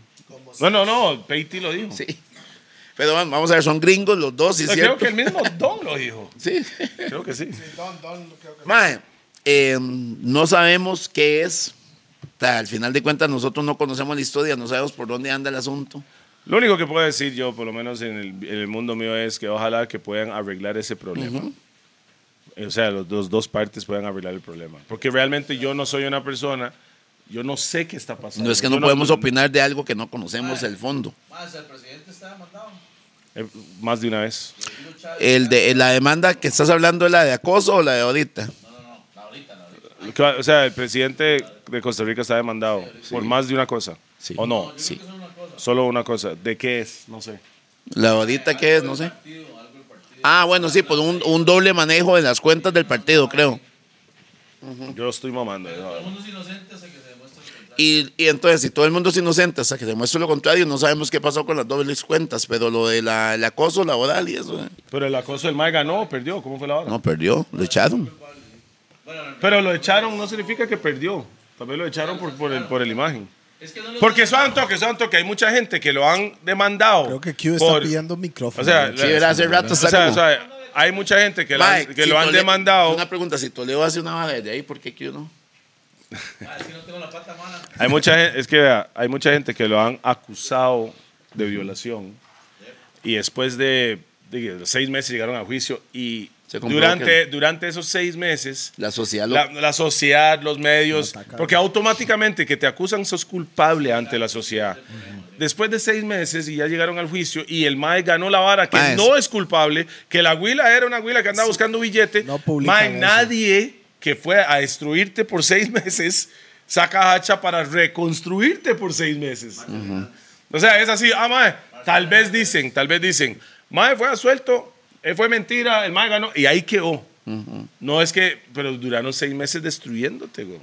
No, no, no, Peiti lo dijo. Sí. Pero bueno, vamos a ver, son gringos los dos, y Yo cierto. creo que el mismo Don lo dijo. Sí. Creo que sí. Don, don, creo que. Mae, eh, no sabemos qué es. O sea, al final de cuentas, nosotros no conocemos la historia, no sabemos por dónde anda el asunto. Lo único que puedo decir yo, por lo menos en el, en el mundo mío, es que ojalá que puedan arreglar ese problema. Eh, O sea, los dos, dos partes puedan arreglar el problema. Porque realmente yo no soy una persona, yo no sé qué está pasando. No es que Yo no podemos opinar de algo que no conocemos el fondo. Más, el presidente está demandado. eh, Más de una vez. El de, la demanda que estás hablando es la de acoso o la de ahorita. O sea, el presidente de Costa Rica está demandado por más de una cosa. ¿O no? Sí. Solo una cosa. ¿De qué es? No sé. La de ahorita qué es, no sé. Ah, bueno, sí, por un, un doble manejo de las cuentas del partido, creo. Yo estoy mamando. Todo el no. mundo es inocente hasta que se demuestre lo contrario. Y, y entonces, si todo el mundo es inocente hasta que demuestre lo contrario, no sabemos qué pasó con las dobles cuentas, pero lo del el acoso laboral y eso, eh, Pero el acoso del MAE ganó, perdió. ¿Cómo fue la hora? no perdió, lo echaron. Pero lo echaron no significa que perdió. También lo echaron por, por, el, por el imagen. Es que no lo Porque eso es un toque, eso es un toque. Hay mucha gente que lo han demandado. Creo que Q está por- pidiendo micrófono. O sea, Sí, la- era hace rato, o está sea, como- o sea, hay mucha gente que, lo han- Mae, que si lo han Toledo- demandado. Una pregunta, si Toledo hace una baja desde ahí, ¿por qué Q no? Ah, es que no tengo la pata mala. Hay mucha gente, es que vea, hay mucha gente que lo han acusado de violación y después de, de seis meses llegaron a juicio y Se comprobó durante, durante esos seis meses La sociedad lo- la, la sociedad, los medios, porque automáticamente que te acusan sos culpable ante la sociedad. Después de seis meses y ya llegaron al juicio y el Mae ganó la vara que Mae, no es culpable, que la huila era una huila que andaba buscando billete. No publican Mae, eso. nadie que fue a destruirte por seis meses saca hacha para reconstruirte por seis meses. O sea, es así, ah, Mae, tal vez dicen, tal vez dicen, Mae fue asuelto, eh, fue mentira, el Mae ganó y ahí quedó. No es que, pero duraron seis meses destruyéndote, güey.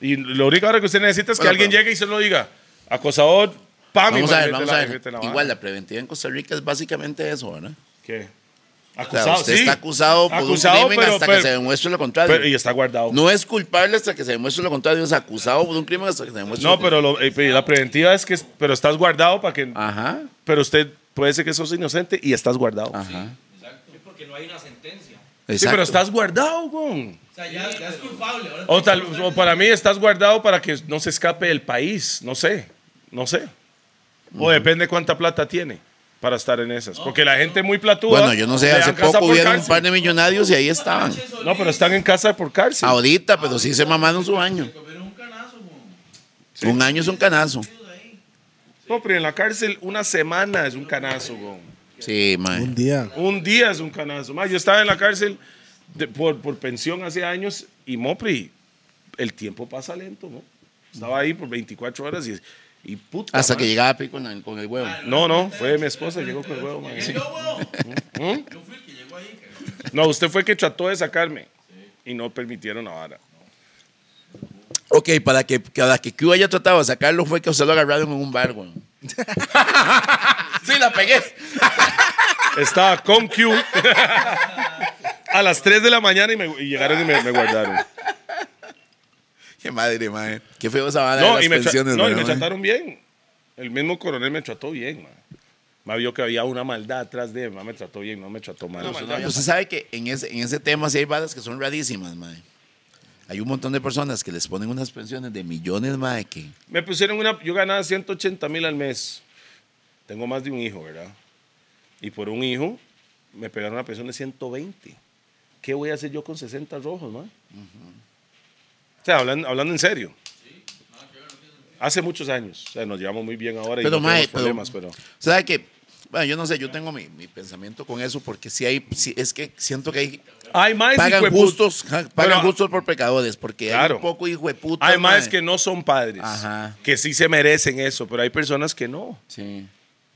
Y lo único ahora que usted necesita es que Bueno, alguien pero- llegue y se lo diga. Acosador, pam, y Vamos man, a ver, mete vamos la- a ver. mete la vara. Igual la preventiva en Costa Rica es básicamente eso, ¿verdad? ¿Qué? O sea, Acusado, usted sí. está acusado por Acusado, un crimen pero- hasta pero- que se demuestre lo contrario. pero- y está guardado. No, No es culpable hasta que se demuestre lo contrario, es acusado por un crimen hasta que se demuestre lo pero lo- eh, pero la preventiva es que, pero estás guardado para que, Ajá, pero usted puede ser que sos inocente y estás guardado. ajá. Sí, porque no hay una sentencia. Sí, Exacto. pero estás guardado, güey. O sea, ya, ya es culpable. ahora O, tiene tal, que estar- o para mí estás guardado para que no se escape del país, no sé, no sé. O depende cuánta plata tiene para estar en esas. Porque la gente muy platuda. Bueno, yo no sé, le hace dan casa poco por hubieron un cárcel. par de millonarios y ahí estaban. No, pero están en casa por cárcel. Ahorita, pero sí se mamaron su año. Pero un canazo, mon. Un año es un canazo. No, pero en la cárcel una semana es un canazo, güey. Sí, mae. Un día. Un día es un canazo. Más, yo estaba en la cárcel de- por, por pensión hace años y Mopri, el tiempo pasa lento, ¿no? Estaba ahí por 24 horas y, y puta. Hasta man. que llegaba Pico con el, con el huevo. No, no, fue mi esposa, llegó con el huevo, man. Yo, huevo. ¿Mm? Yo fui el que llegó ahí. que- No, usted fue el que trató de sacarme y no permitieron la vara. Ok, para que, para que Q haya tratado de sacarlo fue que usted lo agarraron en un bar, güey. sí, la pegué. Estaba con Q a las 3 de la mañana y, me, y llegaron y me, me guardaron. Ah, Qué madre, mae. Qué feo esa vara No, de y me, las tra- pensiones, no, y ¿verdad, me mae? trataron bien. El mismo coronel me trató bien, man. Me vio que había una maldad atrás de él, ma, me trató bien, no me trató mal. Eso no- Usted sabe que en ese, en ese tema sí hay varas que son rarísimas, mae. Hay un montón de personas que les ponen unas pensiones de millones, mae, que... Me pusieron una, yo ganaba 180 mil al mes. Tengo más de un hijo, ¿verdad? Y por un hijo me pegaron una pensión de 120. ¿Qué voy a hacer yo con 60 rojos, man? O sea, hablando, hablando en serio. Hace muchos años. O sea, nos llevamos muy bien ahora y Pero, no mae, tenemos pero- problemas, pero... ¿Sabe que Bueno, yo no sé, yo tengo mi, mi pensamiento con eso porque sí hay... sí, es que siento que hay... Hay más Pagan justos, ja, pagan Pero- justos por pecadores porque hay Claro. un poco hijo de puta, Hay más que no son padres. Ajá. Que sí se merecen eso, pero hay personas que no. Sí,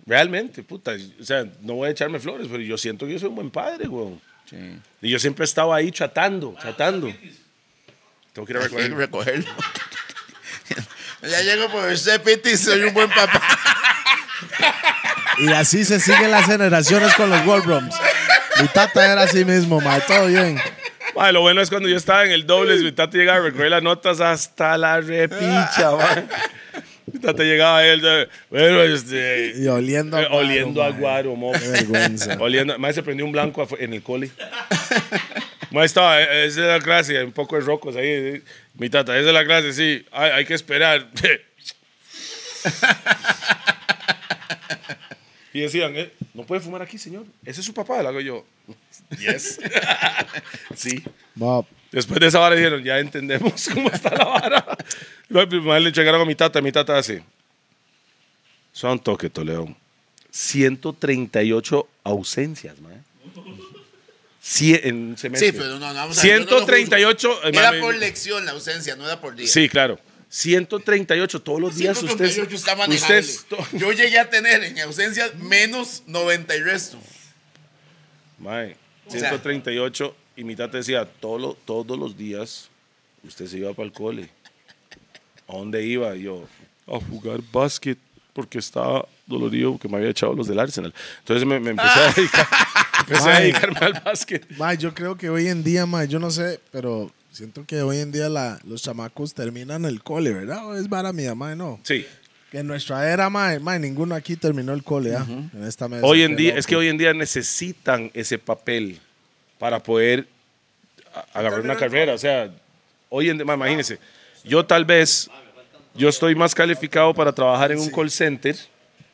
Realmente, puta. O sea, no voy a echarme flores, pero yo siento que yo soy un buen padre, güey. sí. Y yo siempre he estado ahí tratando, tratando. Tengo que ir a Hay que recoger. recogerlo. ya llego por usted, Piti, soy un buen papá. Y así se siguen las generaciones con los Wolverines. Mi tata era así mismo, ma. Todo bien. Mae, lo bueno es cuando yo estaba en el doble, mi tata llegaba a recoger las notas hasta la repicha, mae. Mi tata llegaba a él, eh, bueno, este, Y oliendo a eh, guaro, oliendo a ma. guaro, mo. Qué vergüenza. Oliendo, mae, se prendió un blanco afu- en el cole. Mae, estaba, eh, esa es la clase, hay un poco de rocos ahí. eh. Mi tata, esa es la clase, sí, hay, hay que esperar. Y decían, eh, no puede fumar aquí, señor. Ese es su papá, le hago yo. Yes. sí. Ma, Después de esa vara dijeron, ya entendemos cómo está la vara. Luego primero le llegaron a mi tata, mi tata hace. Son un toque, Toledo. 138 ausencias, man. Cien, en un semestre. Sí, pero no, no vamos a ver, yo no lo juzgo. 138. eh, Era mami, por lección la ausencia, no era por día. Sí, claro. 138 todos los días usted. 138 está manejable. usted- to- Yo llegué a tener en ausencia menos 90 y resto. Mae, sea- 138 y mi tata decía, todos los, todos los días usted se iba para el cole. ¿A dónde iba? Y Yo, a jugar básquet porque estaba dolorido porque me había echado los del Arsenal. Entonces me, me empecé a dedicar, empecé a Mae. dedicarme al básquet. ma, yo creo que hoy en día, ma, yo no sé, pero siento que hoy en día la- los chamacos terminan el cole, ¿verdad? O es vara mía, ma, no. Sí. Que en nuestra era, ma, ma, ninguno aquí terminó el cole, ¿ah? En esta mesa. Hoy en Qué día, loco. es que hoy en día necesitan ese papel para poder a- agarrar una carrera. O sea, hoy en día, imagínense, yo tal vez, yo estoy más calificado para trabajar en un call center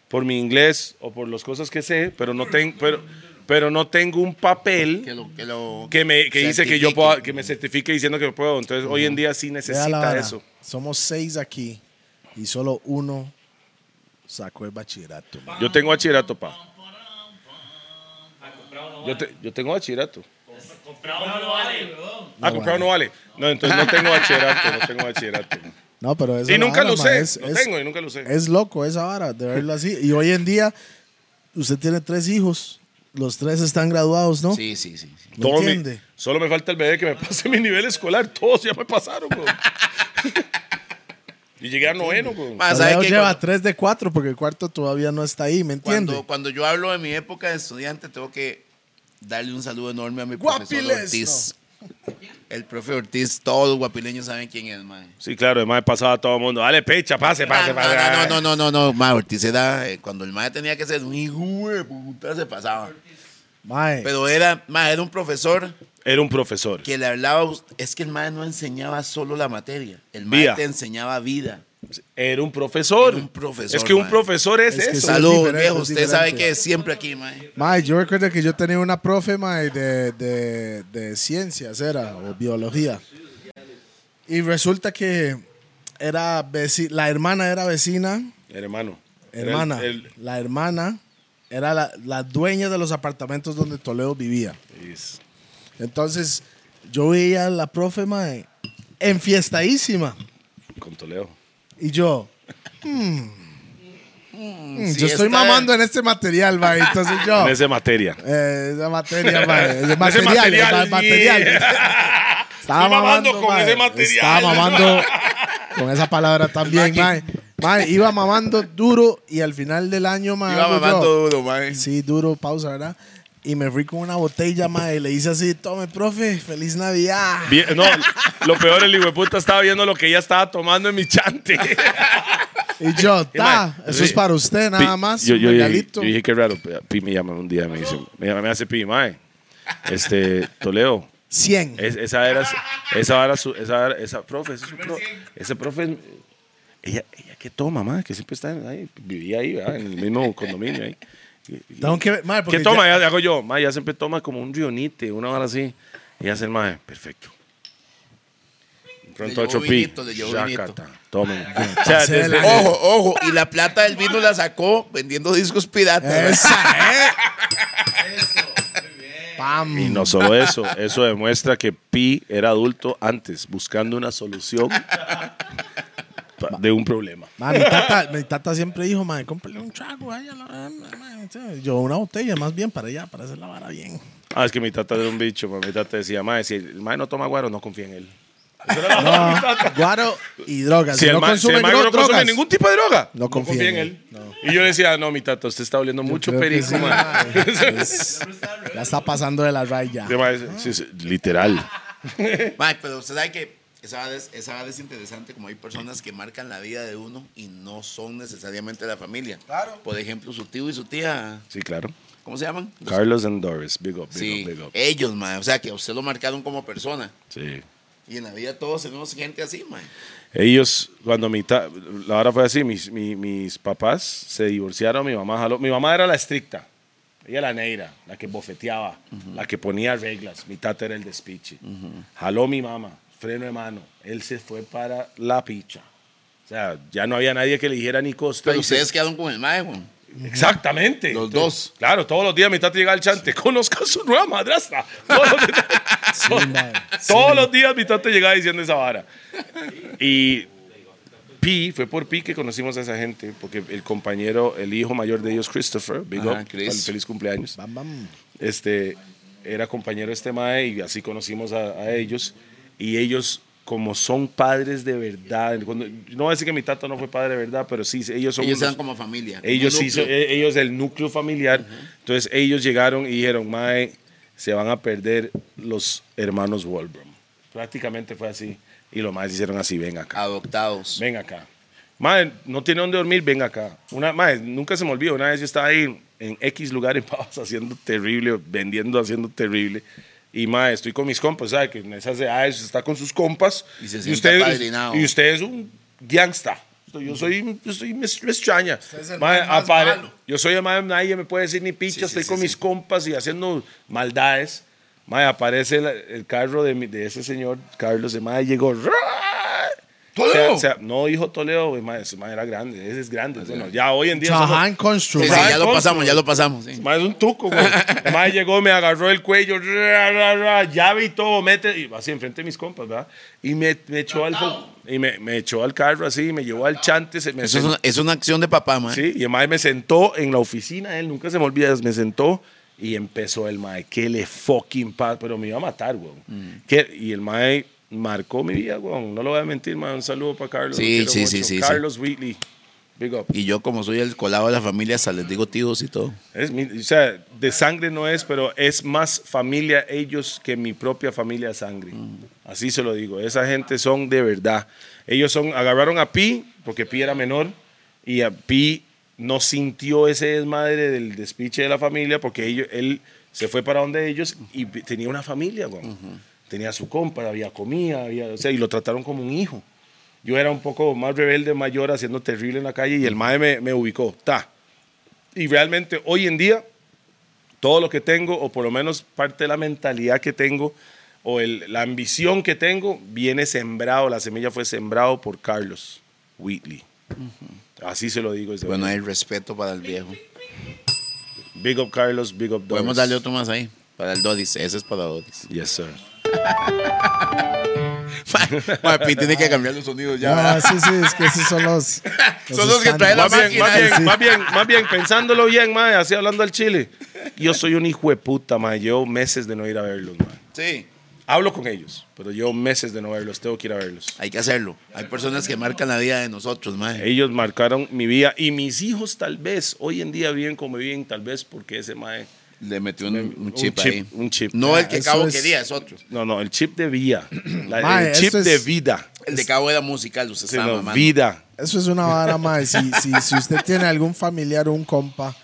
por mi inglés o por las cosas que sé, pero no, tengo pero, pero no tengo un Que papel lo que lo que me que dice que yo certifique. pueda, que me certifique diciendo que puedo. Entonces, hoy en día sí Vea la necesita vara. eso. Somos seis aquí y solo uno Sacó el bachillerato. man. Yo tengo bachillerato, pa. Ah, comprado no Yo, vale. te- yo tengo bachillerato. Comprado no vale. weón. Ah, comprado no vale. No, entonces no tengo bachillerato, no tengo bachillerato. No, pero eso Y nunca lo sé. Es, lo es- tengo y nunca lo sé. es loco esa vara, de verlo así. Y hoy en día, usted tiene tres hijos. Los tres están graduados, ¿no? Sí, sí, sí. sí. ¿Me Todo mi- entiende? solo me falta el bebé que me pase mi nivel escolar. Todos ya me pasaron, bro. y llegué a noveno, bro. Ma, Ah, ¿sabe Toledo qué? lleva Cuando- tres de cuatro porque el cuarto todavía no está ahí, ¿me entiende? Cuando, cuando yo hablo de mi época de estudiante, tengo que darle un saludo enorme a mi Guapiles, profesor Ortiz. El profe Ortiz, todos los guapileños saben quién es, man. Sí, claro, además pasaba a todo el mundo. Dale, pecha, pase, pase, No, pase. no, no, no, no, no, ma, Ortiz era, eh, cuando el mae tenía que ser un hijo de puta, se pasaba. Mae, Pero era, ma, era un profesor Era un profesor. que le hablaba, a us- es que el mae no enseñaba solo la materia, el mae Vía. te enseñaba vida. Era un profesor. Era un profesor, Es que un mae. profesor es, Es que eso. sabe- Saludos, diferente, viejo, es usted sabe diferente. que es siempre aquí, mae. mae, yo recuerdo que yo tenía una profe, mae, de, de- de ciencias, era, o biología. Y resulta que era veci- la hermana era vecina, Era hermano. Era hermana, el- la hermana era la, la dueña de los apartamentos donde Toledo vivía. el- es- Entonces, yo veía a la profe, mae, enfiestadísima. con Toledo. Y yo, "Mm, Sí, yo estoy está- mamando en este material, mae. Entonces yo... En esa materia. Eh, esa materia, mae. Ese Ese material, material, ma- sí. material. Estaba Estoy mamando con mae. ese material. Estaba mamando con esa palabra también, mae. Mae, iba mamando duro y al final del año, mae. Iba hago yo, mamando duro, mae. Sí, duro, pausa, ¿verdad? Y me fui con una botella, mae. Y le hice así, tome, profe, feliz Navidad. Bien- no, lo peor, el hijo de puta estaba viendo lo que ella estaba tomando en mi chante. Y yo, ta, mae, eso sí. es para usted, nada Pi- más. Yo, un yo- yo- regalito. yo dije que raro. pero Pi me llama un día, me dice, me, llama, me hace Pi, mae. Este, Toledo, 100. es- esa era, su- esa era su, esa, era- esa profe, ese, es su pro- ese profe, eh, ella, ella que toma, mae, que siempre está ahí, vivía ahí, ¿verdad? en el mismo condominio ahí. Y- y- Tengo que ver, mae, porque ¿Qué toma? ya- Ya, hago yo, mae, ella siempre toma como un rionite, una hora así. Y hace el mae, perfecto. Pronto Le llevó 8 pi. vinito, le llevó vinito. Chácata, Tomen. O sea, Se desde- la- Ojo, ojo, y la plata del vino la sacó vendiendo discos piratas. Esa, ¿eh? Pam. Y no solo eso, eso demuestra que Pi era adulto antes, buscando una solución pa- de un problema. Ma, mi, tata, mi tata siempre dijo, madre, cómprale un trago ahí a la vara, ma, ma". Yo una botella más bien para allá, para hacer la vara bien. Ah, es que mi tata era un bicho, ma, mi tata decía, mae, si el mae no toma guaro, no confía en él. Esa era la mamá de mi tata. Guaro y drogas. Si Si el no mae si consume el mae dro- no consume drogas. ningún tipo de droga, No confía en él. Y yo le decía, no, mi tata, usted está oliendo mucho creo que perico, sí, ma". Es- ya está pasando de la raya. Ese mae es- sí, sí, literal. Mae, pero usted sabe que esa vara, es, esa vara es interesante, como hay personas que marcan la vida de uno y no son necesariamente la familia. Claro. Por ejemplo, su tío y su tía, Sí, claro. ¿cómo se llaman? Carlos and Doris, big up, big sí, up, big up. ellos, mae, o sea, que a usted lo marcaron como persona. Sí. Y en la vida todos tenemos gente así, mae. Ellos, cuando mi ta- la hora fue así, mis, mi- mis papás se divorciaron, mi mamá jaló. Mi mamá era la estricta, ella la negra, la que bofeteaba, la que ponía reglas. Mi tata era el despiche. Jaló mi mamá, freno de mano. Él se fue para la picha. O sea, ya no había nadie que le dijera ni costa. Pero ustedes quedaron con el mae, weón. Exactamente. Los Entonces, dos. Claro, todos los días mi tata llegaba al chante. Conozca a su nueva madrastra. Todos los días, todos- mae. todos los días mi tata llegaba diciendo esa vara. Y Pi, fue por Pi que conocimos a esa gente, porque el compañero, el hijo mayor de ellos, Christopher, big Ajá, up, Chris. fel- feliz cumpleaños, Bam, bam. este, era compañero de este mae y así conocimos a, a ellos. Y ellos, como son padres de verdad, cuando- no voy a decir que mi tata no fue padre de verdad, pero sí, ellos son Ellos unos- eran como familia. como ellos sí, núcleo. so- e- ellos del núcleo familiar. Entonces ellos llegaron y dijeron, Mae, se van a perder los hermanos Wolbrom. Prácticamente fue así. Y los maes hicieron así, ven acá, Adoptados. ven acá. Mae, no tiene dónde dormir, ven acá. Una, mae, nunca se me olvidó, una vez yo estaba ahí en X lugar en Pavas haciendo terrible, vendiendo, haciendo terrible. Y mae, estoy con mis compas, ¿sabes? Que en esas edades está con sus compas. Y se ustedes siente apadrinado. y usted es un gangsta. Yo soy, yo soy Miss Miss Chaña. es el Mae, man más apare- malo. Yo soy el mae, nadie me puede decir ni picha, estoy con mis compas y haciendo maldades. Mae, aparece el, el carro de, mi- de ese señor, Carlos, de mae, llegó. ¡ra! Toledo. no dijo Toledo, güey, mae, ese mae era grande, ese es grande. Bueno, ya hoy en día. eso no- Trabajan Sí, sí, Construct. ya lo pasamos, ya lo pasamos. sí. Mae es un tuco, güey. El Mae llegó, me agarró el cuello, ra, ra, ra, llave y todo, mete, y así enfrente de mis compas, ¿verdad? Y me, me echó al fo- y me, me echó al carro así, me llevó al chante, se, me Eso es sentó- una, es una acción de papá, man. Sí, y el mae me sentó en la oficina, él nunca se me olvida, me sentó y empezó el mae, que le fucking paz, pero me iba a matar, weón. Mm. Que- y el mae marcó mi vida, weón, no lo voy a mentir, mae, un saludo para Carlos. Sí, lo quiero sí, sí, mucho. sí, sí. Carlos Wheatley, big up. Y yo, como soy el colado de la familia, hasta les digo tíos y todo. Es mi- o sea, de sangre no es, pero es más familia ellos que mi propia familia de sangre. Así se lo digo. Esa gente son de verdad. Ellos son, agarraron a Pi, porque Pi era menor, y a Pi no sintió ese desmadre del despiche de la familia, porque ellos, él se fue para donde ellos y pi- tenía una familia, güey. Tenía su compa, había comida, había, o sea, y lo trataron como un hijo. Yo era un poco más rebelde, mayor, haciendo terrible en la calle, y el mae me, me ubicó. Ta, y realmente hoy en día todo lo que tengo, o por lo menos parte de la mentalidad que tengo, o el- la ambición que tengo, viene sembrado, la semilla fue sembrado por Carlos Wheatley. Así se lo digo. desde Bueno, hoy. hay respeto para el viejo. Big up Carlos, big up Doris. Podemos darle otro más ahí. Para el Dodis. Ese es para Dodis. Yes, sir. Papi, tiene que cambiar los sonidos ya. Ah, ¿verdad? sí, sí, es que esos son los. Son los que traen la Más bien, máquina, más, bien, sí. más, bien, más bien, pensándolo bien, mae, así hablando al chile. Yo soy un hijo de puta, mae. Llevo meses de no ir a verlos, mae. Sí. Hablo con ellos, pero llevo meses de no verlos. Tengo que ir a verlos. Hay que hacerlo. Hay personas que marcan la vida de nosotros, mae. Ellos marcaron mi vida y mis hijos tal vez hoy en día viven como viven, tal vez porque ese mae... Le metió un, un chip, chip, ahí. un chip. No el que Eso Cabo es- quería, es otro. No, no, el chip de vida. La- Mae, el chip eso es- de vida. El de Cabo era musical, usted Sí, sabe, no, mamá. vida. Eso es una vara, mae. Si, si, si usted tiene algún familiar o un compa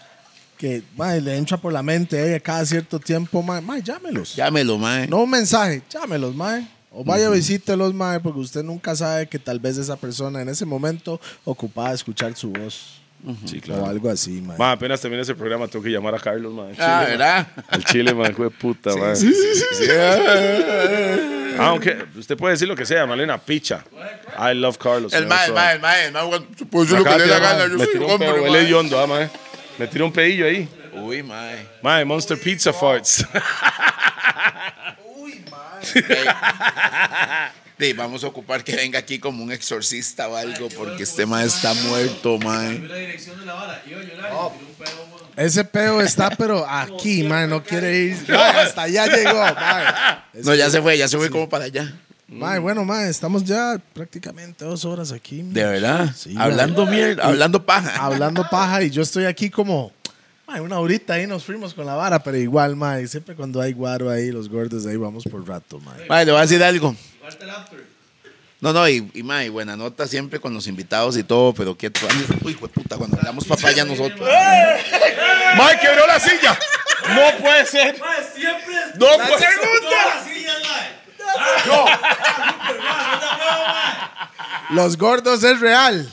que mae, le entra por la mente eh, cada cierto tiempo, mae, mae, llámelos. Llámelo, mae. No un mensaje, llámelos, mae. O vaya, visítelos, mae, porque usted nunca sabe que tal vez esa persona en ese momento ocupada de escuchar su voz. Sí, O claro. algo así, mae. Mae, apenas termine ese programa, tengo que llamar a Carlos, mae. Al chile, Ah, mae. ¿verdad? Al chile, mae, hijo de puta, mae. Aunque usted puede decir lo que sea, Malena Picha. I love Carlos. El man, mae, el so- mae, el mae, el mae. bueno, Pues yo lo que Acá le te da llaman, gana, yo me soy tiró un un pedo, hombre, huele mae. hediondo, ah, mae. Me tiró un pedillo ahí. Uy, mae. Mae, Monster Pizza Farts. Sí, vamos a ocupar que venga aquí como un exorcista o algo, porque este mae está muerto, Yo mae. la dirección de la vara. Yo, yo la vi, tiré un pedo, weón. Ese peo está, pero aquí, mae, no quiere ir. Mae, hasta allá llegó, mae. No, ya se fue, ya se fue como para allá. Mae, bueno, mae, estamos ya prácticamente dos horas aquí. mae. Mm. De verdad. Sí, hablando mierda, hablando paja. hablando paja y yo estoy aquí como "Mae, una horita ahí nos fuimos con la vara, pero igual, mae, siempre cuando hay guaro ahí, los gordos ahí vamos por rato, mae. Mae, le voy a decir algo. Falta el after. No, no, y, y mae, buena nota siempre con los invitados y todo, pero qué tu- Uy, hijo de puta, cuando hablamos papaya nosotros. Mae quebró la silla. No puede ser. Mae, siempre es No Mae, puede ser. todas las sillas, mae. Ah. Los gordos es real.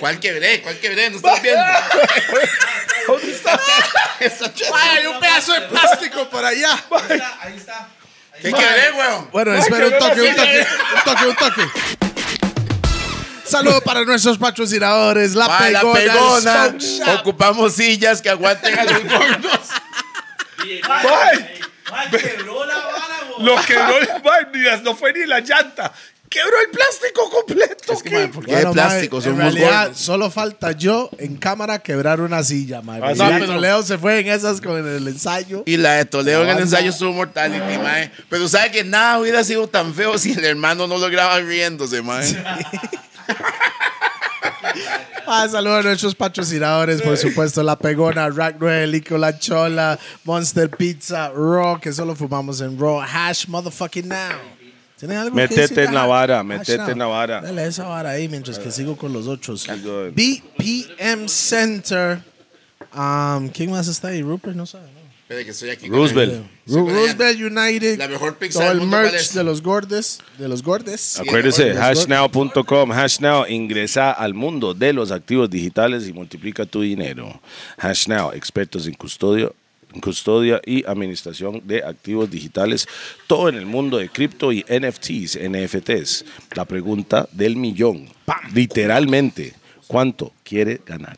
¿Cuál quebré? ¿Cuál quebré? ¿No estás viendo? ¿Dónde está? Mae, hay un pedazo de plástico por allá. Ahí está, ahí está. ¿Qué quebré, weón? Bueno, espera un toque, un toque, un toque, un toque. Saludos para nuestros patrocinadores, la Mae, la pegona. el pegona. Smoke Shop. Ocupamos sillas que aguanten a los gordos. Y el Mae. mae quebró la vara, weón. Lo quebró el man, ni las- no fue ni la llanta. Quebró el plástico completo. Es que, ¿qué? mae, ¿por qué Bueno, de plástico? mae, Son en unos realidad, gordos. solo falta yo en cámara quebrar una silla, mae. Ah, Y sí, ya pero- Leo se fue en esas con el ensayo. Y la de Toledo en el Avanza. ensayo estuvo mortality, mae. Pero sabe que nada hubiera sido tan feo si el hermano no lograba riéndose, mae. Ah, saludos a nuestros patrocinadores, por supuesto, La Pegona, Rack 9, Lico La Chola, Monster Pizza, Raw, que solo fumamos en Raw, Hash Motherfucking Now. ¿Tienen algo que Metete decir de en la Hash? vara, Hash metete Now. en la vara. Dale esa vara ahí mientras que sigo con los otros. good. BPM Center. Um, ¿Quién más está ahí? Rupert, no sabe. ¿no? Espera que estoy aquí. Roosevelt. Ru- Roosevelt United. La mejor pizza Todo del el mundo, ¿cuál merch es? de los gordes. De los gordes. Acuérdese, Los hashnow.com, hashnow, ingresa al mundo de los activos digitales y multiplica tu dinero. Hashnow, expertos en custodio custodia y administración de activos digitales, todo en el mundo de cripto y NFTs, NFTs. La pregunta del millón, ¡pam! literalmente, ¿cuánto quiere ganar?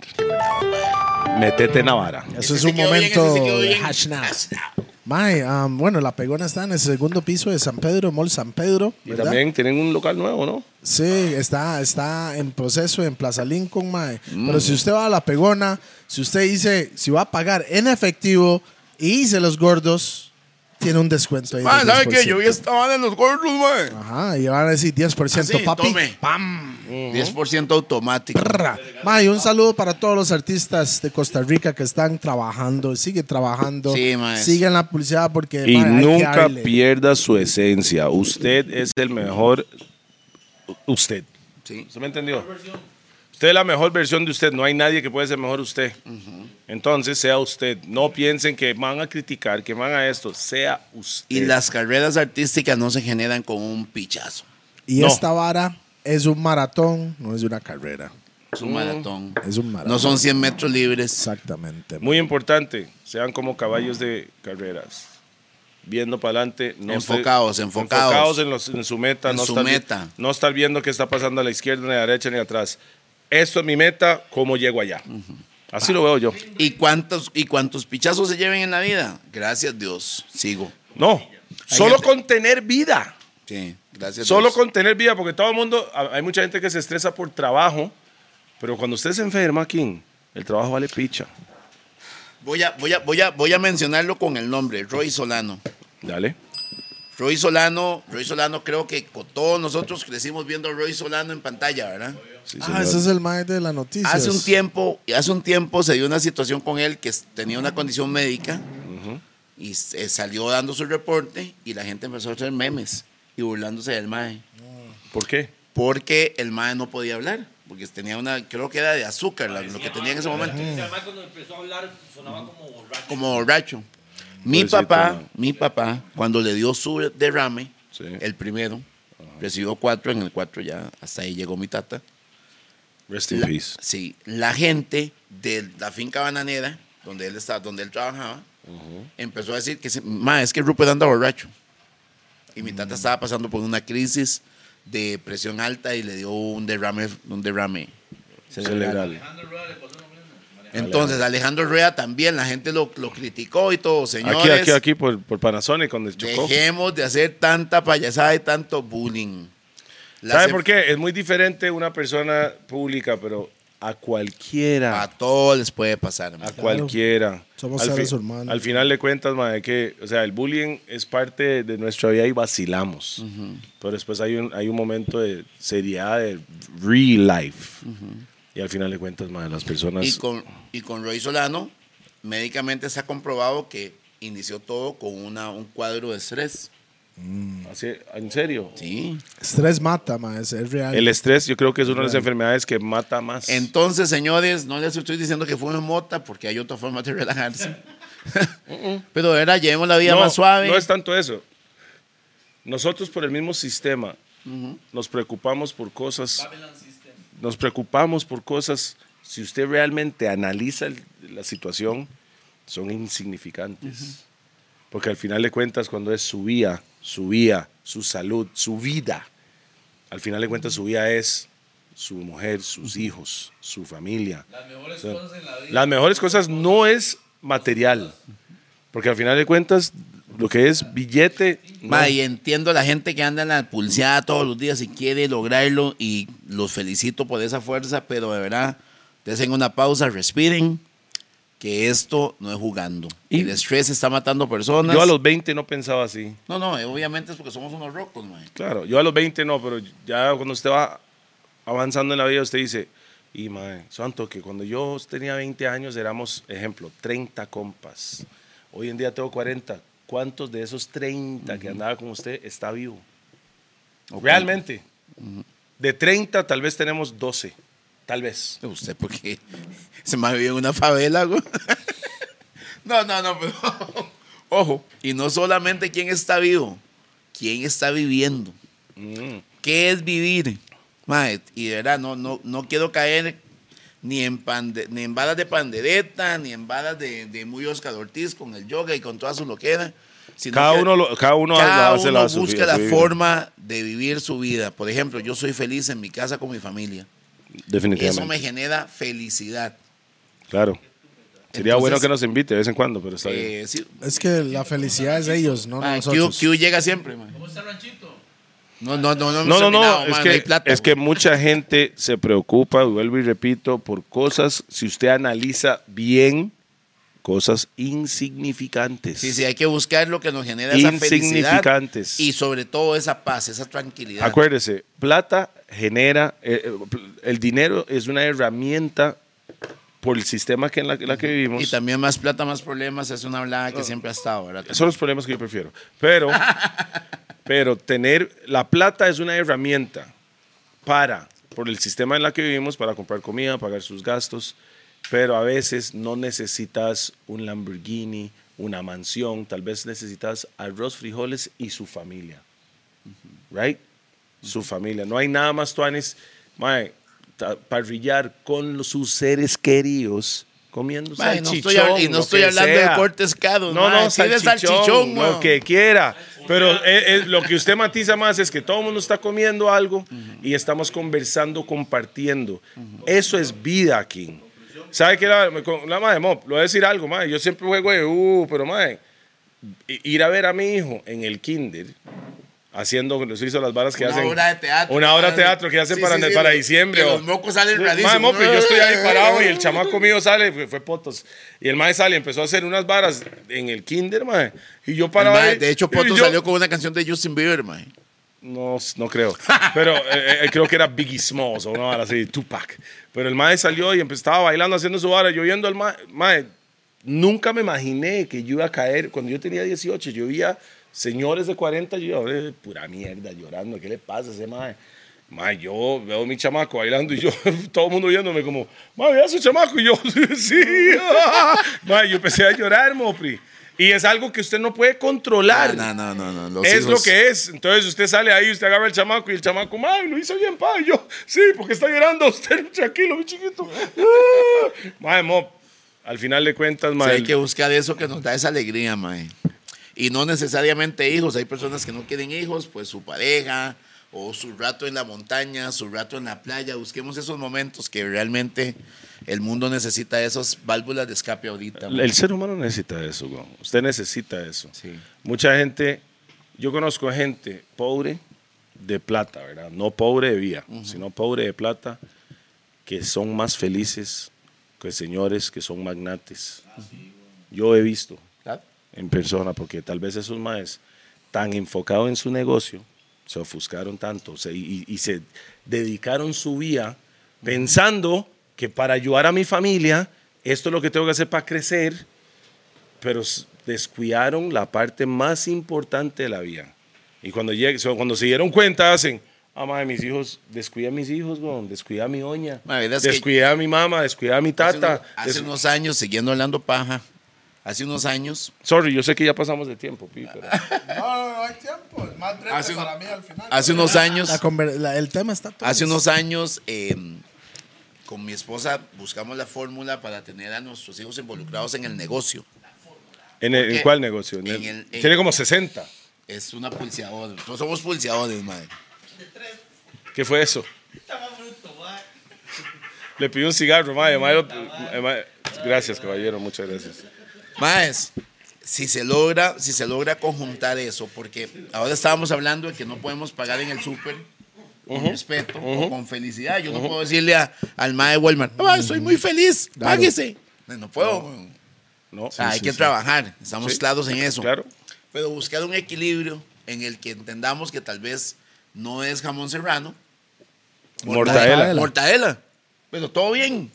Metete Navara. Eso es Ese un se quedó bien, momento ese se quedó de bien. hash now. Mae, um, bueno, la pegona está en el segundo piso de San Pedro, Mall San Pedro. Y ¿verdad? también tienen un local nuevo, ¿no? Sí, está, está en proceso en Plaza Lincoln, mae. Mm. Pero si usted va a la pegona, si usted dice, si va a pagar en efectivo y dice los gordos, tiene un descuento ahí. Man, del ¿sabe qué? Yo vi 10%. esta banda en los gordos, man. Ajá, y van a decir 10% Así, papi. Ah, tome. ¡Pam! 10% automático. Prra. Mae, un saludo para todos los artistas de Costa Rica que están trabajando, sigue trabajando, Sí, mae. siguen la publicidad porque Y mae, hay que nunca darle. pierda su esencia. Usted es el mejor. Usted. Sí. ¿Usted me entendió? Usted es la mejor versión de usted. No hay nadie que pueda ser mejor usted. Entonces, sea usted. No piensen que van a criticar, que van a esto. Sea usted. Y las carreras artísticas no se generan con un pichazo. Y No. esta vara es un maratón, no es una carrera. Es un maratón. Es un maratón. No son 100 metros libres. Exactamente. Muy importante. Sean como caballos de carreras. Viendo para adelante. No esté- Enfocados, enfocados. Enfocados en, los- en su meta. En no su estar vi- meta. No estar viendo qué está pasando a la izquierda, ni a la derecha, ni atrás. Esto es mi meta. ¿Cómo llego allá? Así lo veo yo. ¿Y cuántos, ¿Y cuántos pichazos se lleven en la vida? Gracias, Dios. Sigo. No, solo gente- con tener vida. Sí, gracias. Solo Dios. con tener vida, porque todo el mundo, a- hay mucha gente que se estresa por trabajo, pero cuando usted se enferma, King, el trabajo vale picha. Voy a, voy, a, voy, a, voy a mencionarlo con el nombre, Roy Solano. Dale. Roy Solano, Roy Solano, creo que con todos nosotros crecimos viendo a Roy Solano en pantalla, ¿verdad? Sí, Ah, señor. ese es el maestro de la noticia. Hace un tiempo, hace un tiempo se dio una situación con él que s- tenía una condición médica y se salió dando su reporte y la gente empezó a hacer memes y burlándose del mae ¿Por qué? porque el mae no podía hablar porque tenía una, creo que era de azúcar la- lo que tenía en ese momento, O sea, Mike cuando empezó a hablar sonaba como borracho. como borracho. Mi Pobrecito, papá, mae. mi papá, cuando le dio su derrame, Sí. el primero, recibió cuatro, en el cuatro ya hasta ahí llegó mi tata. Rest in La- peace. Sí, la gente de la finca bananera, donde él estaba, donde él trabajaba, empezó a decir que se- "Ma, es que Rupert anda borracho. Y mi Mm. tata estaba pasando por una crisis de presión alta y le dio un derrame, un derrame cerebral. Cerebral. Entonces, Alejandro Rueda también, la gente lo, lo criticó y todo, señores. Aquí, aquí, aquí, por, por Panasonic, donde chocó. Dejemos de hacer tanta payasada y tanto bullying. La ¿Sabe se- por qué? Es muy diferente una persona pública, pero a cualquiera. A todos les puede pasar. A ma. cualquiera. Somos al, seres humanos. al final de cuentas, madre, que, o sea, el bullying es parte de nuestra vida y vacilamos. Pero después hay un, hay un momento de seriedad, de real life. Y al final de cuentas, madre, las personas. Y con, y con Roy Solano, médicamente se ha comprobado que inició todo con una, un cuadro de estrés. Así- en serio. Sí. Estrés mata, maestro. Es real. El estrés, yo creo que es una de las enfermedades que mata más. Entonces, señores, no les estoy diciendo que fumen mota porque hay otra forma de relajarse. Pero de verdad, llevemos la vida no, más suave. No es tanto eso. Nosotros, por el mismo sistema, nos preocupamos por cosas. Nos preocupamos por cosas. Si usted realmente analiza el- la situación, son insignificantes. Porque al final de cuentas, cuando es su vida, su vida, su salud, su vida, al final de cuentas, su vida es su mujer, sus hijos, su familia. Las mejores O sea, cosas en la vida. Las mejores cosas no es material. Porque al final de cuentas, lo que es billete. no. Ma, y entiendo a la gente que anda en la pulseada todos los días y quiere lograrlo y los felicito por esa fuerza, pero de verdad, desen una pausa, respiren, que esto no es jugando. Y- el estrés está matando personas. Yo a los 20 no pensaba así. No, no, eh, obviamente es porque somos unos rocos, mae. Claro, yo a los 20 no, pero ya cuando usted va avanzando en la vida, usted dice, y mae, santo, que cuando yo tenía 20 años éramos, ejemplo, 30 compas. Hoy en día tengo 40. ¿Cuántos de esos 30 que andaba con usted está vivo? Realmente. De 30 tal vez tenemos 12. Tal vez. Usted porque se me vive en una favela, güey. No, no, no, pero ojo, y no solamente quién está vivo, quién está viviendo. Mm. ¿Qué es vivir? Mae, y de verdad, no, no, no quiero caer ni en, pande- ni en balas de pandereta, ni en balas de, de muy Oscar Ortiz con el yoga y con toda su loquera. sino Cada que uno lo- cada uno cada hace la- uno su busca vida, la sí. forma de vivir su vida. Por ejemplo, yo soy feliz en mi casa con mi familia. Eso me Definitivamente. genera felicidad. Claro. Sería bueno Entonces, que nos invite de vez en cuando, pero está bien. Eh, sí. Es que la felicidad es de ellos, no Ah, Q, nosotros. Q llega siempre, man. ¿Cómo está el ranchito? No, no, no, no. hemos No, no, no, terminado, es man, hay que, plata, es que mucha gente se preocupa, vuelvo y repito, por cosas, si usted analiza bien, cosas insignificantes. Sí, sí, hay que buscar lo que nos genera esa felicidad Insignificantes. y sobre todo esa paz, esa tranquilidad. Acuérdese, plata genera, eh, eh, pl- el dinero es una herramienta por el sistema que en la, la que y vivimos. también más plata, más problemas, es una hablada Ah. que siempre ha estado, ¿verdad? Esos son los problemas que yo prefiero. Pero, pero tener, la plata es una herramienta para, por el sistema en la que vivimos, para comprar comida, pagar sus gastos, pero a veces no necesitas un Lamborghini, una mansión, tal vez necesitas arroz, frijoles y su familia. right? Su familia. No hay nada más, Tuanes, mae, ta- parrillar con los- sus seres queridos comiendo Mae, no estoy salchichón. hab- y no lo estoy que hablando de sea. cortes caros, No, mae, no, sí de salchichón, salchichón, lo mae. que quiera. Pero eh, eh, lo que usted matiza más es que todo el mundo está comiendo algo y estamos conversando, compartiendo. Eso es vida aquí. ¿Sabe qué? La, con la madre, Mop, lo voy a decir algo, mae. Yo siempre juego de, uh, pero madre, ir a ver a mi hijo en el kinder haciendo los hizo las varas que Una hacen hora de teatro. una hora de mae. teatro que hacen Sí, para, sí, sí, para que diciembre o- los mocos salen Sí, rarísimos. mae, mope, yo estoy ahí parado y el chamaco mío sale fue, fue potos y el mae sale y empezó a hacer unas varas en el kinder mae y yo paraba Mae, ahí, de hecho, y Poto yo- salió con una canción de Justin Bieber, mae. no, no creo. Pero eh, eh, creo que era Biggie Smalls o una vara así, Tupac. Pero el mae salió y empe- estaba bailando, haciendo su vara. Yo viendo al mae, mae, nunca me imaginé que yo iba a caer. Cuando yo tenía 18, yo veía señores de 40, yo iba, "Eh, pura mierda, llorando. ¿Qué le pasa a ese mae? Mae, yo veo a mi chamaco bailando y yo, todo el mundo viéndome como, mae, vea a su chamaco. Y yo, sí. ah". mae, yo empecé a llorar, Mopri. Y es algo que usted no puede controlar No, no, no, no. los es lo hijos- que es. Entonces usted sale ahí, usted agarra el chamaco y el chamaco, ¡ay, lo hizo bien, pa! Y yo, sí, porque está llorando usted, tranquilo, mi chiquito. Ah. Mae, mo, al final de cuentas, Sí, mae, hay que buscar eso que nos da esa alegría, mae. Y no necesariamente hijos. Hay personas que no quieren hijos, pues su pareja o su rato en la montaña, su rato en la playa. Busquemos esos momentos que realmente el mundo necesita esas válvulas de escape ahorita. mae. el ser humano necesita eso, güey. Usted necesita eso. Sí. Mucha gente, yo conozco gente pobre de plata, ¿verdad? No pobre de vía, sino pobre de plata, que son más felices que señores que son magnates. Yo he visto. ¿Verdad? en persona, porque tal vez esos maes tan enfocados en su negocio, se ofuscaron tanto se- y, y se dedicaron su vida pensando que para ayudar a mi familia, esto es lo que tengo que hacer para crecer, pero s- descuidaron la parte más importante de la vida. Y cuando, lleg- so- cuando se dieron cuenta, hacen, ah, madre, mis hijos, descuida a mis hijos, weón, descuida a mi oña, Mae, ¿verdad? Es que- descuida a mi mamá, descuida a mi Hace tata. unos- Hace, des- unos años, siguiendo hablando paja, hace unos años, Sorry, yo sé que ya pasamos de tiempo, Pi, pero... No, no, no hay tiempo. Es Pues, más breve Hace uno- para mí al final. hace unos años, La conver- la- el tema está todo. hace unos años, eh, con mi esposa buscamos la fórmula para tener a nuestros hijos involucrados en el negocio. ¿En, el, en Porque cuál negocio? En en el- el- en- tiene como 60. Es una pulseadora. Nosotros somos pulseadores, madre. ¿Qué fue eso? Está más bruto, va. Le pidió un cigarro, mae, mae, lo- eh, mae. Gracias, caballero, muchas gracias. Maes, si se logra, si se logra conjuntar eso, porque ahora estábamos hablando de que no podemos pagar en el súper con respeto o con felicidad. Yo no puedo decirle a- al mae de Walmart, "Mae, soy muy feliz, páguese. No, no puedo. weón. No, O sea, Ah, hay sí, que sí, trabajar, estamos Sí. claros en eso. Claro. Pero buscar un equilibrio en el que entendamos que tal vez no es jamón serrano, Mortadela. mortadela. Pero todo bien.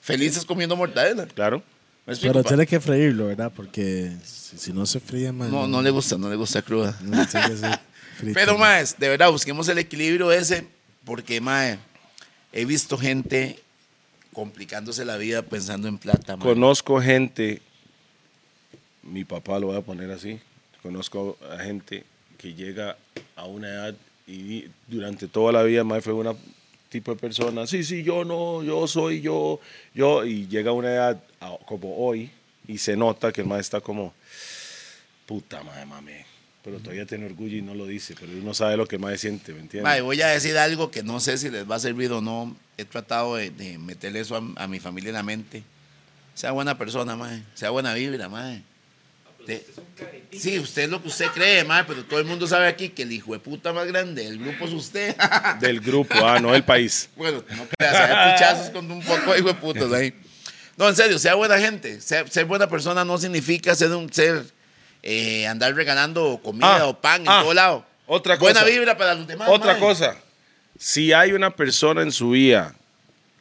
Felices comiendo mortadela. Claro. ¿Me explico, Pero pa? tiene que freírlo, ¿verdad? Porque si, si no se fríe, man. No, no le gusta, no le gusta cruda. no tiene que ser frito. Pero, más, de verdad, busquemos el equilibrio ese, porque, mae, he visto gente complicándose la vida pensando en plata, mae. Conozco gente, mi papá lo voy a poner así, conozco a gente que llega a una edad y di- durante toda la vida, mae, fue una tipo de persona. Sí, sí, yo no, yo soy yo, yo. Y llega una edad ah, como hoy y se nota que el mae está como, puta madre, mami. Pero todavía tiene orgullo y no lo dice, pero uno sabe lo que el mae siente, ¿me entiendes? Mae, voy a decir algo que no sé si les va a servir o no. He tratado de, de meterle eso a, a mi familia en la mente. Sea buena persona, mae. Sea buena vibra, mae. De- sí, usted es lo que usted cree, mae, pero todo el mundo sabe aquí que el hijo de puta más grande del grupo es usted. Del grupo, ah, no del país. bueno, no creas, hay pichazos con un poco de hijo de putas ahí. No, en serio, sea buena gente. Ser, ser buena persona no significa ser un ser, eh, andar regalando comida Ah, o pan ah, en todo lado. otra Buena cosa. vibra para los demás. Otra mae. cosa, si hay una persona en su vida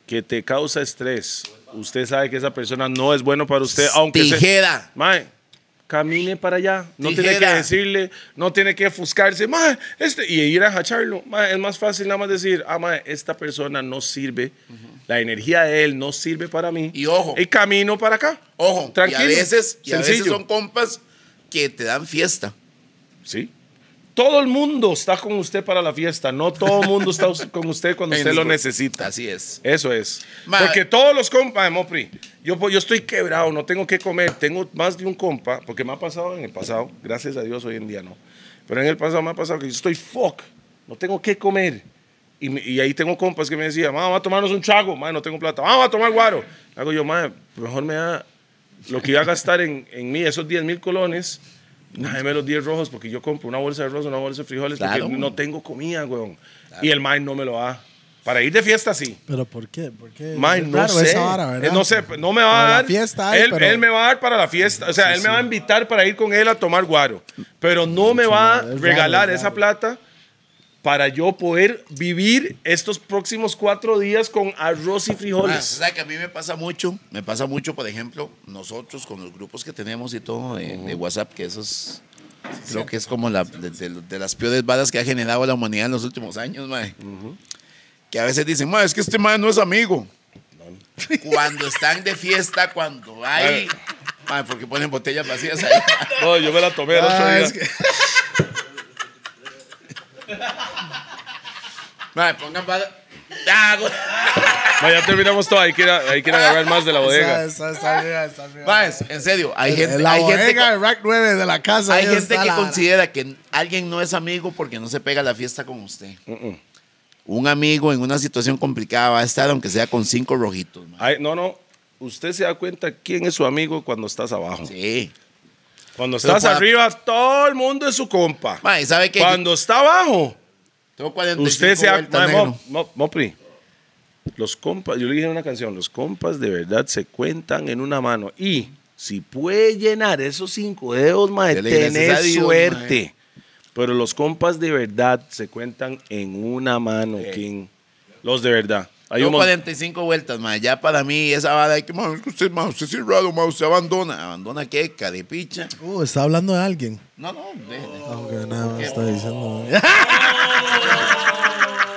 que te causa estrés, usted sabe que esa persona no es bueno para usted, aunque se- Tijera. Mae, camine para allá. No tiene que Tijera. decirle, no tiene que ofuscarse. Mae, este, y ir a jacharlo. Mae, es más fácil nada más decir, ah, mae, esta persona no sirve. La energía de él no sirve para mí. Y ojo. Y camino para acá. Ojo, Tranquilo. y a veces, y a veces Sencillo. son compas que te dan fiesta. Sí. Todo el mundo está con usted para la fiesta. No todo el mundo está us- con usted cuando usted lo necesita. Así es. Eso es. Ma- porque todos los compas de Mopri, yo, po- yo estoy quebrado, no tengo que comer. Tengo más de un compa, porque me ha pasado en el pasado, gracias a Dios hoy en día no. Pero en el pasado me ha pasado que yo estoy fuck, no tengo que comer. Y, me- y ahí tengo compas que me decían, "Ma, vamos a tomarnos un chago, ma, no tengo plata, vamos a tomar guaro. Hago yo, ma, mejor me da lo que iba a gastar en, en mí, esos 10 mil colones, déjeme los 10 rojos, porque yo compro una bolsa de arroz, una bolsa de frijoles, Claro. porque no tengo comida, weón. Y el mae no me lo da. Para ir de fiesta, sí. ¿Pero por qué? ¿Por qué? Mae, Es no raro sé. esa vara, ¿verdad? Eh, no sé, no me va Para a la dar. fiesta hay, él, pero- él me va a dar para la fiesta. O sea, él me va a invitar para ir con él a tomar guaro. Pero no me va a raro, es regalar raro. esa plata para yo poder vivir estos próximos cuatro días con arroz y Ah, frijoles. ¿sabe que a mí me pasa mucho, me pasa mucho, por ejemplo, nosotros con los grupos que tenemos y todo de, de WhatsApp, que eso es, creo que es como la, de, de- de las peores balas que ha generado la humanidad en los últimos años, mae. Que a veces dicen, mae, es que este mae no es amigo. Cuando están de fiesta, cuando hay... Mae, porque ponen botellas vacías ahí. No, yo me la tomé el otro Ah, día. es que- Mae, pongan balas... Ah, güey. Ma, ya terminamos todo. Hay que, ir a- hay que ir a agarrar más de la Está- bodega. está- está arriba, está arriba. Mae, en serio, hay gente... En la hay gente bodega de Rack 9 de la casa. ahí Hay gente está que la- considera que alguien no es amigo porque no se pega a la fiesta con usted. Un amigo en una situación complicada va a estar aunque sea con cinco rojitos. man. Ay, no, no. Usted se da cuenta quién es su amigo cuando estás abajo. Sí. Cuando Pero estás para- arriba, todo el mundo es su compa. Mae, ¿sabe qué? Cuando está abajo, Tengo 45 usted se da vueltas, Mae, negro. Mop- Mop- Mopri. Los compas, yo le dije en una canción, los compas de verdad se cuentan en una mano. Y si puede llenar esos cinco dedos, mae, Dele gracias a tenés Dios, eh. suerte. Pero los compas de verdad se cuentan en una mano, Eh. King. Los de verdad. Hay Tengo un mon- 45 vueltas, mae. Ya para mí esa vara de que, mae, es que usted, mae, usted es raro, mae, usted abandona. ¿Abandona qué? Carepicha. Uh, está hablando de alguien. No, no. de- Ah, ok, nada más está diciendo.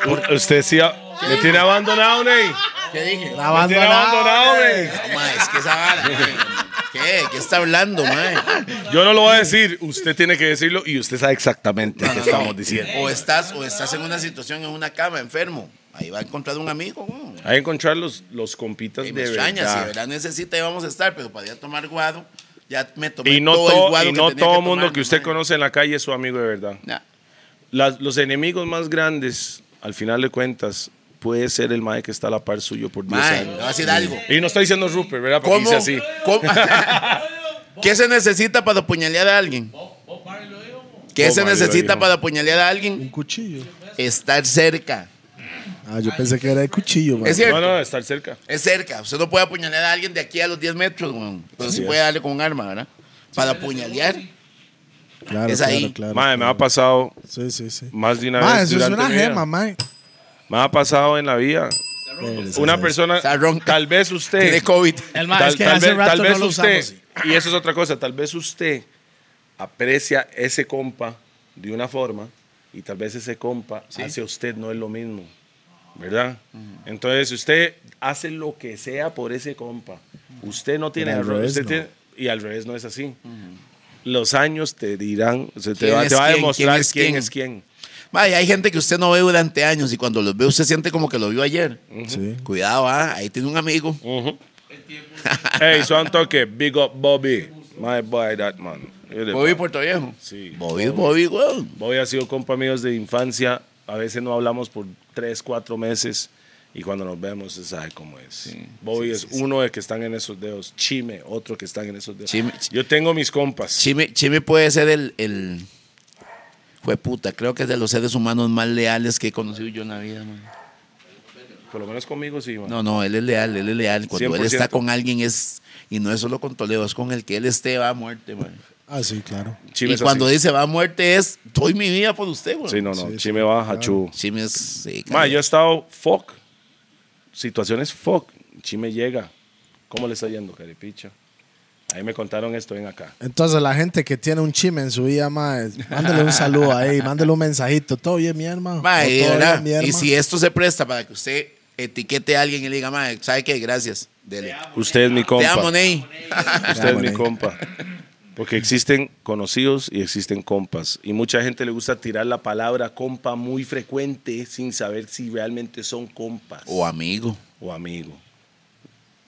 U- Usted sí a- le tiene abandonado, Ney. ¿Qué dije? No, Le tiene abandonado, Ney. mae, es que esa vara. ¿Qué? ¿Qué está hablando, mae? Yo no lo voy a decir. Usted tiene que decirlo y usted sabe exactamente No, qué no, no. estamos diciendo. O estás, o estás en una situación, en una cama, enfermo. Ahí va a encontrar un amigo. güey. Hay que encontrar los, los compitas Ahí me Ah, de extraña, si de verdad. verdad necesita, ahí vamos a estar, pero para ir a tomar guado, ya me tomé Y no, todo el todo, guado y que no tenía todo que el mundo tomar, que usted mae. conoce en la calle es su amigo de verdad. Nah. Las- los enemigos más grandes, al final de cuentas, puede ser el mae que está a la par suyo por 10 Mae, le años. voy a decir algo. Y no estoy diciendo Rupert, ¿verdad? Porque dice ¿Cómo? así. ¿Cómo? ¿Qué se necesita para apuñalear a alguien? ¿Qué Bob se Marley lo necesita dijo. para apuñalear a alguien? Un cuchillo. Estar cerca. Ah, yo pensé que era el cuchillo, man. Es cierto. No, no, estar cerca. Es cerca. Usted no puede apuñalar a alguien de aquí a los 10 metros, weón. Pero sí es. puede darle con un arma, ¿verdad? Para apuñalear. Claro, es ahí. Claro, claro, Mae, me ha claro. pasado Sí, sí, sí. más de una Ma, vez. eso es durante una mi vida. gema, man. Me ha pasado en la vida. Una persona, Está ronca. tal vez usted. Tiene COVID. El ma, tal, es que tal hace vez, rato tal no vez lo usted, usamos. y eso es otra cosa, tal vez usted aprecia ese compa de una forma y tal vez ese compa hacia usted no es lo mismo, ¿verdad? Entonces usted hace lo que sea por ese compa. Usted no tiene al error, revés, usted no. tiene- y al revés no es así. Los años te dirán, se te ¿Quién va, es te va a quién? demostrar ¿Quién es quién quién? es quién. Mae, hay gente que usted no ve durante años y cuando los ve usted siente como que lo vio ayer. Sí. Cuidado, ah, ahí tiene un amigo. Hey, so un toque. Big up Bobby. My boy, that man. Really, Bobby man. Puerto Viejo. Sí. Bobby, Bobby, weón. Bobby ha sido compa míos de infancia. A veces no hablamos por tres, cuatro meses. Y cuando nos vemos, se sabe cómo es. Bobby es uno de que están en esos dedos. Chime, otro que están en esos dedos. Chime, ch- Yo tengo mis compas. Chime, Chime puede ser el. el fue puta, creo que es de los seres humanos más leales que he conocido yo en la vida, man. Por lo menos conmigo, sí, man. No, no, él es leal, él es leal. Cuando él 100%. está con alguien es. Y no es solo con Toledo, es con el que él esté, va a muerte, man. Ah, sí, claro. Chime y es cuando así. dice va a muerte es, doy mi vida por usted, güey. Sí, no, no. Sí, Chime sí, va claro. a chu. Chime es. sí, Ma, cabrón. yo he estado fuck. Situaciones fuck. Chime llega. ¿Cómo le está yendo, caripicha? Ahí me contaron esto, ven acá. Entonces, la gente que tiene un chime en su vida, mae, mándele un saludo ahí, mándele un mensajito. Todo bien, mi hermano. Ma, O y, todo bien, ¿verdad? mi hermano. Y si esto se presta para que usted etiquete a alguien y le diga, "Ma, ¿sabe qué? Gracias. Dele. Usted es mi Te compa. amo, Ney. Ah, Usted es mi Ney. compa. Porque existen conocidos y existen compas. Y mucha gente le gusta tirar la palabra compa muy frecuente sin saber si realmente son compas O amigo. o amigo.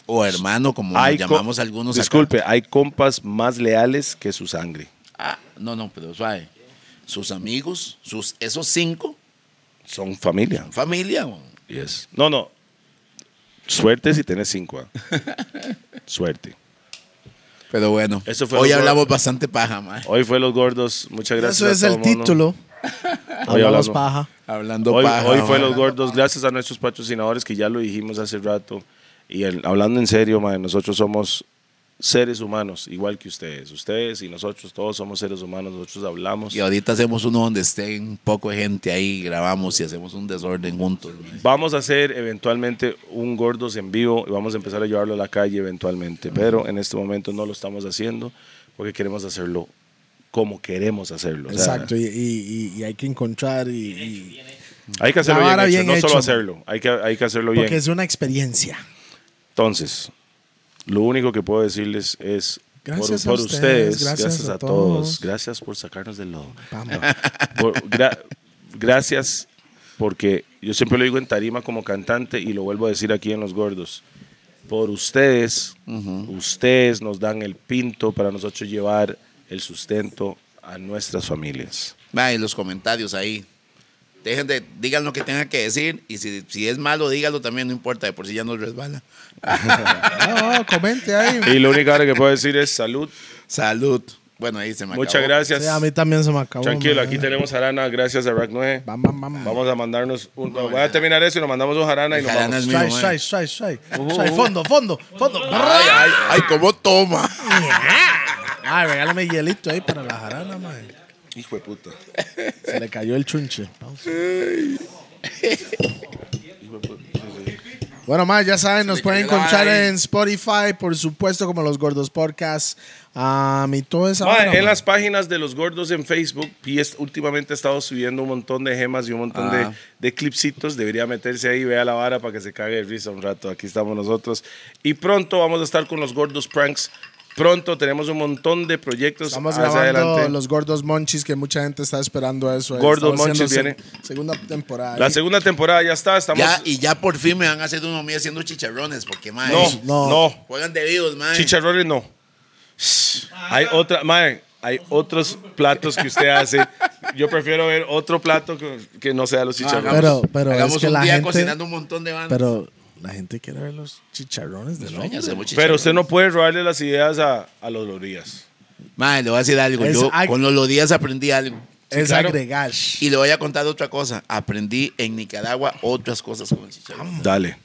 O hermano, como Hay co- llamamos algunos. acá. Disculpe, hay compas más leales que su sangre. Ah, no, no, pero suave. Sus amigos, sus, esos cinco, Son familia. familia. güey. Yes. No, no. Suerte si tenés cinco. ah. Suerte. Pero bueno, Eso fue hoy lo- hablamos bastante paja, ma. Hoy fue Los Gordos. Muchas gracias. Eso a es todo el mundo. título. Hoy Hablamos hablamos. paja. Hablando Hoy, paja. hoy ma. fue Los Gordos. Gracias a nuestros patrocinadores que ya lo dijimos hace rato. Y el- hablando en serio, mae, nosotros somos seres humanos, igual que ustedes. Ustedes y nosotros todos somos seres humanos. Nosotros hablamos. Y ahorita hacemos uno donde esté un poco de gente ahí, grabamos y hacemos un desorden juntos. ma. Vamos a hacer eventualmente un Gordos en vivo y vamos a empezar a llevarlo a la calle eventualmente, pero en este momento no lo estamos haciendo porque queremos hacerlo como queremos hacerlo. O sea, Exacto, y, y- y- y hay que encontrar y- y, Hay que hacerlo La bien, vara hecho, bien no hecho. solo hacerlo, hay que, hay que hacerlo bien. porque es una experiencia. Entonces, lo único que puedo decirles es por- Gracias a por, ustedes, ustedes, gracias gracias, a a, todos. todos. gracias por sacarnos del lodo. Vamos. Por- gra- gracias porque yo siempre lo digo en tarima como cantante y lo vuelvo a decir aquí en Los Gordos. Por ustedes, ustedes nos dan el pinto para nosotros llevar el sustento a nuestras familias. Ma, y los comentarios ahí. Dejen de, digan lo que tengan que decir y si, si es malo, dígalo también, no importa, de por si ya nos resbala. No, no, comente ahí. Y lo único ahora que puedo decir es salud. Salud. Bueno, ahí se me Muchas acabó. gracias. Sí, a mí también se me acabó. Tranquilo, man. aquí tenemos Arana, gracias a Rack 9. Bam, bam, bam. Vamos a mandarnos un. voy a terminar eso y nos mandamos un jarana y nos Jarana vamos. es Strike, Mismo, strike, strike, strike. Uh-huh. Strike, Fondo, fondo, fondo. Ay, ay, ay, cómo toma. Ay, regálame hielito ahí para la jarana, man. Hijo de puta. Se le cayó el chunche. Bueno, más ya saben, nos pueden encontrar en Spotify, por supuesto, como los Gordos Podcast. Ah, y todo esa Ma, vara, en ma. las páginas de los gordos en Facebook, y es- últimamente he estado subiendo un montón de gemas y un montón de, Ah. de clipsitos. Debería meterse ahí, vea la vara para que se cague de risa un rato. Aquí estamos nosotros. Y pronto vamos a estar con los gordos pranks. Pronto tenemos un montón de proyectos Estamos hacia grabando adelante. los Gordos Monchis, que mucha gente está esperando eso. Gordos Estamos haciendo Monchis se- viene. Segunda temporada. La segunda temporada ya está. Estamos. Ya, y ya por fin me van a hacer uno mío haciendo chicharrones, porque ma, no, eh, No. no, juegan de vivos, ma. Chicharrones no. Hay otra, mae, hay otros platos que usted hace. Yo prefiero ver otro plato que, que no sea los chicharrones. Pero, pero Hagamos es que un la día gente- cocinando un montón de bandas. Pero la gente quiere ver los chicharrones del hombre. Hacemos Pero chicharrones. usted no puede robarle las ideas a, a los lorías. Ma, le voy a decir algo. Es Yo ag- con los días aprendí algo. Es claro. agregar. Y le voy a contar otra cosa. Aprendí en Nicaragua otras cosas con el chicharrón. Dale.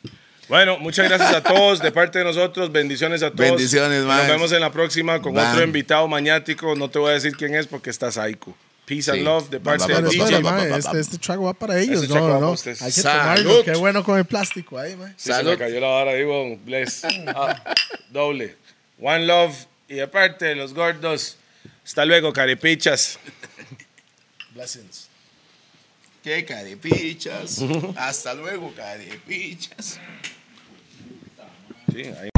Bueno, muchas gracias a todos de parte de nosotros. Bendiciones a todos. Bendiciones, Nos maes. vemos en la próxima con Bam. otro invitado maniático. No te voy a decir quién es porque está psycho. Peace and Sí. love de parte Bam, Pero de bam, DJ. espera, bam, mae, bam, este, bam. este trago va para ellos, Este no, trago va no, para no. ustedes. Hay que Salud. tomarlo. Qué bueno con el plástico ahí, mae. Sí, se me Salud. cayó la vara ahí, bon. Bless. Ah, doble. One love. Y de parte de los gordos. Hasta luego, carepichas. Blessings. Qué caripichas. Hasta luego, caripichas. Sí, ahí.